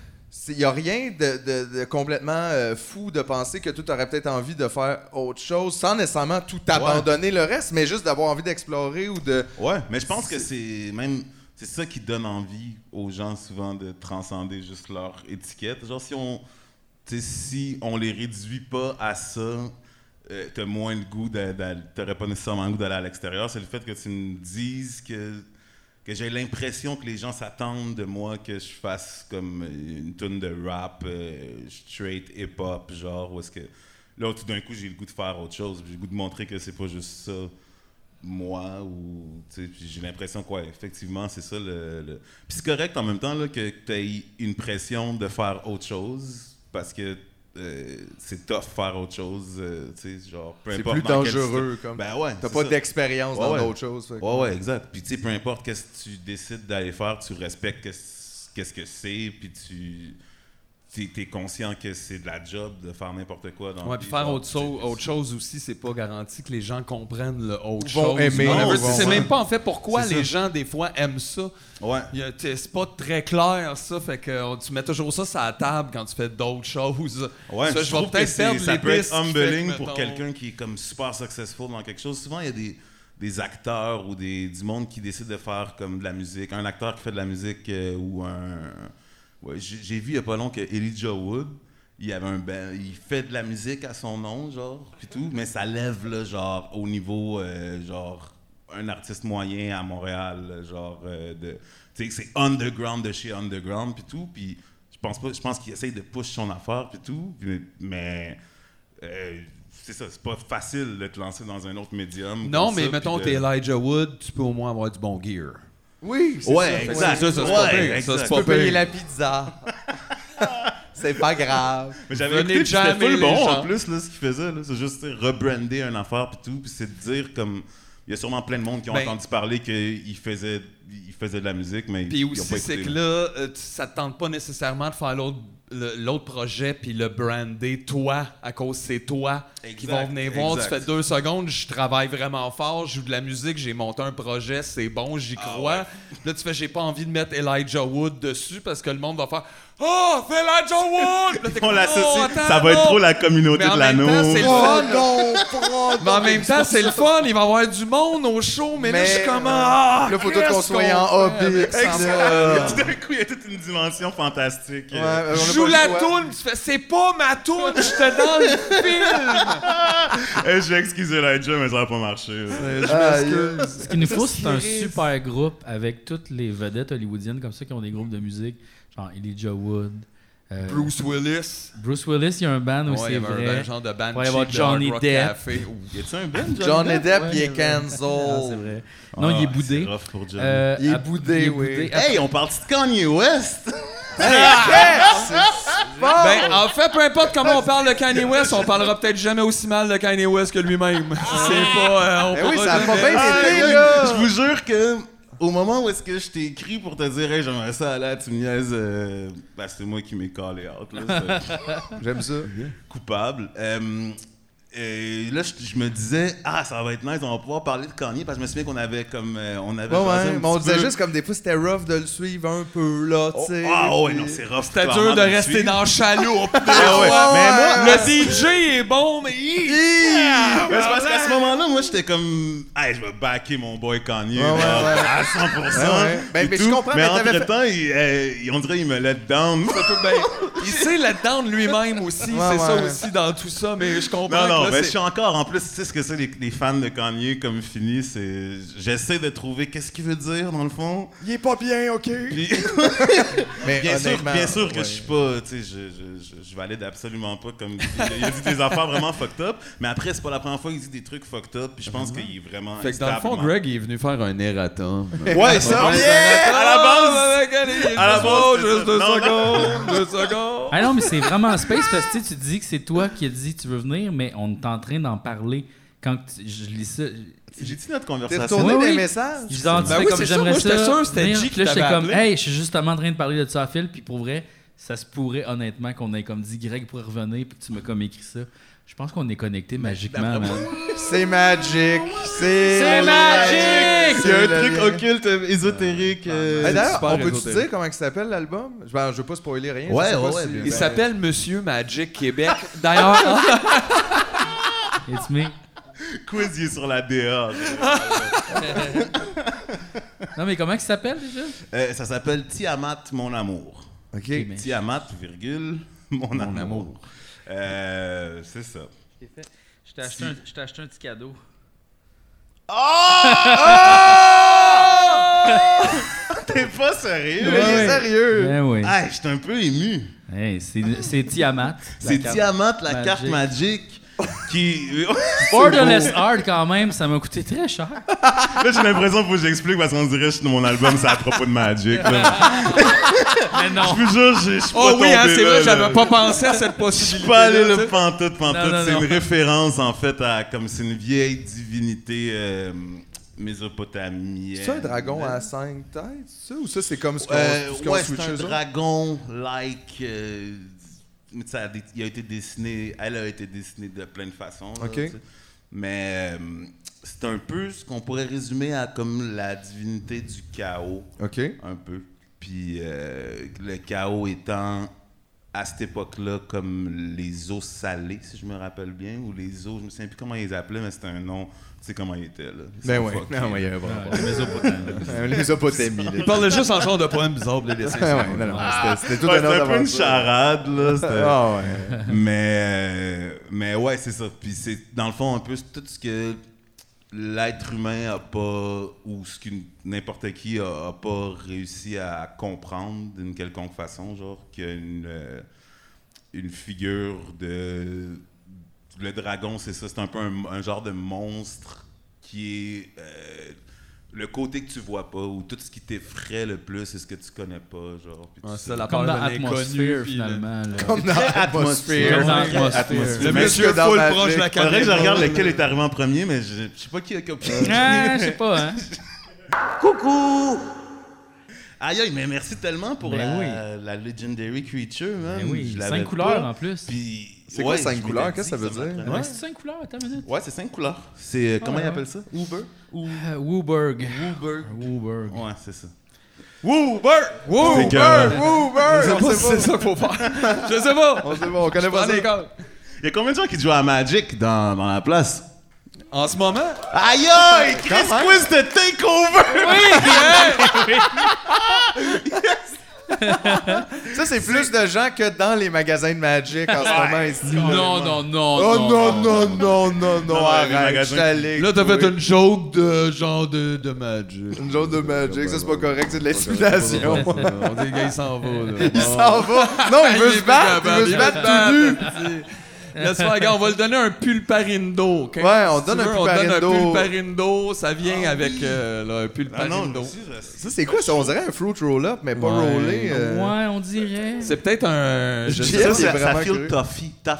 C: il n'y a rien de, de- de complètement euh, fou de penser que tu aurais peut-être envie de faire autre chose sans nécessairement tout abandonner le reste, mais juste d'avoir envie d'explorer ou de.
H: Ouais, mais je pense que c'est même c'est ça qui donne envie aux gens souvent de transcender juste leur étiquette. Genre si on tu sais, si on les réduit pas à ça, euh, t'as moins le goût d'a- d'a- t'aurais pas nécessairement le goût d'aller à l'extérieur. C'est le fait que tu me dises que que j'ai l'impression que les gens s'attendent de moi que je fasse comme une tune de rap euh, straight hip hop genre ou est-ce que là tout d'un coup j'ai le goût de faire autre chose, j'ai le goût de montrer que c'est pas juste ça moi ou tu sais, puis j'ai l'impression quoi effectivement c'est ça le, le- puis c'est correct en même temps là, que tu aies une pression de faire autre chose parce que euh, c'est tough faire autre chose euh, tu sais genre peu
C: C'est
H: importe
C: plus
H: dans quel
C: dangereux.
H: système.
C: Comme...
H: ben ouais
C: T'as
H: c'est
C: pas
H: ça.
C: d'expérience
H: Ouais,
C: dans
H: ouais.
C: d'autres choses. fait que-
H: ouais ouais exact puis tu sais peu importe qu'est-ce que tu décides d'aller faire tu respectes qu'est-ce qu'est-ce que c'est, puis tu t'es- t'es conscient que c'est de la job de faire n'importe quoi. Dans
B: Ouais,
H: la
B: puis
H: vie,
B: faire
H: genre,
B: autre, so- autre chose aussi, c'est pas garanti que les gens comprennent le autre
H: Vont
B: chose.
H: aimer,
B: Non,
H: vont
B: c'est
H: voir.
B: même pas en fait pourquoi
H: C'est
B: les
H: ça.
B: gens des fois aiment ça.
H: Ouais.
B: C'est pas très clair ça, fait que euh, tu mets toujours ça sur la table quand tu fais d'autres choses.
H: Ouais,
B: Ça,
H: je, trouve que c'est-
B: perdre
H: ça
B: les
H: peut être
B: pistes qui fait
H: humbling
B: que,
H: pour
B: mettons,
H: quelqu'un qui est comme super successful dans quelque chose. Souvent, il y a des, des acteurs ou des, du monde qui décide de faire comme de la musique. Un acteur qui fait de la musique euh, ou un... ouais, J'ai j'ai vu il n'y a pas long que Elijah Wood, il, avait un band- il fait de la musique à son nom, genre, puis tout, mais ça lève, là, genre, au niveau, euh, genre, un artiste moyen à Montréal, là, genre, euh, de... Tu sais, c'est underground de chez underground, puis tout, puis je pense pas, je pense qu'il essaye de push son affaire, puis tout, puis- mais... euh, c'est ça, c'est pas facile de te lancer dans un autre médium.
B: Non,
H: comme
B: mais
H: ça,
B: mettons,
H: puis
B: t'es
H: de-
B: Elijah Wood, tu peux au moins avoir du bon gear.
C: Oui, c'est
H: Ouais,
C: ça. Fait
H: exact.
C: que
H: Ça,
C: c'est
H: c'est
C: pas
H: pas
C: pire.
H: pire.
C: Exact.
H: Ça, c'est
C: Tu
H: pas
C: peux payer
H: pire.
C: la pizza. c'est pas grave.
H: Mais j'avais
C: Venez
H: écouté, puis c'était
C: jammer
H: full
C: les
H: bon
C: gens.
H: en plus, là, ce qu'il faisait. là. C'est juste tu sais, rebrander un affaire puis tout, puis c'est de dire comme... Il y a sûrement plein de monde qui ont
B: Ben-
H: entendu parler qu'il faisait, il faisait de la musique, mais
B: Puis
H: ils ont pas
B: aussi, c'est que
H: écouté, là.
B: là, euh, tu- ça te tente pas nécessairement de faire l'autre le- l'autre projet puis le brander toi à cause c'est toi qui
H: Exact,
B: vont venir voir tu
H: exact.
B: fais deux secondes je travaille vraiment fort je joue de la musique j'ai monté un projet c'est bon j'y
H: Ah
B: crois là tu fais j'ai pas envie de mettre Elijah Wood dessus parce que le monde va faire oh c'est Elijah Wood Là, t'es
H: On
B: comme,
H: l'associe.
B: Non, attends,
H: Ça va être
B: non.
H: trop la communauté
B: Mais en
H: de
B: même
H: l'anneau.
B: temps, c'est le
H: Oh
B: fun, là. mais en même temps c'est le fun il va y avoir du monde au show mais, là
C: Mais,
B: je suis comme
C: euh,
B: ah,
C: là, faut tout qu'on
B: qu'est-ce
C: soit
B: qu'on
C: en
B: fait
C: hobby,
B: avec ça?
C: Alexandre.
H: Exact. Tout d'un coup, il y a toute une dimension fantastique.
C: euh,
B: Je joue la toune, tu fais c'est pas ma toune, j'étais dans le film.
H: Eh, Je vais excuser la jeu, mais ça n'a pas marché. là.
A: Ce qu'il nous faut, c'est un super groupe avec toutes les vedettes hollywoodiennes comme ça qui ont des groupes de musique, genre Elijah Wood. euh,
B: Bruce Willis.
A: Bruce Willis, il y a un band
B: Ouais,
A: aussi,
B: il y avait un
A: vrai.
B: band, genre de band
A: Il va y avoir
B: cheap de
A: Johnny
B: Hard Rock
A: Depp.
B: Café.
H: Y a-tu un Ben band, Johnny
C: Johnny Depp,
A: Ouais,
C: il est
A: y avait-
C: cancel.
A: Ah, c'est vrai. Non, il est boudé.
H: Ah, rough pour Johnny.
A: Euh,
C: Il est
A: ap-
C: boudé,
A: il est Ah,
C: oui.
A: Après-
H: Hey, on partit de Kanye West!
B: Ben, en fait, peu importe comment on parle de Kanye West, on parlera peut-être jamais aussi mal de Kanye West que lui-même. C'est pas. euh, on
C: Ben oui,
B: pourra
C: ça a pas
B: jamais-
C: bien été,
H: Hey,
C: là.
H: Je vous jure que au moment où est-ce que je t'ai écrit pour te dire hey, j'aimerais ça aller à tu me niaises, euh, bah, c'est moi qui m'ai callé out. là, c'est-
C: J'aime ça.
H: coupable. Euh, et là, je, je me disais, ah, ça va être nice, on va pouvoir parler de Kanye parce que je me souviens qu'on avait comme. euh, on avait
C: Ouais,
H: jasé un
C: ouais, mais on
H: petit
C: disait
H: peu.
C: juste comme des fois c'était rough de le suivre un peu là, tu
H: Oh,
C: sais.
H: ah, ouais,
C: puis-
H: non, c'est rough.
B: C'était
H: clairement,
B: dur de
H: me
B: rester
H: suivre.
B: dans la chaloupe.
H: Ah ouais, mais moi,
B: Le DJ est bon, mais.
H: Mais c'est parce qu'à ce moment-là, moi, j'étais comme, hey, je vais backer mon boy Kanye
C: ouais,
H: là,
C: ouais.
H: à 100%.
C: Ouais, ouais. Ben,
H: et
C: mais je
H: tout.
C: comprends,
H: mais
C: mais t'avais
H: entre-temps, il, euh, il- on dirait qu'il me let down.
B: Ben, il sait là-dedans de lui-même aussi,
C: Ouais,
B: c'est ça
C: ouais.
B: aussi dans tout ça, mais je comprends
H: Non,
B: que
H: non,
B: là,
H: mais
B: c'est-
H: je suis encore. En plus, tu sais ce que c'est, les, les fans de Kanye, comme fini, c'est. J'essaie de trouver qu'est-ce qu'il veut dire, dans le fond.
C: Il est pas bien, OK.
H: Puis-
C: Mais
H: Bien sûr,
C: honnêtement,
H: bien sûr que
C: ouais.
H: je suis pas, tu sais, je, je, je, je valide absolument pas comme il a dit des affaires vraiment fucked up, mais après c'est pas la première fois qu'il dit des trucs fucked up, puis je pense qu'il est vraiment.
B: Mhm. Fait que dans le fond,
H: instablement-
B: Greg il est venu faire un erratum.
H: Ouais, ça.
B: À Oh, la base,
H: À la base, c'est
B: juste
H: ça.
B: deux
H: Non,
B: secondes, deux secondes.
A: Ah non, mais c'est vraiment space parce que tu sais, tu dis que c'est toi qui as dit tu veux venir, mais on est en train d'en parler. Quand tu- je lis ça, je-
H: J'ai dit notre
C: T'es
H: conversation.
C: retourné
A: Oui,
C: des
A: oui.
C: messages.
A: Je disais, ah, tu
B: Ben
A: fais
B: oui,
A: comme
B: c'est ça,
A: j'aimerais
B: moi,
A: ça.
B: j'étais sûr que c'était
A: venir.
B: G
A: Puis là,
B: qui
A: j'étais
B: t'avait
A: comme,
B: appelé.
A: hey, je suis justement en train de parler de ça à Phil, puis pour vrai, ça se pourrait honnêtement qu'on ait comme dit Greg pourrait revenir, puis que tu m'as comme écrit ça. Je pense qu'on est connectés magiquement, man.
C: C'est magique. C'est
A: C'est magique!
H: Il y a un
C: le
H: truc
C: lien.
H: occulte, ésotérique.
B: Ah,
C: Hey,
H: euh,
C: D'ailleurs,
B: super
C: on peut-tu
B: ésotérique.
C: dire comment il s'appelle l'album? Je- Ben, je veux pas spoiler rien. je
H: Ouais,
C: sais pas
H: ouais, ouais,
C: si-
H: bien
B: Il
C: Ben,
B: s'appelle Monsieur Magic Québec. D'ailleurs,
A: It's me.
H: Quiz, il est sur la DA.
A: Non, mais comment il s'appelle déjà?
H: Euh, ça s'appelle Tiamat, mon amour.
C: OK.
A: mais-
H: Tiamat, virgule, mon, amour. Euh, c'est ça.
A: Je t'ai acheté, un petit cadeau.
H: Ah! T'es pas sérieux?
C: Il
B: Ah
C: est sérieux.
A: Ben oui.
H: Ah, j'étais un peu ému.
A: Hey, c'est c'est Tiamat. La
H: C'est
A: carte-
H: Tiamat, la
A: Magic.
H: carte magique, qui...
A: Borderless Hard, quand même, ça m'a coûté très cher.
H: Là, j'ai l'impression qu'il faut que j'explique parce qu'on dirait que mon album, c'est à propos de Magic. là.
A: Mais non.
H: Je vous jure, je je suis pas
B: oh oui, hein,
H: tombé
B: c'est
H: là,
B: vrai,
H: là.
B: j'avais pas pensé à cette
H: Je
B: possibilité.
H: suis pas allé le pantoute,
A: Non,
H: pantoute.
A: non,
H: C'est
A: non.
H: une référence, en fait, à comme c'est une vieille divinité euh, mésopotamienne.
C: C'est un dragon à cinq têtes, ça? Ou ça, c'est comme ce qu'on
H: Euh,
C: ce qu'on
H: ouais,
C: switche
H: c'est un
C: eux autres?
H: dragon-like. euh, mais ça a dé- il a été dessiné, elle a été dessinée de plein de façons. là,
C: Ok.
H: tu sais. Mais euh, c'est un peu ce qu'on pourrait résumer à comme la divinité du chaos.
C: Ok.
H: Un peu. Puis euh, le chaos étant à cette époque-là comme les eaux salées, si je me rappelle bien, ou les eaux, je me souviens plus comment ils les appelaient, mais c'était un nom, tu sais comment ils étaient là. Ils
C: Ben
H: sont
C: ouais.
H: fuckés,
C: Non, mais il y a
H: là.
C: un bon
H: Ah,
C: rapport.
H: la Mésopotamie.
C: La Mésopotamie, là. Il parlait juste en genre de poème bizarre, puis il a laissé ça. Ah Ouais, non, non, c'était- c'était tout un
H: c'était
C: ordre
H: un peu une
C: d'aventure.
H: charade, là. c'était-
C: Ah ouais.
H: Mais, euh, mais ouais, c'est ça. Puis c'est, dans le fond, un peu tout ce que l'être humain a pas, ou ce que n'importe qui a, a pas réussi à comprendre d'une quelconque façon, genre qu'une euh, une figure de... Le dragon, c'est ça, c'est un peu un, un genre de monstre qui est... euh, le côté que tu vois pas ou tout ce qui t'effraie le plus, c'est ce que tu connais pas, genre. puis tu
B: Ouais,
H: sais
B: ça, la peur
H: pas.
B: de
A: Atmosphere,
B: l'inconnu, puis le-
A: finalement. là.
H: Comme dans
A: Très
H: Atmosphere.
A: Comme dans
H: Atmosphere.
A: Atmosphere.
H: Le
B: monsieur
H: dans
B: full
H: ma
B: proche de la
H: vie. Faudrait que je
B: caméra.
H: regarde lequel est arrivé en premier, mais je je sais pas qui a copié.
A: Ah, je sais pas, hein.
H: Coucou! Aïe, aïe, mais merci tellement pour
A: Ben
H: la, la Legendary Creature, man.
A: Ben oui,
H: Je
A: cinq
H: l'avais
A: couleurs,
H: pas.
A: en plus.
H: Puis,
C: C'est quoi,
H: ouais,
C: cinq
H: je m'étais
C: couleurs?
H: dit
C: Qu'est-ce que ça veut dire?
H: m'apprendrait.
A: Ouais, c'est cinq couleurs, attends une minute.
H: Ouais, c'est cinq couleurs. C'est, euh,
A: Ah,
H: comment
A: ouais,
H: ils appellent
A: ouais.
H: ça? Uber?
A: Ou- euh, Wooberg.
H: Uber.
A: Wooberg.
H: Ouais, c'est ça.
B: Woober!
H: C'est écœurant.
B: Je sais
C: On
B: pas si
C: sait
B: c'est ça qu'il faut faire. Je sais pas.
C: On sait pas, on connaît
B: Je
C: pas
B: prends
C: ça.
B: des codes.
H: Il y a combien de gens qui jouent à Magic dans, dans la place? Ah,
B: En ce moment,
H: Aïe, aïe! Chris Quiz de Takeover!
C: Ça, c'est plus de gens que dans les magasins de Magic en ce moment ici.
A: Non, non, non,
C: Oh non,
A: non.
C: non, non, non, non,
H: Non, les
C: arrête,
H: magasins-
C: je t'allais.
B: là, t'as fait une joke de genre de, de Magic.
C: Une zone de Magic, ça c'est pas correct, c'est de l'exploitation.
B: On dit, gars, il s'en va. Là.
C: Il s'en va. Non,
B: Ben,
C: il veut se battre, il veut se battre tout nu.
B: Laisse faire, gars, on va lui donner un pull parindo. ok?
C: Ouais, on
B: Si
C: donne
B: tu
C: un
B: veux,
C: pull
B: on donne un
C: parindo.
B: pull parindo. Ça vient avec euh, là, un pull
H: Ah non,
B: parindo.
C: Ça, c'est quoi ça? On dirait un fruit roll-up, mais pas
B: Ouais.
C: rollé. euh.
A: Ouais, Ah, on dirait.
B: C'est peut-être un. Je
C: Jeff,
H: Ça,
B: sais
C: il est
H: ça, ça
C: vraiment
H: file
C: curieux.
H: toffee, tough.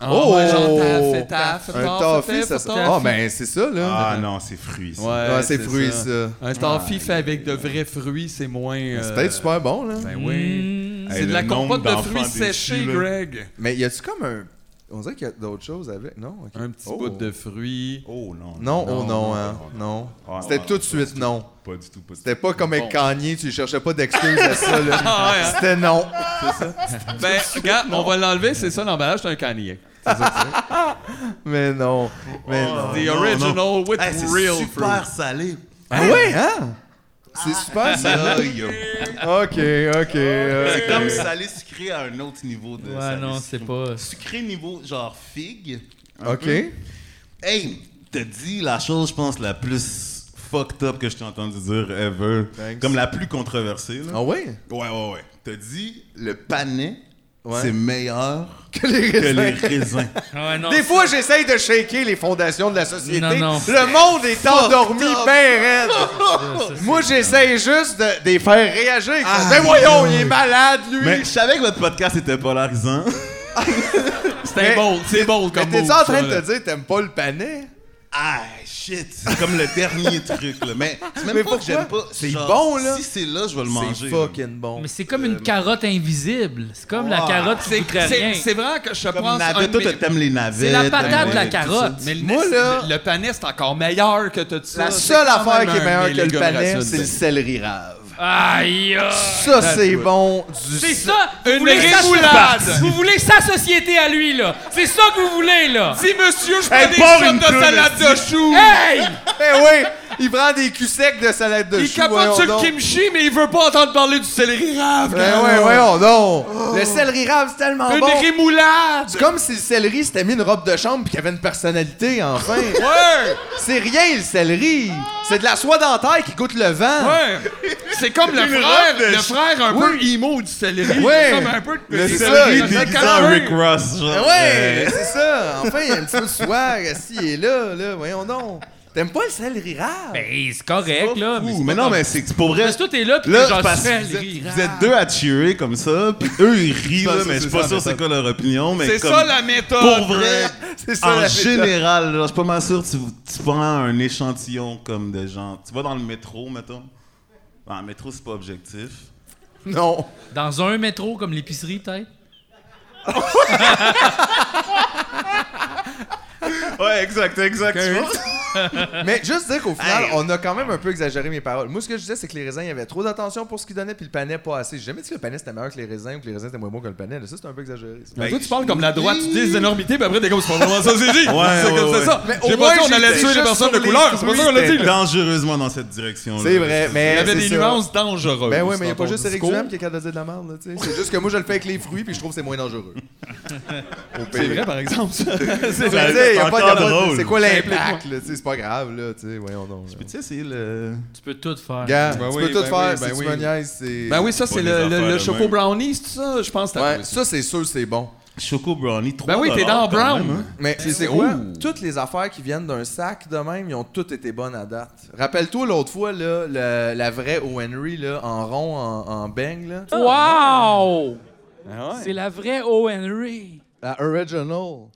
B: pas.
C: Oh!
B: Ah, Ouais, genre, taf, fait taf,
C: Un
B: taf,
C: toffee,
B: fait
C: ça.
B: taf.
C: Ah, ben c'est ça, là.
H: Ah non, c'est fruit. ça.
C: Ouais, c'est fruit, ça.
B: Un toffee fait avec de vrais fruits, c'est moins. euh,
C: C'est peut-être super bon, là.
B: Ben oui.
A: Mm.
H: Hey,
B: C'est de
H: le
B: la
H: nombre
B: compote de
H: d'enfants
B: fruits
H: déçus,
B: séchés,
H: là.
B: Greg.
C: Mais y a-tu comme un. On dirait qu'il y a d'autres choses avec. Non, ok.
B: Un petit
C: Oh.
B: bout de fruits.
H: Oh non.
C: Non, oh non, hein. Non.
H: Ouais,
C: C'était
H: ouais,
C: tout de suite non.
H: Pas du tout. Pas du
C: C'était pas comme avec
B: Bon.
C: Kanye, tu cherchais pas d'excuses à ça, là.
B: ouais, hein?
C: C'était non.
B: Ben, regarde, on va l'enlever, c'est ça l'emballage d'un canier.
C: Mais non. Mais non.
B: The original with
H: Ah, Hey, c'est
B: real
H: super salé.
C: Ah ouais, hein? C'est super, ça.
H: Aïe, aïe.
C: Ok, euh, ok.
H: Ah. C'est
C: ok.
H: comme salé sucré à un autre niveau de.
A: Ouais,
H: salé
A: non,
H: sucré.
A: c'est pas.
H: Sucré niveau genre figue. un
C: Ok.
H: peu. Hey, t'as dit la chose, je pense, la plus fucked up que je t'ai entendu dire ever.
C: Thanks.
H: Comme la plus controversée, là.
C: Ah ouais?
H: Ouais, ouais, ouais. T'as dit le panais,
C: Ouais.
H: c'est meilleur
C: Que les
H: que les
C: raisins.
H: raisins.
A: Ouais, non,
C: Des fois, j'essaye de shaker les fondations de la société.
A: Non, non.
C: Le monde est endormi
H: up.
C: ben raide.
A: ça, c'est-
C: Moi, j'essaye juste de, de les faire réagir. ben voyons, il est malade, lui.
H: Ah, Mais je savais que votre podcast était polarisant.
B: C'est bold, c'est bold
C: Mais
B: comme
C: t'es-tu
B: move,
C: en train
B: ça,
C: de
B: là.
C: te dire t'aimes pas le panais?
H: Ah, shit! C'est comme le dernier truc, là. Mais c'est même
C: Mais
H: pas que
C: pourquoi?
H: j'aime pas.
C: C'est
H: genre,
C: bon, là.
H: Si c'est là, je vais le
C: C'est
H: manger.
C: fucking bon.
A: Mais c'est comme une carotte invisible. C'est comme la
H: Ouais.
A: carotte qui coûte rien.
B: C'est c'est vraiment que je
H: Comme
B: pense. un
H: navette,
B: de
H: toi,
B: mes-
H: toi, t'aimes les navettes.
A: C'est la patate,
H: ouais,
A: la
H: tout
A: carotte.
H: ça.
B: Mais le,
C: Moi, là-
B: le, le panais, c'est encore meilleur que tout ça.
C: La
B: C'est
C: seule
B: quand
C: affaire
B: même
C: qui est
B: un
C: meilleure que le
B: mélégome
C: panais,
B: racine.
C: c'est le céleri rave.
A: Aïe! ah.
C: Ça, c'est bon du
A: C'est ça! Vous
B: Une
A: voulez sa-
B: rémoulade.
A: Vous voulez sa société à lui, là! C'est ça que vous voulez, là!
B: Si monsieur, je prends
H: Hey,
B: des
H: pars
B: shots
H: une
B: de
H: queue,
B: salade de chou.
A: Hey!
C: Eh oui, il prend des culs secs de salade de
B: Il
C: chou.
B: capote sur
C: voyons
B: le
C: donc.
B: kimchi, mais il veut pas entendre parler du céleri rave.
C: Ben
B: gars.
H: Ah.
C: ouais, voyons donc.
H: Oh.
C: Le céleri rave, c'est tellement
B: Une
C: bon.
B: rémoulade.
C: C'est comme si le céleri s'était mis une robe de chambre pis qu'il avait une personnalité, enfin.
B: Ouais.
C: c'est rien, le céleri. C'est de la soie dentaire qui goûte le vent.
B: Ouais. C'est comme le
H: Une
B: frère,
H: robe de
B: le
H: ch-
B: frère un
C: Oui.
B: peu emo du céleri.
C: Ouais.
B: Comme un peu de
H: Le
B: c'est
H: céleri
B: ça,
H: déguisé
B: ça,
H: en
B: ça,
H: Rick
C: Ah
H: Ross, genre.
B: Euh.
H: Euh,
C: Ben ouais, c'est ça. Enfin, il y a un petit peu de soir, si il est là, là, voyons donc. T'aimes pas le céleri rare?
A: Ben, c'est correct, là.
H: Ouh, mais non, mais c'est c'est pour vrai.
A: Parce que toi, t'es là, puis
H: Là,
A: t'es genre,
H: c'est parce
A: c'est
H: que vous
A: rire.
H: êtes, vous êtes deux à cheerer comme ça, puis eux, ils rient, là,
B: Ça, c'est-
H: mais
B: c'est
H: je suis
B: ça,
H: pas sûr
B: la
H: c'est
B: méthode.
H: quoi leur opinion. mais
B: C'est
H: comme-
B: ça, la méthode,
H: Pour vrai,
B: Greg. C'est ça,
H: en
B: la méthode.
H: général, genre, je suis pas mal sûr, tu, tu prends un échantillon comme de gens. Tu vas dans le métro, mettons. Ben, le métro, c'est pas objectif.
C: Non.
A: Dans un métro, comme l'épicerie, peut-être?
H: Ouais, exact, exact. tu vois?
C: Mais juste dire qu'au final,
H: Hey.
C: on a quand même un peu exagéré mes paroles. Moi, ce que je disais, c'est que les raisins, il y avait trop d'attention pour ce qu'ils donnaient, puis le panais pas assez. J'ai jamais dit que le panais c'était meilleur que les raisins ou que les raisins étaient moins bons que le panais. Là, ça, c'est un peu exagéré. ça.
H: Ben,
B: toi, tu parles comme la droite, tu dis des énormités, puis après, t'es comme, c'est pas vraiment ça, c'est dit.
H: Ouais,
B: c'est comme
H: ouais,
B: c'est ça.
C: ouais. Mais au
B: J'ai
C: moins,
B: pas dit on
C: j'ai
B: allait
C: déjà
B: tuer les personnes de
C: sur les
B: couleur, c'est pas ça qu'on l'a dit.
H: T'es
B: là.
H: dangereusement dans cette direction-là.
C: C'est vrai, mais
B: Il y avait
C: c'est
B: des
C: ça.
B: nuances dangereuses.
C: Ben oui, mais il n'y a
B: dans
C: pas
B: ton
C: juste Eric
B: discours.
C: Duhem qui est capable de dire de la merde. là, tu sais. C'est juste que moi, je le fais avec les fruits, puis je trouve que c'est moins dangereux. Au
B: C'est
C: pire.
B: vrai, par exemple, ça.
C: Tu
B: C'est
C: sais,
B: vrai.
C: y a pas de-
H: encore
C: y a pas de-
H: drôle.
C: Ben, C'est quoi l'impact?
B: Implique-moi.
C: là, tu sais, C'est pas grave, là. tu sais, Voyons donc. là.
H: Tu sais, c'est le.
A: Tu peux tout faire.
C: Gars,
B: Ben
C: tu
B: oui,
C: peux tout
B: ben
C: faire
B: oui, ben
C: si tu
B: oui.
C: me niaises, c'est-
B: Ben oui, ça,
H: Pas
B: c'est le,
H: des
B: le,
H: affaires
B: le
H: de
B: choco
H: même.
B: brownie, c'est ça? Je pense que t'as
C: Ouais,
B: trouvé ça.
C: ça, c'est sûr, c'est bon.
H: Choco Brownie 3
B: Ben oui, t'es dans
H: quand
B: Brown.
H: même, hein.
C: Mais tu sais quoi? Toutes les affaires qui viennent d'un sac de même, ils ont toutes été bonnes à date. Rappelle-toi l'autre fois, là, le- la vraie O. Henry, là, en rond, en, en bang, là.
A: Oh, Wow!
B: Ah ouais.
A: C'est la vraie O. Henry.
C: La original.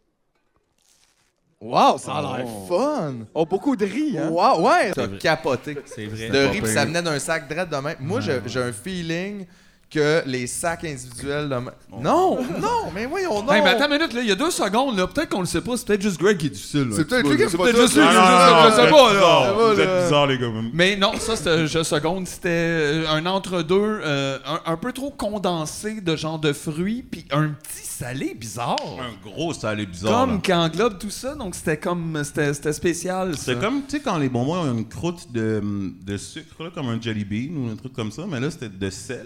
C: Wow, ça a l'air fun!
J: Oh, beaucoup de riz, hein?
C: Wow, ouais! T'as capoté.
A: C'est vrai.
C: De riz, puis ça venait d'un sac drette de même. Moi, j'ai- j'ai un feeling que les sacs individuels de même... Non! Non! Mais voyons donc!
B: Oh. Hey, mais attends une minute, là, il y a deux secondes, là. Peut-être qu'on le sait pas, c'est peut-être juste Greg qui est difficile. là.
C: C'est peut-être lui qui
B: C'est
C: est pas
B: peut-être
C: tout.
B: juste lui,
H: Non,
B: je
H: non,
B: je- je sais
H: non,
B: pas, là.
H: non,
C: là,
H: Vous
C: là.
H: êtes bizarre, les gars. même.
B: Mais non, ça, c'était je seconde. C'était euh, un entre-deux, euh, un, un peu trop condensé de genre de fruits, puis un petit salé bizarre.
H: Un gros salé bizarre.
B: Comme
H: là.
B: qui englobe tout ça, donc c'était comme. C'était c'était spécial. ça.
H: C'est comme, tu sais, quand les bonbons ont une croûte de, de sucre, là, comme un jelly bean ou un truc comme ça, mais là, c'était de sel.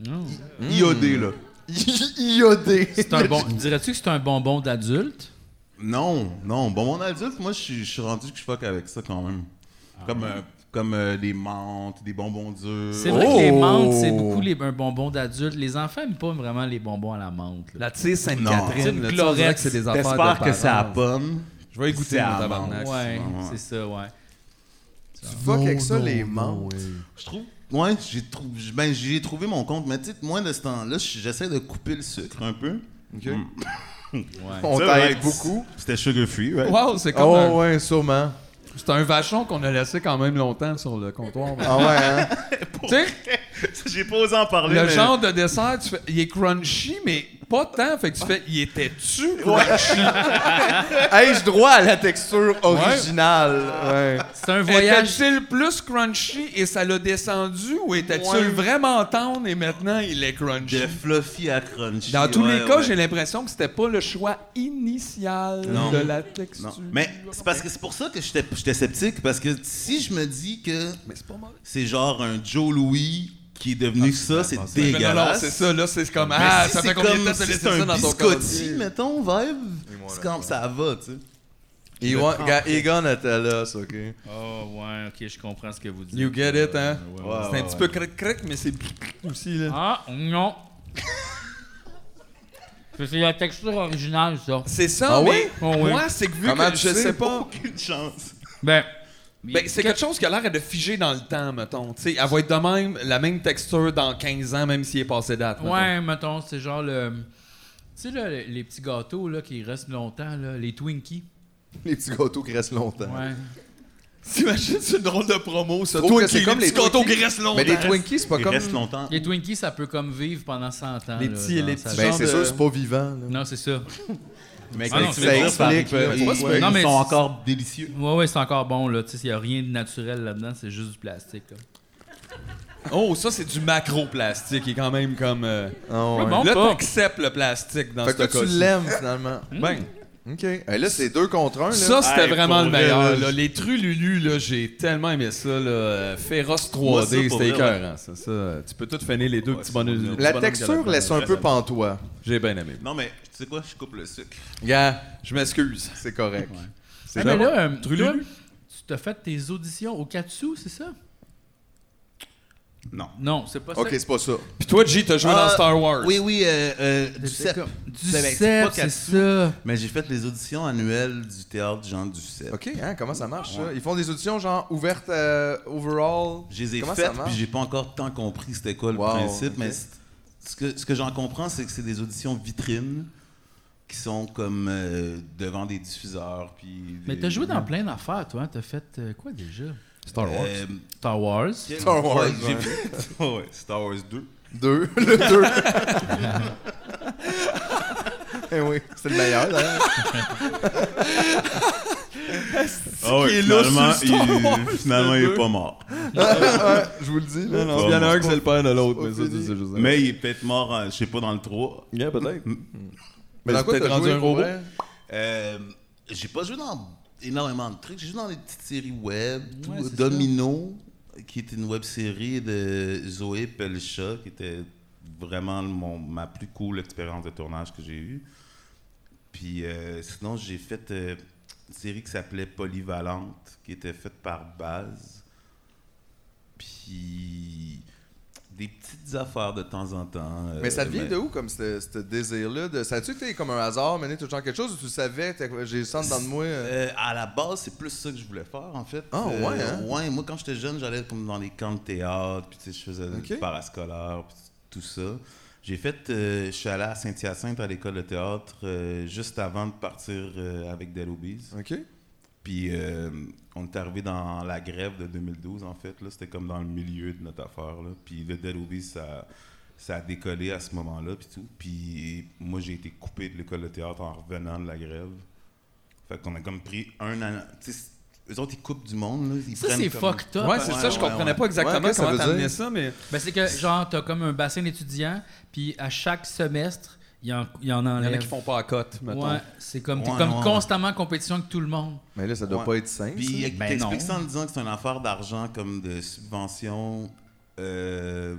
B: Mm.
H: I- Iodé, là.
C: Iodé!
A: C'est un bon... Dirais-tu que c'est un bonbon d'adulte?
H: Non, non. Bonbon adulte, moi, je suis- je suis rendu que je fuck avec ça quand même.
B: Ah
H: comme euh, comme euh, des menthes, des bonbons durs.
A: C'est vrai que les
C: Oh!
A: menthes, c'est beaucoup les, un bonbon d'adulte. Les enfants n'aiment pas vraiment les bonbons à la menthe. là.
B: La tire
H: Non.
B: Sainte-Catherine, là, tu sais, on
A: Glorex.
B: dirait que c'est des affaires. de
H: J'espère que
B: parents.
H: c'est à pomme.
B: Je vais écouter
H: c'est
B: mon
H: à
C: Ah,
B: tabarnak.
A: ouais,
H: ouais.
A: c'est ça, ouais.
C: Tu fuck avec ça, les menthes.
H: Je trouve. Ouais, j'ai trou- ben, j'ai trouvé mon compte, mais tu sais, moi, de ce temps-là, je- j'essaie de couper le sucre un peu.
C: Ok.
H: Mm.
C: On
H: Ça,
C: t'aide
H: ouais,
C: beaucoup.
H: C'était sugar free, ouais.
B: Wow, c'est comme. un-
C: Oh ouais, sûrement.
B: C'est un vachon qu'on a laissé quand même longtemps sur le comptoir.
C: Ah ouais, hein?
B: tu sais,
H: J'ai pas osé en parler.
B: le
H: mais-
B: genre de dessert, tu fais- il est crunchy, mais pas tant. Fait que
H: Ah.
B: tu fais, il était-tu crunchy?
C: Ai-je droit à la texture originale? Ouais.
A: C'est un voyage.
B: Était-il plus crunchy et ça l'a descendu ou était-il
H: Ouais.
B: vraiment tendre et maintenant il est crunchy?
H: De fluffy à crunchy.
B: Dans tous
H: ouais,
B: les cas,
H: ouais.
B: j'ai l'impression que c'était pas le choix initial
H: Non.
B: de la
H: Non.
B: texture.
H: Mais c'est parce que c'est pour ça que j'étais j'étais sceptique parce que si je me dis que
B: Mais c'est pas mal.
H: c'est genre un Joe Louis qui est devenu
B: Ah,
H: ça, c'est
B: Mais non, non,
H: dégueulasse.
B: c'est ça, là, c'est comme.
H: Mais
B: ah,
H: si
B: ça
H: c'est
B: fait combien de
H: comme-
B: temps que t'as
H: si
B: laissé
H: c'est
B: ça
H: un
B: dans ton
H: biscotti,
B: corps?
H: mettons, vibe, c'est comme ça va, tu sais.
C: He want, got Egon at us, OK?
H: Ah
A: Oh, ouais, ok, je comprends ce que vous dites.
B: You get it, hein?
A: Ouais, ouais.
B: C'est un petit peu cric-cric, mais c'est aussi, là.
A: Ah, non. c'est la texture originale, ça.
B: C'est ça,
C: Ah
B: mais
C: oui?
A: Ah oui.
B: moi, c'est que vu
C: Comment
B: que je
C: tu sais?
B: sais pas...
H: Aucune chance.
A: Ben,
B: Ben, c'est quelque chose qui a l'air de figer dans le temps, mettons. Tu sais, elle va être de même, la même texture dans 15 ans, même s'il est passé date. mettons.
A: Ouais, mettons, c'est genre le. Tu sais, là, les les petits gâteaux là, qui restent longtemps, là, les Twinkies.
C: Les petits gâteaux qui restent longtemps.
A: Ouais.
B: T'imagines, c'est une drôle de promo, ça.
C: Je trouve que
B: Twinkie,
C: c'est comme
B: les
C: les
B: petits gâteaux
C: Twinkies.
B: qui restent longtemps.
C: Mais les Twinkies, c'est pas
H: Il
C: comme...
H: reste longtemps.
A: Les Twinkies, ça peut comme vivre pendant 100 ans.
B: Les
A: là,
B: petits-
A: genre,
B: les
A: ça-
B: petits-
C: Ben,
B: Genre
C: c'est
B: de-
C: sûr, c'est pas vivant, là.
A: Non, c'est ça.
H: Mais
A: Ah non,
H: qu'est-ce que
A: ça
H: tu veux dire par-
C: explique, là.
H: ils-
C: Ouais,
H: ils
C: ouais.
A: Non, mais
H: sont
A: c'est-
H: encore délicieux.
A: Ouais, ouais, c'est encore bon, là. Tu sais, il n'y a rien de naturel là-dedans, c'est juste du plastique. là.
B: Oh, ça, c'est du macro-plastique, qui est quand même comme... euh,
C: Ah,
A: Ouais,
C: ouais.
A: bon.
B: Là,
A: pas.
B: t'acceptes le plastique dans ce
C: Fait que
B: cas
C: toi, tu l'aimes, finalement.
B: Ben,
C: OK. Eh, là, c'est deux contre un, là.
B: ça, c'était
H: Hey,
B: vraiment
H: pour
B: le
H: vrai,
B: meilleur.
H: là,
B: Là,
H: je-
B: les Trululu, là, j'ai tellement aimé ça. Là. Euh, Féroce 3D,
H: Moi, ça, pour
B: c'était
H: vrai, ouais.
B: écœurant. Ça, ça. Tu peux tout finir les deux
H: Ouais,
B: petits
H: c'est
B: bonheurs.
H: bon, là.
B: petits
C: la
B: bonhommes
C: texture
B: galopants.
C: laisse un peu pantois.
B: J'ai bien aimé.
H: Non, mais tu sais quoi, je coupe le sucre.
B: Gars, je m'excuse.
C: C'est correct.
A: Ah, mais là, euh, toi, tu t'as fait tes auditions au Katsu, c'est ça?
H: Non.
A: Non, c'est pas ça.
J: Ok,
C: Ben,
J: c'est pas ça.
B: Puis toi, G, t'as joué
J: Ah,
B: dans Star Wars.
J: Oui, oui, euh, euh,
A: Des
J: du CEP.
A: écoles. Du
J: Ben, ben,
A: CEP,
J: pas
A: c'est
J: Katsu,
A: ça.
H: Mais j'ai fait les auditions annuelles du théâtre Jean Ducep.
C: OK, hein, comment ça marche, ça?
H: Ouais.
C: Ils font des auditions, genre, ouvertes euh, overall?
H: Je les ai
C: Comment ça
H: faites,
C: marche?
H: puis j'ai pas encore tant compris c'était quoi le
C: Wow,
H: principe,
C: ok.
H: mais c- ce que, ce que j'en comprends, c'est que c'est des auditions vitrines qui sont comme euh, devant des diffuseurs. Puis
A: Mais
H: des-
A: t'as joué dans plein d'affaires, toi. hein. T'as fait euh, quoi déjà?
H: Star Wars. Euh,
A: Star Wars.
H: Quel- Ouais, j'ai fait- Ah ouais, Star Wars 2.
J: 2, le 2. eh oui, c'est le meilleur, d'ailleurs.
H: Ah ouais,
J: Qui est là
H: finalement,
J: sur Star Wars,
H: il, finalement, il
J: le
H: est
J: deux.
H: pas mort.
J: Ouais, je vous le dis. là.
H: Non, non, il y en a un que c'est le
B: père de l'autre,
J: mais ça, c'est juste ça.
H: Mais il est peut-être mort, en- je sais pas, dans le 3.
J: Yeah, peut-être.
H: Mais
J: dans
H: c'est
J: quoi
H: peut-être
J: t'as
H: rendu
J: joué,
H: un
J: pour
H: robot?
J: vrai?
H: Euh, j'ai pas joué dans énormément de trucs. J'ai joué dans des petites séries web. tout.
J: Ouais, c'est
H: Domino, qui est une web série de Zoé Pelcha, qui était vraiment mon- ma plus cool expérience de tournage que j'ai eue. Puis euh, sinon, j'ai fait euh, une série qui s'appelait Polyvalente, qui était faite par Baz. Puis des petites affaires de temps en temps. euh,
C: Mais ça devient de où, comme ce ce désir-là? De... Ça a-tu été comme un hasard, mené tout le temps quelque chose, ou tu le savais, t'as- j'ai le sens dans de moi?
H: Euh, à la base, c'est plus ça que je voulais faire, en fait. Euh,
C: Ah, ouais, hein?
H: ouais, moi, quand j'étais jeune, j'allais comme dans les camps de théâtre, puis tu sais, je faisais
C: Ok.
H: du parascolaire, puis tout ça. J'ai fait, euh, je suis allé à Saint-Hyacinthe à l'école de théâtre euh, juste avant de partir euh, avec Dead Obies.
C: OK.
H: Puis euh, on est arrivé dans la grève de 2012, en fait. là. C'était comme dans le milieu de notre affaire. Là. Puis le Dead Obies, ça, ça a décollé à ce moment-là, puis tout. Puis moi, j'ai été coupé de l'école de théâtre en revenant de la grève. Fait qu'on a comme pris un an. tu sais, Eux autres, ils coupent du monde. Là. Ils
A: Ça,
H: prennent
A: c'est
H: comme-
A: fucked up.
B: Ouais, c'est ça, je comprenais pas exactement
H: qu'est-ce que
B: comment
H: veut
B: t'amenais
H: dire?
B: ça, mais-
A: Ben, c'est que, genre, t'as comme un bassin d'étudiants, puis à chaque semestre, il y en, il y en enlève.
B: qui font pas à cote, mettons.
A: Ouais, c'est comme, t'es
H: Ouais,
A: comme
H: ouais.
A: constamment en compétition avec tout le monde.
C: Mais là, ça
H: Ouais. Puis il
A: Ben non.
H: t'explique ça en disant que c'est une affaire d'argent comme de subvention. Euh,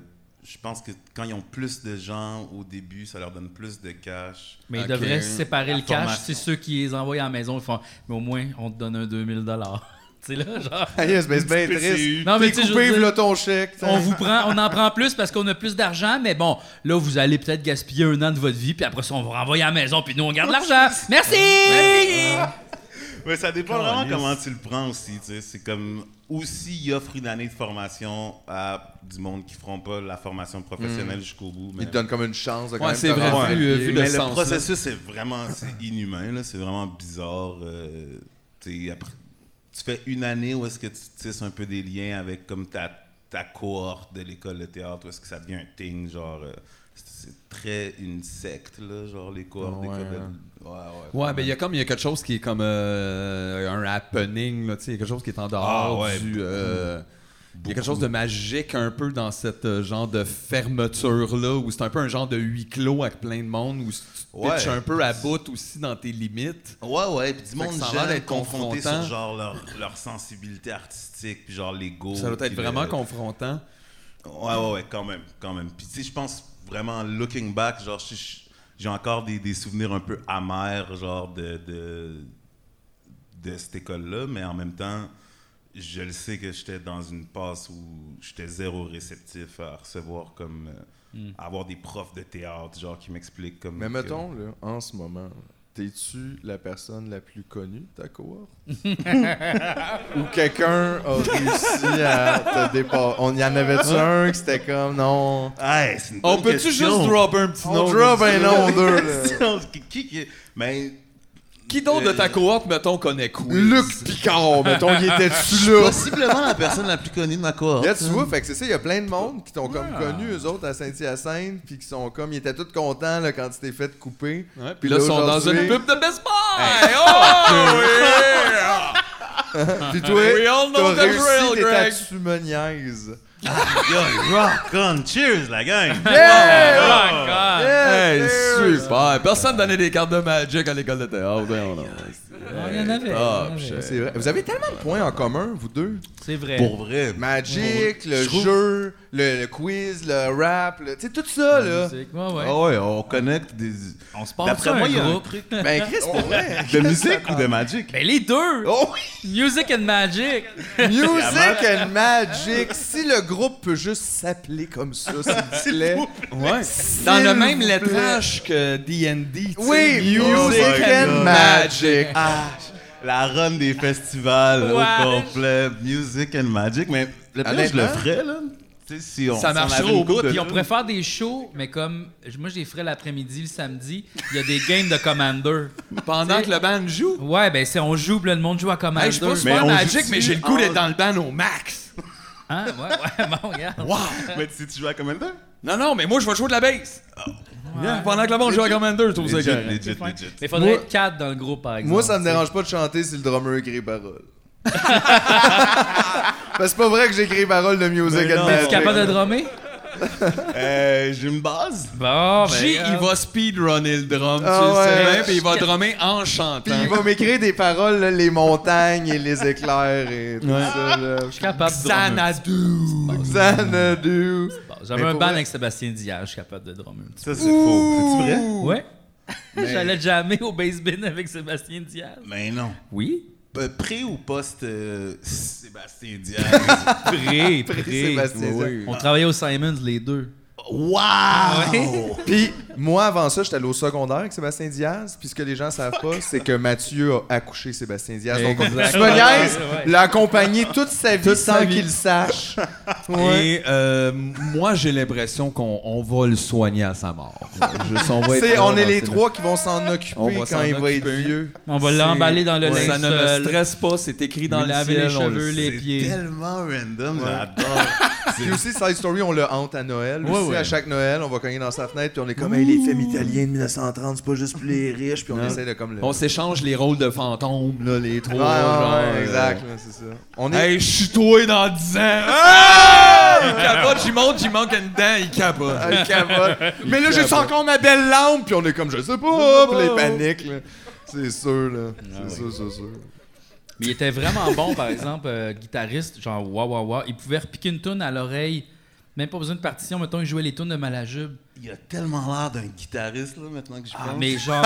H: je pense que quand ils ont plus de gens au début, ça leur donne plus de cash.
A: Mais
H: Ok.
A: ils devraient séparer
H: La
A: le cash.
H: formation.
A: C'est ceux qui les envoient à la maison. Ils font, mais au moins, on te donne un 2000 Tu sais, là, genre.
C: Ah yes, ben, c'est bien
A: Un petit
C: triste.
A: PCU.
C: T'es
A: tu sais, je
C: coupé,
A: veux dire,
C: voilà ton chèque, t'sais.
A: On, vous prend, on en prend plus parce qu'on a plus d'argent, mais bon, là, vous allez peut-être gaspiller un an de votre vie, puis après ça, on vous renvoie à la maison, puis nous, on garde l'argent. Merci!
H: Mais ça dépend
A: Caliste.
H: vraiment comment tu le prends aussi. tu sais. C'est comme aussi ils offrent une année de formation à du monde qui feront pas la formation professionnelle
C: Mm.
H: jusqu'au bout.
C: Ils te donnent comme une chance de quand
H: Ouais,
C: même
H: c'est
C: te
H: vrai,
C: rendre-
H: vu-
B: euh,
C: Ouais.
H: vu le Mais le sens, processus est vraiment c'est inhumain, là, c'est vraiment bizarre. euh, tu sais, après- tu fais une année où est-ce que tu tisses un peu des liens avec comme ta, ta cohorte de l'école de théâtre, où est-ce que ça devient un thing, genre euh, c'est c'est très une secte, là, genre les cohortes
B: Ouais,
H: d'école de
B: hein.
H: Ouais, ouais,
B: Ouais,
H: vraiment.
B: mais il y a comme il y a quelque chose qui est comme euh, un happening, là, tu sais, il y a quelque chose qui est en
H: Ah,
B: dehors
H: ouais,
B: du.
H: beaucoup.
B: euh, il y a quelque chose de magique un peu dans cette euh, genre de fermeture-là, où c'est un peu un genre de huis clos avec plein de monde, où tu te
H: Ouais.
B: pitches un peu à bout aussi dans tes limites.
H: Ouais, ouais, puis du
B: Fait
H: monde
B: que ça a
H: j'aime
B: l'air d'être
H: confronté
B: confrontant.
H: sur genre leur, leur sensibilité artistique, puis genre l'ego.
B: Ça doit être
H: puis le-
B: vraiment confrontant.
H: Ouais, ouais, ouais, quand même, quand même. Puis tu sais, je pense vraiment, looking back, genre, je- je- j'ai encore des, des souvenirs un peu amers, genre, de, de, de cette école-là, mais en même temps, je le sais que j'étais dans une passe où j'étais zéro réceptif à recevoir comme... euh,
B: Hmm.
C: Mm.
H: avoir des profs de théâtre, genre, qui m'expliquent comme...
C: Mais
H: que-
C: mettons, là, en ce moment, t'es-tu la personne la plus connue de ta cohorte? Ou quelqu'un a réussi à te dépasser? On y en avait-tu un qui c'était comme, non...
H: Hey, c'est une
C: On
H: bonne
C: peut-tu
H: question.
C: juste drop un petit nom? On drop un nom, deux, là.
H: Question, qui- qui- qui- mais
B: Qui d'autre de ta cohorte, mettons, connaît quoi
C: Luc Picard, mettons, il était-tu là?
H: Possiblement la personne la plus connue de ma cohorte.
C: Là, tu vois, fait que c'est ça, il y a plein de monde qui t'ont comme
B: Ouais.
C: connu, eux autres, à Saint-Hyacinthe, puis qui sont comme, ils étaient tous contents là, quand tu t'es fait couper.
B: Ouais, Hein? puis là, ils sont dans
C: aujourd'hui-
B: une pub de Best Buy!
C: Hey.
B: Oh, yeah!
C: Puis toi,
B: We all know
C: t'as
B: the
C: réussi,
B: drill,
C: t'es
B: Greg.
C: à Tumoniaise.
H: Yo, rock on, cheers la gang!
C: Yeah!
H: Oh.
B: Hey, super! Personne donnait des cartes de Magic à l'école de théâtre. Ben, on a-
A: Ah, il y en avait, il y en
C: Ah,
A: avait.
C: je- c'est vrai. Vous avez tellement de points en commun, vous deux.
A: C'est vrai.
H: Pour vrai.
C: Magic,
H: Pour-
C: le
H: je trouve-
C: jeu, le, le quiz, le rap, le- tu sais, tout ça,
H: La
C: là.
A: musique, ouais, ouais.
H: Ah ouais, on connecte des.
A: On se
C: passe ça, un
H: il y a un
C: groupe.
H: truc.
C: Ben, Chris, pour vrai.
H: De musique ou de Magic
A: Ben, les deux!
C: Oh Euh.
A: Music and Magic!
C: Music and Magic. Si le groupe peut juste s'appeler comme ça, s'il vous plaît.
B: Ouais.
C: S'il
B: Dans le même
C: vous plaît.
B: lettrage que D&D. tu sais.
C: Oui, Music
H: my
C: and
H: God.
C: Magic.
H: Ah, la run des festivals
C: Ouais.
H: au complet. Music and Magic. Mais le pire, hein? je le
A: Honnêtement,
H: ferais, là. Tu sais, si on,
A: ça
H: si on
A: marcherait
H: avait une
A: au bout.
H: couple de
A: Puis on
H: jeux.
A: pourrait faire des shows, mais comme moi, je les ferais l'après-midi, le samedi. Il y a des games de Commander.
B: Pendant que le band joue.
A: Ouais, ben si on joue, puis là, le monde joue à Commander.
B: Hey, je suis pas super Magic, mais j'ai le goût d'être
C: Ah.
B: dans le ban au max.
A: Hein? Ouais, ouais, bon, regarde.
B: Wow!
H: Mais tu sais, tu joues à Commander?
B: Non, non, mais moi, je vais jouer de la bass. Yeah. Pendant que le monde joue à Commander, je trouve ça
H: Legit,
B: écœurant.
H: legit,
B: C'est fin.
H: legit.
A: Mais faudrait
C: Moi-
A: être quatre dans le groupe, par exemple.
C: Moi, ça me
A: tu sais.
C: dérange pas de chanter si le drummer écrit les paroles. Parce que c'est pas vrai que j'écris les paroles de Music
H: Mais
C: and
H: non.
A: Ben,
C: Magic.
H: T'es-tu capable de
A: drummer?
H: Euh, j'ai une base.
A: Bon, ben,
B: J, il va speedrunner le drum,
C: Ah
B: tu le sais
C: ouais.
B: bien, puis il va drummer en chantant.
C: Puis il va m'écrire des paroles, là, les montagnes et les éclairs et tout
B: Ouais.
C: ça. Là.
A: Je suis capable de drummer.
B: Xanadu!
C: Xanadu!
A: Bon, J'avais
C: Mais
A: un
C: pour
A: ban
C: vrai-
A: avec Sébastien Diage, je suis capable de drummer. un petit
H: Ça,
A: peu.
H: c'est faux. C'est-tu vrai?
A: Ouais.
H: Mais-
A: J'allais jamais au base bin avec Sébastien Diaz.
H: Mais non.
A: Oui?
H: Euh, pré ou post euh, Sébastien Diaz?
A: Pré, pré.
C: Pré-Sébastien
A: Oui,
C: Diaz.
A: oui. On travaillait au Simons les deux.
H: Wow!
C: Puis moi, avant ça, j'étais allé au secondaire avec Sébastien Diaz. Puis ce que les gens savent pas, c'est que Mathieu a accouché Sébastien Diaz. Donc,
B: Exact.
C: tu me niaises,
B: Ouais.
C: l'a accompagné toute sa vie
B: Toute sa
C: sans
B: vie.
C: qu'il sache.
B: Et euh, moi, j'ai l'impression qu'on on va le soigner à sa mort. Juste, on, va être
C: C'est-
B: là
C: on est
B: dans
C: les
B: ces-
C: trois qui vont s'en occuper
B: On va
C: quand
B: s'en
C: il va être
B: occuper.
C: vieux.
A: On va
B: C'est-
A: l'emballer dans le
B: Ça ne
A: linceul.
B: me stresse pas, c'est écrit dans
A: Lui
B: le
A: laver
B: ciel.
A: les
B: on
A: cheveux,
B: le
A: les
B: sait.
A: pieds.
H: Tellement random,
C: Ouais.
H: j'adore.
C: Puis aussi, Side Story, on le hante à Noël.
B: Ouais,
C: aussi,
B: ouais.
C: à chaque Noël, on va cogner dans sa fenêtre, puis on est comme, hey, les films italiens de 1930, c'est pas juste pour les riches, puis on
B: Non.
C: essaie de comme le.
B: On s'échange les rôles de fantômes, là, les trois.
C: Ouais, ouais,
B: genre,
C: ouais,
B: euh,
C: exact, là, c'est ça. On est...
B: Hey, je suis toi dans 10 ans. Ah! Il capote, j'y monte, j'y manque une dent, il capote.
C: Ah, il capote. Mais là,
B: Il
C: j'ai
B: capote.
C: encore ma belle lampe, puis on est comme, je sais pas, puis les paniques, là. C'est sûr, là. C'est sûr, c'est sûr.
A: Mais il était vraiment bon, par exemple, euh, guitariste, genre waouh, waouh, waouh. Il pouvait repiquer une tune à l'oreille, même pas besoin de partition. Mettons, il jouait les tunes de Malajube.
H: Il a tellement l'air d'un guitariste, là, maintenant que je
B: Ah
H: pense.
A: Ah, Mais genre,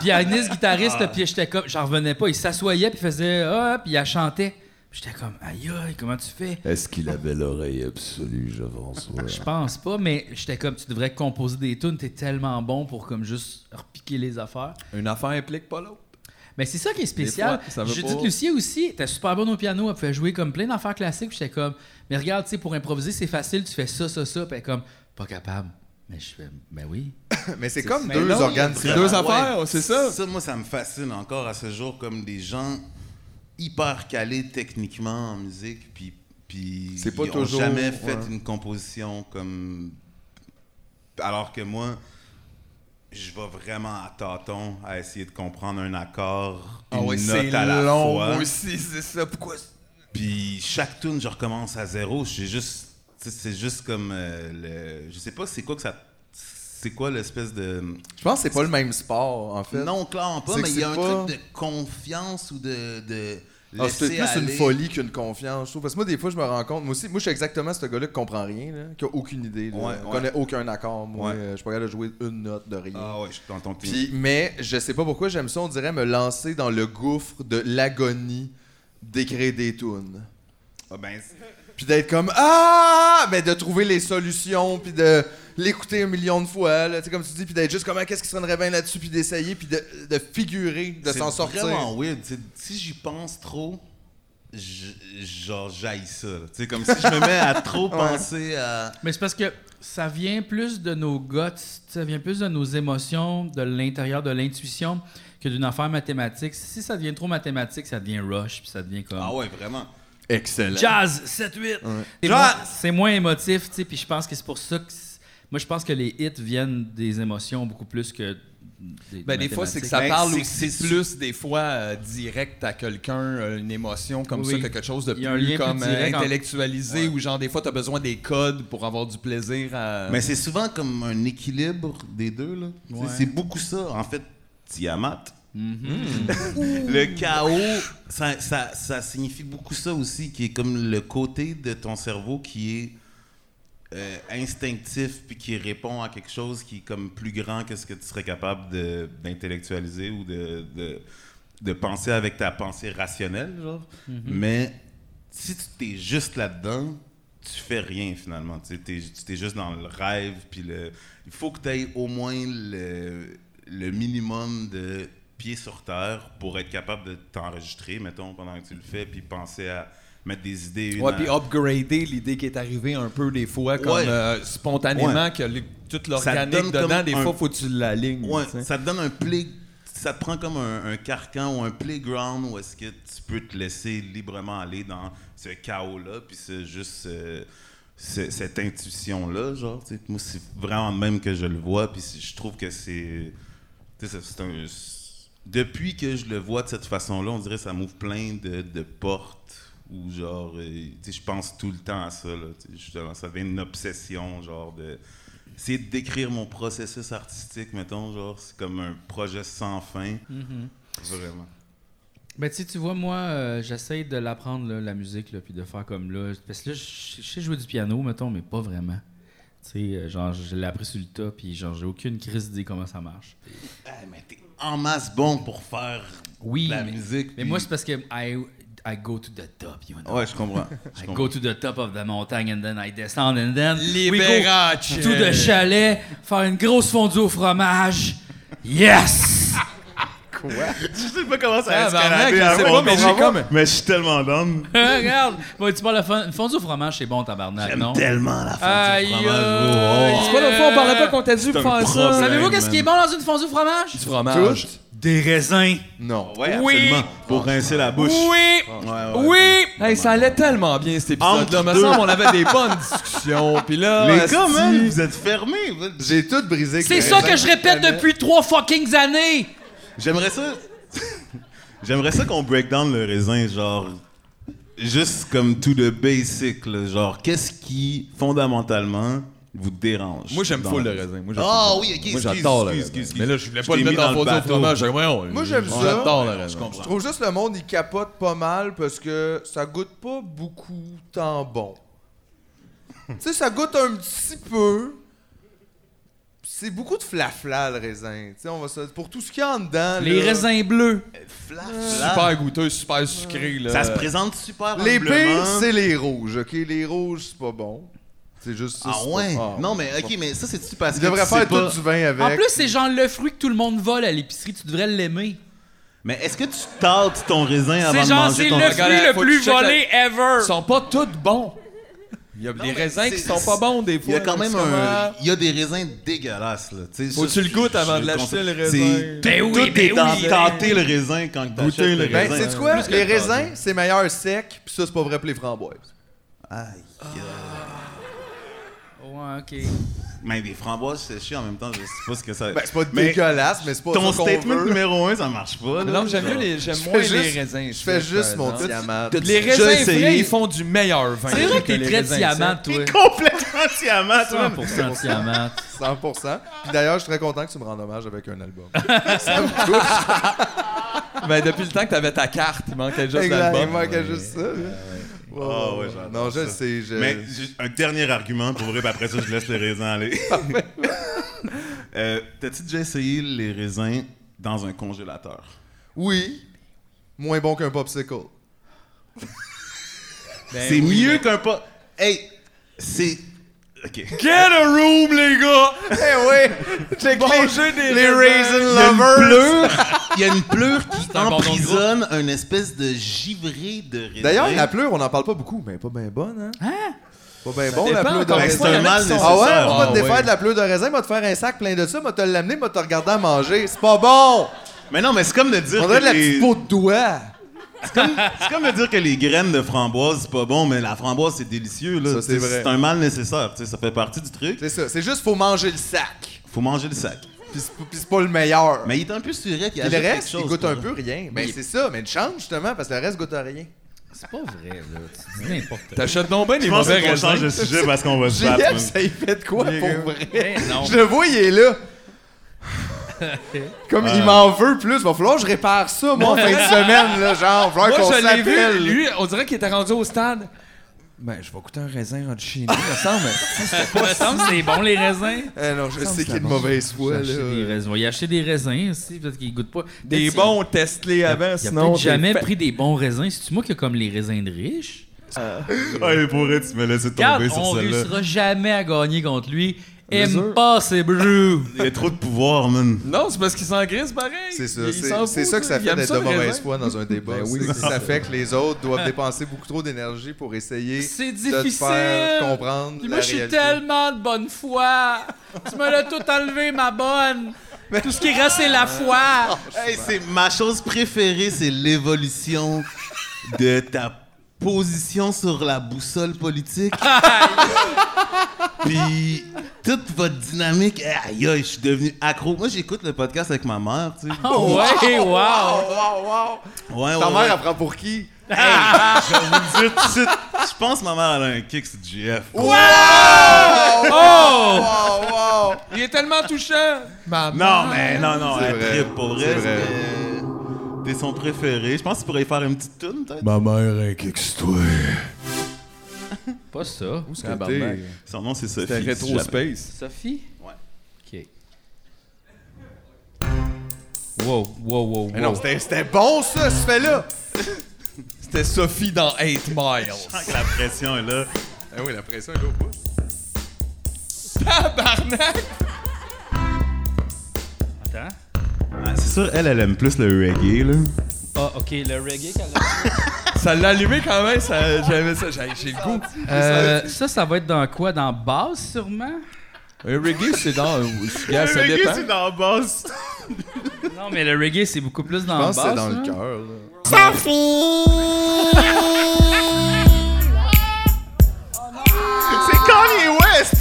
A: pianiste, guitariste, puis j'étais comme, j'en revenais pas. Il s'assoyait, puis faisait, ah, puis il chantait. Puis J'étais comme, aïe, aïe, comment tu fais?
K: Est-ce qu'il avait l'oreille absolue, j'avance.
A: Je pense pas, mais j'étais comme, tu devrais composer des tunes, t'es tellement bon pour comme juste repiquer les affaires.
B: Une affaire implique pas l'autre.
A: Mais c'est ça qui est spécial.
B: Des fois, ça veut
A: Judith
B: pas.
A: Lucier aussi, était super bonne au piano, elle pouvait jouer comme plein d'affaires classiques. puis J'étais comme, mais regarde, tu sais, pour improviser, c'est facile, tu fais ça, ça, ça. Puis elle est comme, pas capable. Mais je fais, ben oui.
C: Mais c'est comme
A: Mais
C: deux
A: non,
C: organes
H: Vraiment,
C: différents.
B: deux affaires,
H: ouais.
B: c'est ça.
H: Ça, moi, ça me fascine encore à ce jour, comme des gens hyper calés techniquement en musique, puis, puis
C: C'est pas
H: ils ont
C: toujours-
H: jamais fait
C: ouais.
H: une composition comme... Alors que moi, je vais vraiment à tâtons à essayer de comprendre un accord, une
B: Ah ouais, c'est
H: note à la
B: long
H: fois.
B: moi aussi, c'est ça. Pourquoi
H: Puis chaque tune, je recommence à zéro. J'ai juste, tu sais, c'est juste comme euh, le, je sais pas, c'est quoi que ça, c'est quoi l'espèce de
C: Je pense que c'est pas le même sport, en fait.
H: non clairement pas,
C: C'est que
H: mais il y a
C: c'est
H: un
C: pas-
H: truc de confiance ou de, de
C: Ah, c'est plus
H: laisser
C: une
H: aller.
C: folie qu'une confiance, je trouve. Parce que moi, des fois, je me rends compte. Moi aussi, moi, je suis exactement ce gars-là qui comprend rien, là, qui a aucune idée. là.
H: Ouais,
C: Je
H: ouais.
C: connais aucun accord. Moi,
H: Ouais.
C: euh, je suis pas capable de jouer une note de rien.
H: Ah ouais, je suis dans ton
C: Puis, mais je sais pas pourquoi j'aime ça, on dirait me lancer dans le gouffre de l'agonie d'écrire des tunes.
H: Ah ben, c'est-
C: Puis d'être comme Ah! Mais de trouver les solutions, puis de l'écouter un million de fois, là, tu sais, comme tu dis, puis d'être juste comme Ah, qu'est-ce qui sonnerait bien là-dessus, puis d'essayer, puis de, de figurer, de
H: c'est
C: s'en sortir.
H: vraiment weird. Tu sais, si j'y pense trop, je- genre j'aille ça. là. Tu sais, comme si je me mets à trop
C: Ouais.
H: penser à.
A: Mais c'est parce que ça vient plus de nos guts, ça vient plus de nos émotions, de l'intérieur, de l'intuition, que d'une affaire mathématique. Si ça devient trop mathématique, ça devient rush, puis ça devient comme.
H: Ah ouais, vraiment.
C: Excellent.
A: Jazz 7-8. C'est
H: Jazz!
A: moins- C'est moins émotif, tu sais, puis je pense que c'est pour ça que. c'est- Moi, je pense que les hits viennent des émotions beaucoup plus que. Des,
B: Ben, des fois, c'est que ça
A: mathématiques.
B: parle
H: c'est
B: aussi
H: que c'est-
B: plus, des fois, euh, direct à quelqu'un, euh, une émotion comme
A: Oui.
B: ça, que quelque chose de
A: Il
B: plus,
A: y a un lien plus
B: comme, euh,
A: direct en-
B: intellectualisé, ou genre, des fois, t'as besoin des codes pour avoir du plaisir à...
H: Mais c'est souvent comme un équilibre des deux. là. Tu sais,
A: Ouais.
H: C'est beaucoup ça. En fait, Tiamat, le chaos, ça, ça- ça signifie beaucoup ça aussi, qui est comme le côté de ton cerveau qui est euh, instinctif puis qui répond à quelque chose qui est comme plus grand que ce que tu serais capable de- d'intellectualiser ou de, de, de penser avec ta pensée rationnelle, genre.
B: Mm-hmm.
L: Mhm.
H: Mais si tu t'es juste là-dedans, tu fais rien finalement. Tu sais, t'es- tu t'es juste dans le rêve. Puis le, il faut que tu aies au moins le, le minimum de pieds sur terre pour être capable de t'enregistrer, mettons, pendant que tu le fais, puis penser à mettre des idées. une
B: Ouais,
H: à-
B: puis
C: euh,
B: upgrader l'idée qui est arrivée un peu des fois, comme
H: Ouais.
B: euh, spontanément,
H: Ouais.
B: que le- toute
H: Ça te donne
B: l'organique dedans,
H: comme
B: des
H: un-
B: fois, faut que tu l'alignes.
H: Ouais,
B: Mmh, tu sais.
H: ça te donne un play. Ça te prend comme un, un carcan ou un playground où est-ce que tu peux te laisser librement aller dans ce chaos-là, puis c'est juste euh, ce- cette intuition-là, genre. tu sais. Moi, c'est vraiment de même que je le vois, puis c'est- je trouve que c'est. tu sais, c'est- c'est un- c'est- Depuis que je le vois de cette façon-là, on dirait que ça m'ouvre plein de, de portes où, genre, euh, tu sais, je pense tout le temps à ça, là. tu sais, Justement, ça devient une obsession, genre, de essayer de décrire mon processus artistique, mettons, genre, c'est comme un projet sans fin.
A: Mhm.
H: Vraiment.
A: Ben, tu sais, tu vois, moi, euh, j'essaye de l'apprendre, là, la musique, là, puis de faire comme là. Parce que là, je je sais jouer du piano, mettons, mais pas vraiment. Tu sais, euh, genre, je l'ai appris sur le tas, puis genre, j'ai aucune crise d'idée comment ça marche.
H: Ah, mais t'es en masse bon pour faire
A: Oui,
H: de la
A: mais-
H: musique.
A: Mais
H: puis-
A: moi, c'est parce que I, I go to the top, you know.
H: Ouais, je comprends. Je
A: I
H: comprends.
A: go to the top of the mountain and then I descend and then we
B: Liberace.
A: go to the chalet, faire une grosse fondue au fromage. Yes!
H: Quoi? Je sais pas comment ça
A: Ah,
H: a
A: barnac,
H: escaladé.
A: je
H: à
A: sais
H: mon
A: pas, mais j'ai
H: niveau,
A: comme-
H: Mais je suis tellement down.
A: Regarde, bon, tu parles de fon- fondue au fromage, c'est bon, tabarnak,
H: J'aime
A: non? Ah,
H: tellement la fondue au
A: Aïe,
H: fromage. Oh,
A: aïe,
H: C'est quoi l'autre fois, on parlait pas qu'on t'a dit
A: C'est
H: de
A: un
H: faire ça?
A: problème, Savez-vous qu'est-ce
H: man.
A: qui est bon dans une fondue au fromage?
B: Du fromage.
A: Des raisins.
C: Non.
H: Ouais,
A: Oui.
H: absolument. Pour rincer la bouche.
A: Oui.
H: Ouais, ouais.
A: Oui!
B: Hey, ça allait tellement bien cet épisode-là.
H: Entre
B: Me
H: deux.
B: semble, on avait des bonnes discussions. Puis là, euh,
H: Les
B: asti,
H: gars, man, vous êtes fermés. vous-
C: J'ai tout brisé.
A: C'est ça que je répète depuis trois fucking années!
H: J'aimerais ça. J'aimerais ça qu'on break down le raisin, genre. Juste comme tout le basic, là, genre, qu'est-ce qui, fondamentalement, vous dérange?
B: Moi, j'aime
H: dans
B: full
H: la-
B: le raisin. Moi, j'aime
H: Ah
B: full.
H: oui, ok,
B: Moi,
H: excuse,
B: j'adore le
H: excuse,
B: raisin.
H: excuse,
B: Mais là, je voulais pas
H: t'ai
B: le mettre
H: mis
B: dans
H: le
B: le fondue au
H: bateau.
B: fromage. J'ai- ouais, on-
C: Moi, j'aime ça.
B: J'adore le
C: Ouais,
B: raisin.
H: Je comprends.
C: Je trouve juste le monde, il capote pas mal parce que ça goûte pas beaucoup tant bon. tu sais, ça goûte un petit peu. C'est beaucoup de flafla, le raisin. Tu sais, on va se- Pour tout ce qu'il y a en dedans.
A: Les
C: là,
A: raisins bleus.
B: Super goûteux, super sucré. Là.
H: Ça se présente super
C: Les pires,
H: humblement.
C: c'est les rouges, OK? Les rouges, c'est pas bon. C'est juste ça.
H: Ah
C: c'est pas-
H: ouais?
C: Ah,
H: non, mais ok, mais ça, c'est-tu parce
C: Il
H: que.
C: devrait
H: tu sais
C: faire
H: pas-
C: tout du vin avec.
A: En plus, c'est genre le fruit que tout le monde vole à l'épicerie, tu devrais l'aimer.
H: Mais est-ce que tu tâtes ton raisin avant
A: C'est
H: de
A: genre,
H: manger
A: c'est
H: ton
A: le fruit
B: Regarde,
A: le
B: faut que
A: plus
B: tu checkes la-
A: volé ever!
B: Ils sont pas tous bons. Il y a des raisins qui sont pas bons des fois.
H: Il y a quand même
B: C'est comme, ah,
H: un. Il y a des raisins dégueulasses, là. tu sais,
B: Faut que
H: ça,
B: tu le
H: je-
B: goûtes
H: je
B: avant de l'acheter,
H: conseille.
B: le raisin.
H: C'est-
A: Ben oui,
H: Tout
A: ben
H: est dans
A: oui.
H: tâter le raisin quand tu
B: Goûter le
C: Ben,
B: raisin.
C: c'est quoi?
H: hein. Plus que
C: Les
H: le raisin.
C: raisins, c'est meilleur sec, puis ça, c'est pas vrai pour les framboises.
H: Aïe.
A: Ouais, ok.
H: Mais des framboises séchées en même temps, je sais pas ce que ça.
C: Ben, c'est pas
H: Mais
C: dégueulasse, mais c'est pas
H: Ton
C: ça qu'on
H: statement
C: veut.
H: numéro un, ça marche pas. là.
B: Non, j'aime mieux les, j'aime
C: Je
B: moins
C: fais
B: les
C: juste-
B: raisins.
C: Je fais juste mon
B: petit
C: diamant.
B: Les
H: T'as-tu
B: raisins
H: déjà essayé?
B: frais, ils font du meilleur vin.
A: C'est vrai que t'es
B: les
A: très
B: raisins
A: diamant, toi.
B: secs.
H: Complètement diamant, toi.
A: 100% diamant.
C: 100%. Puis d'ailleurs, je suis très content que tu me rendes hommage avec un album. ça me touche.
B: Ben, depuis le temps que t'avais ta carte, il manquait juste
C: Exact,
B: l'album.
C: Il manquait juste ça. là. Ouais,
H: Ah
C: ouais,
H: ouais,
C: ouais.
H: j'adore
C: Non, je
H: ça.
C: sais. Je...
H: Mais j'ai un dernier argument pour vrai, puis après ça, je laisse les raisins aller. Euh, T'as-tu déjà essayé les raisins dans un congélateur?
C: Oui, moins bon qu'un popsicle. Eh
H: c'est mieux qu'un pas. Hey, c'est. Ok.
B: Get a room, les gars!
C: Eh oui! Check les,
B: des
C: les Raisin
H: Il y a une
C: Lovers!
H: pleure, il y a une pleure qui
A: un bon nom de groupe.
H: emprisonne une espèce de givrée de raisin.
C: D'ailleurs, la pleure, on n'en parle pas beaucoup, mais pas bien bonne, hein? Pas bien bon, la
B: dépend,
C: pleure de
B: encore
H: Ben,
C: raisin.
H: c'est un mal nécessaire.
C: Ah ouais, on va te
B: Ah ouais.
C: défaire de la pleure de raisin, on va te faire un sac plein de ça, on va te l'amener, on va te regarder à manger. C'est pas bon!
H: Mais non, mais c'est comme de dire
C: On
H: que
C: dirait de la
H: les-
C: petite peau de doigt.
H: c'est comme de dire que les graines de framboise c'est pas bon, mais la framboise c'est délicieux là.
C: Ça, c'est
H: Tu sais,
C: vrai.
H: un mal nécessaire, tu sais, ça fait partie du truc.
C: C'est ça, c'est juste faut manger le sac.
H: Faut manger le sac.
C: Puis c'est puis c'est pas le meilleur.
H: Mais il est un peu suré
C: Puis
H: qu'il
C: le
H: ajoute quelque
C: reste, il
H: chose,
C: goûte
H: pour
C: un
H: vrai.
C: peu rien. Mais c'est ça, mais une chance justement, parce que le reste goûte à rien.
A: C'est pas vrai, là. Tu dis n'importe quoi.
B: T'achètes donc bien les
H: Je pense
B: mauvais
H: qu'on
B: raisins.
H: change de sujet parce qu'on va se battre.
C: JF,
H: man.
C: ça y fait de quoi pour vrai?
A: non.
C: Je le vois, il est là. Comme il m'en veut plus, va falloir que je répare ça, moi, en fin de semaine, là, genre, va falloir
B: Moi,
C: qu'on
B: je l'ai
C: s'appelle.
B: vu, lui, on dirait qu'il était rendu au stade. Ben, je vais goûter un raisin rendu chez nous, il me semble. Si, c'était pas-
A: me semble que c'est bon, les raisins.
C: Alors, Euh, je
B: Il me semble
C: sais
B: que
C: qu'il est de
B: c'est bon.
C: mauvaise foi,
A: J'ai acheté
C: là.
A: des raisins. Il va y acheter des raisins aussi, peut-être qu'il goûte pas.
C: Des
A: Peut-être
C: bons, teste-les
A: Il
C: avant,
A: a
C: sinon.
A: peut-être
C: t'es
A: jamais
C: fait-
A: pris des bons raisins. C'est-tu moi qui a comme les raisins de riche?
H: Hey, pour vrai, tu me laissais tomber
A: Regarde,
H: sur
A: on
H: celle-là.
A: réussira jamais à gagner contre lui.
H: Mais sûr.
A: Impossible!
H: Il y a trop de pouvoir, man.
B: Non, c'est parce qu'il s'en grise pareil.
C: C'est ça,
B: Il s'en
C: c'est- c'est
B: fout,
C: ça que ça
B: il
C: fait
B: aime
C: d'être
B: ça,
C: de
B: le
C: mauvaise
B: raisin.
C: foi dans un débat.
B: Ben oui,
C: c'est que
B: c'est
C: ça
B: ça.
C: fait que les autres doivent dépenser beaucoup trop d'énergie pour essayer
A: C'est
C: de te faire
A: difficile.
C: comprendre
A: Puis
C: la
A: moi, je suis
C: réalité.
A: tellement de bonne foi. tu me l'as tout enlevé, ma bonne. Tout ce qui reste, c'est la foi.
M: Hey, c'est ma chose préférée, c'est l'évolution de ta position sur la boussole politique. Puis toute votre dynamique, hey, aïe aïe, je suis devenu accro. Moi, j'écoute le podcast avec ma mère, tu sais.
A: Oh, ouais, wow.
C: wow, wow.
H: Ouais,
C: Ta
H: ouais,
C: mère,
H: ouais.
C: elle prend pour qui?
H: Je vais vous le dire tout de suite. Je pense que ma mère, elle a un kick, c'est GF.
C: Wow!
A: Oh!
C: Wow, wow!
B: Il est tellement touchant.
H: Non, mais non, non,
C: C'est
H: elle
C: vrai,
H: tripe, pour
C: c'est
H: vrai.
C: vrai.
H: c'est- T'es son préféré. Je pense que tu pourrais y faire une petite tune, peut-être.
N: Ma mère est toi.
A: Pas ça.
C: Où est-ce que t'es?
H: Son nom, c'est Sophie.
B: C'était
H: si
B: Retro
H: jamais.
B: Space.
A: Sophie?
H: Ouais.
A: OK. Wow, wow, wow,
C: Mais non, c'était c'était bon ça, ce fait-là! C'était Sophie dans 8
H: Je
C: Miles.
H: sens que la pression est là.
C: Ah oui, la pression est au pouce.
B: Tabarnak!
A: Attends.
H: Ah, c'est sûr, elle, elle aime plus le reggae, là.
A: Ah, OK, le reggae qu'elle
B: Ça l'a allumé quand même, ça- j'aimais ça, j'ai j'ai le goût.
A: a... Euh, ça, ça va être dans quoi? Dans basse, sûrement?
B: Le reggae, c'est dans.
H: Le
B: gars, ça
H: reggae,
B: dépend.
H: c'est dans la basse.
A: Non, mais le reggae, c'est beaucoup plus dans
C: Je
B: Ah,
C: pense que
A: basse.
C: c'est dans
A: là.
C: le cœur. là.
N: C'est Kanye West!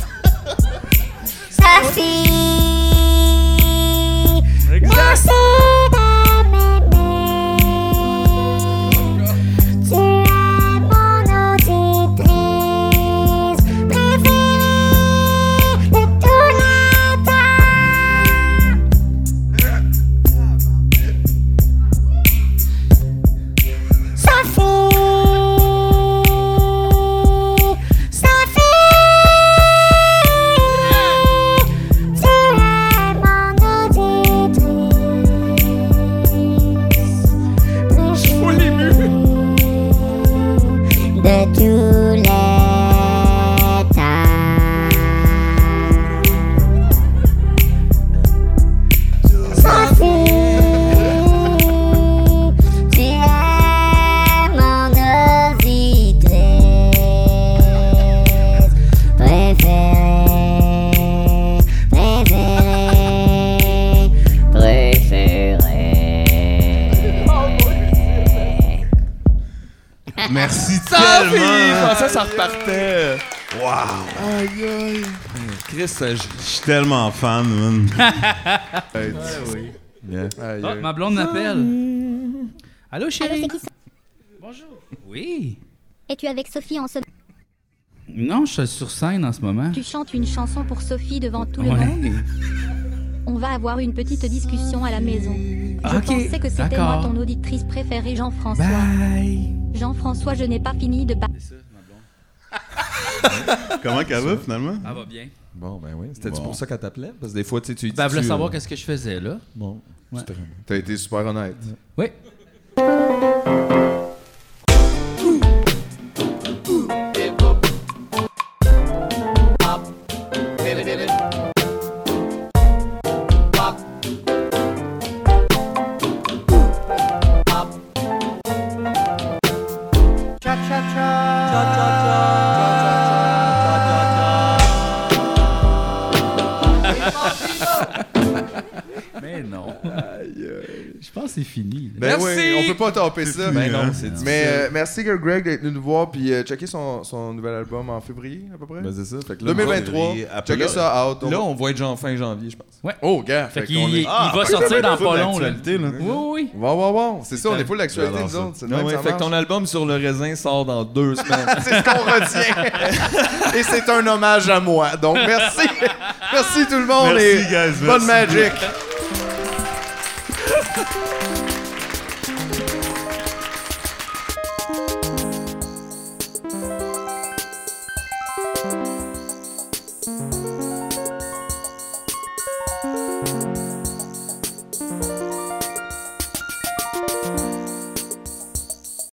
O: De tous les temps. Sophie, tu es mon auditrice préférée, préférée, préférée.
H: Merci
B: Sophie!
H: tellement.
B: Ah, Ça, ça repartait.
H: Wow.
N: Aïe aïe!
B: Chris, euh, j-
H: Je suis tellement fan, man.
C: Hey,
A: oui.
H: Yeah.
C: aïe,
A: Ah,
C: aïe.
A: ma blonde m'appelle. Allô, chérie? Bonjour. Oui?
P: Es-tu avec Sophie en ce
A: Non, je suis sur scène en ce moment.
P: Tu chantes une chanson pour Sophie devant tout le
A: Ouais.
P: monde. On va avoir une petite discussion à la maison. Je
A: Ok,
P: pensais que c'était moi
A: d'accord.
P: ton auditrice préférée, Jean-François. Jean-François, je n'ai pas fini de parler.
H: Comment qu'elle va, finalement?
A: Ça va bien.
C: Ah.
B: Bon, ben oui. C'était-tu
H: Bon.
B: pour ça qu'elle t'appelait? Parce que des fois, tu sais, tu.
A: Ben, elle voulait
B: tu- euh,
A: savoir qu'est-ce que je faisais, là.
B: Bon.
A: Ouais.
B: c'est très bien.
C: T'as été super honnête.
A: Oui. Mais non. Je pense que c'est fini.
C: Ben
A: Merci!
C: oui, on peut pas taper ça.
H: fini, Ben non, hein.
C: mais
H: c'est
C: euh, merci que Greg d'être venu nous voir puis euh, checker son, son nouvel album en février à peu près.
B: Ben, c'est ça. Fait que là,
C: 2023.
H: février, après
C: Checker
H: là-
C: ça out. on-
B: Là, on va être genre fin janvier, je pense.
C: Oh, gars,
A: Fait
C: fait
A: qu'il
C: qu'on est-
A: il va sortir dans pas long, là.
H: L'actualité, là.
A: Oui, oui.
C: Wow, wow, wow. C'est ça, on est full d'actualité,
H: J'adore
C: nous
H: ça.
C: autres. C'est le
B: Ah
C: même
B: ouais,
C: ça
B: fait que ton
C: marche.
B: album sur le raisin sort dans deux semaines.
C: C'est ce qu'on retient. Et c'est un hommage à moi. Donc, merci. merci tout le monde
H: Merci,
C: et
H: guys,
C: bonne
H: merci.
C: magic.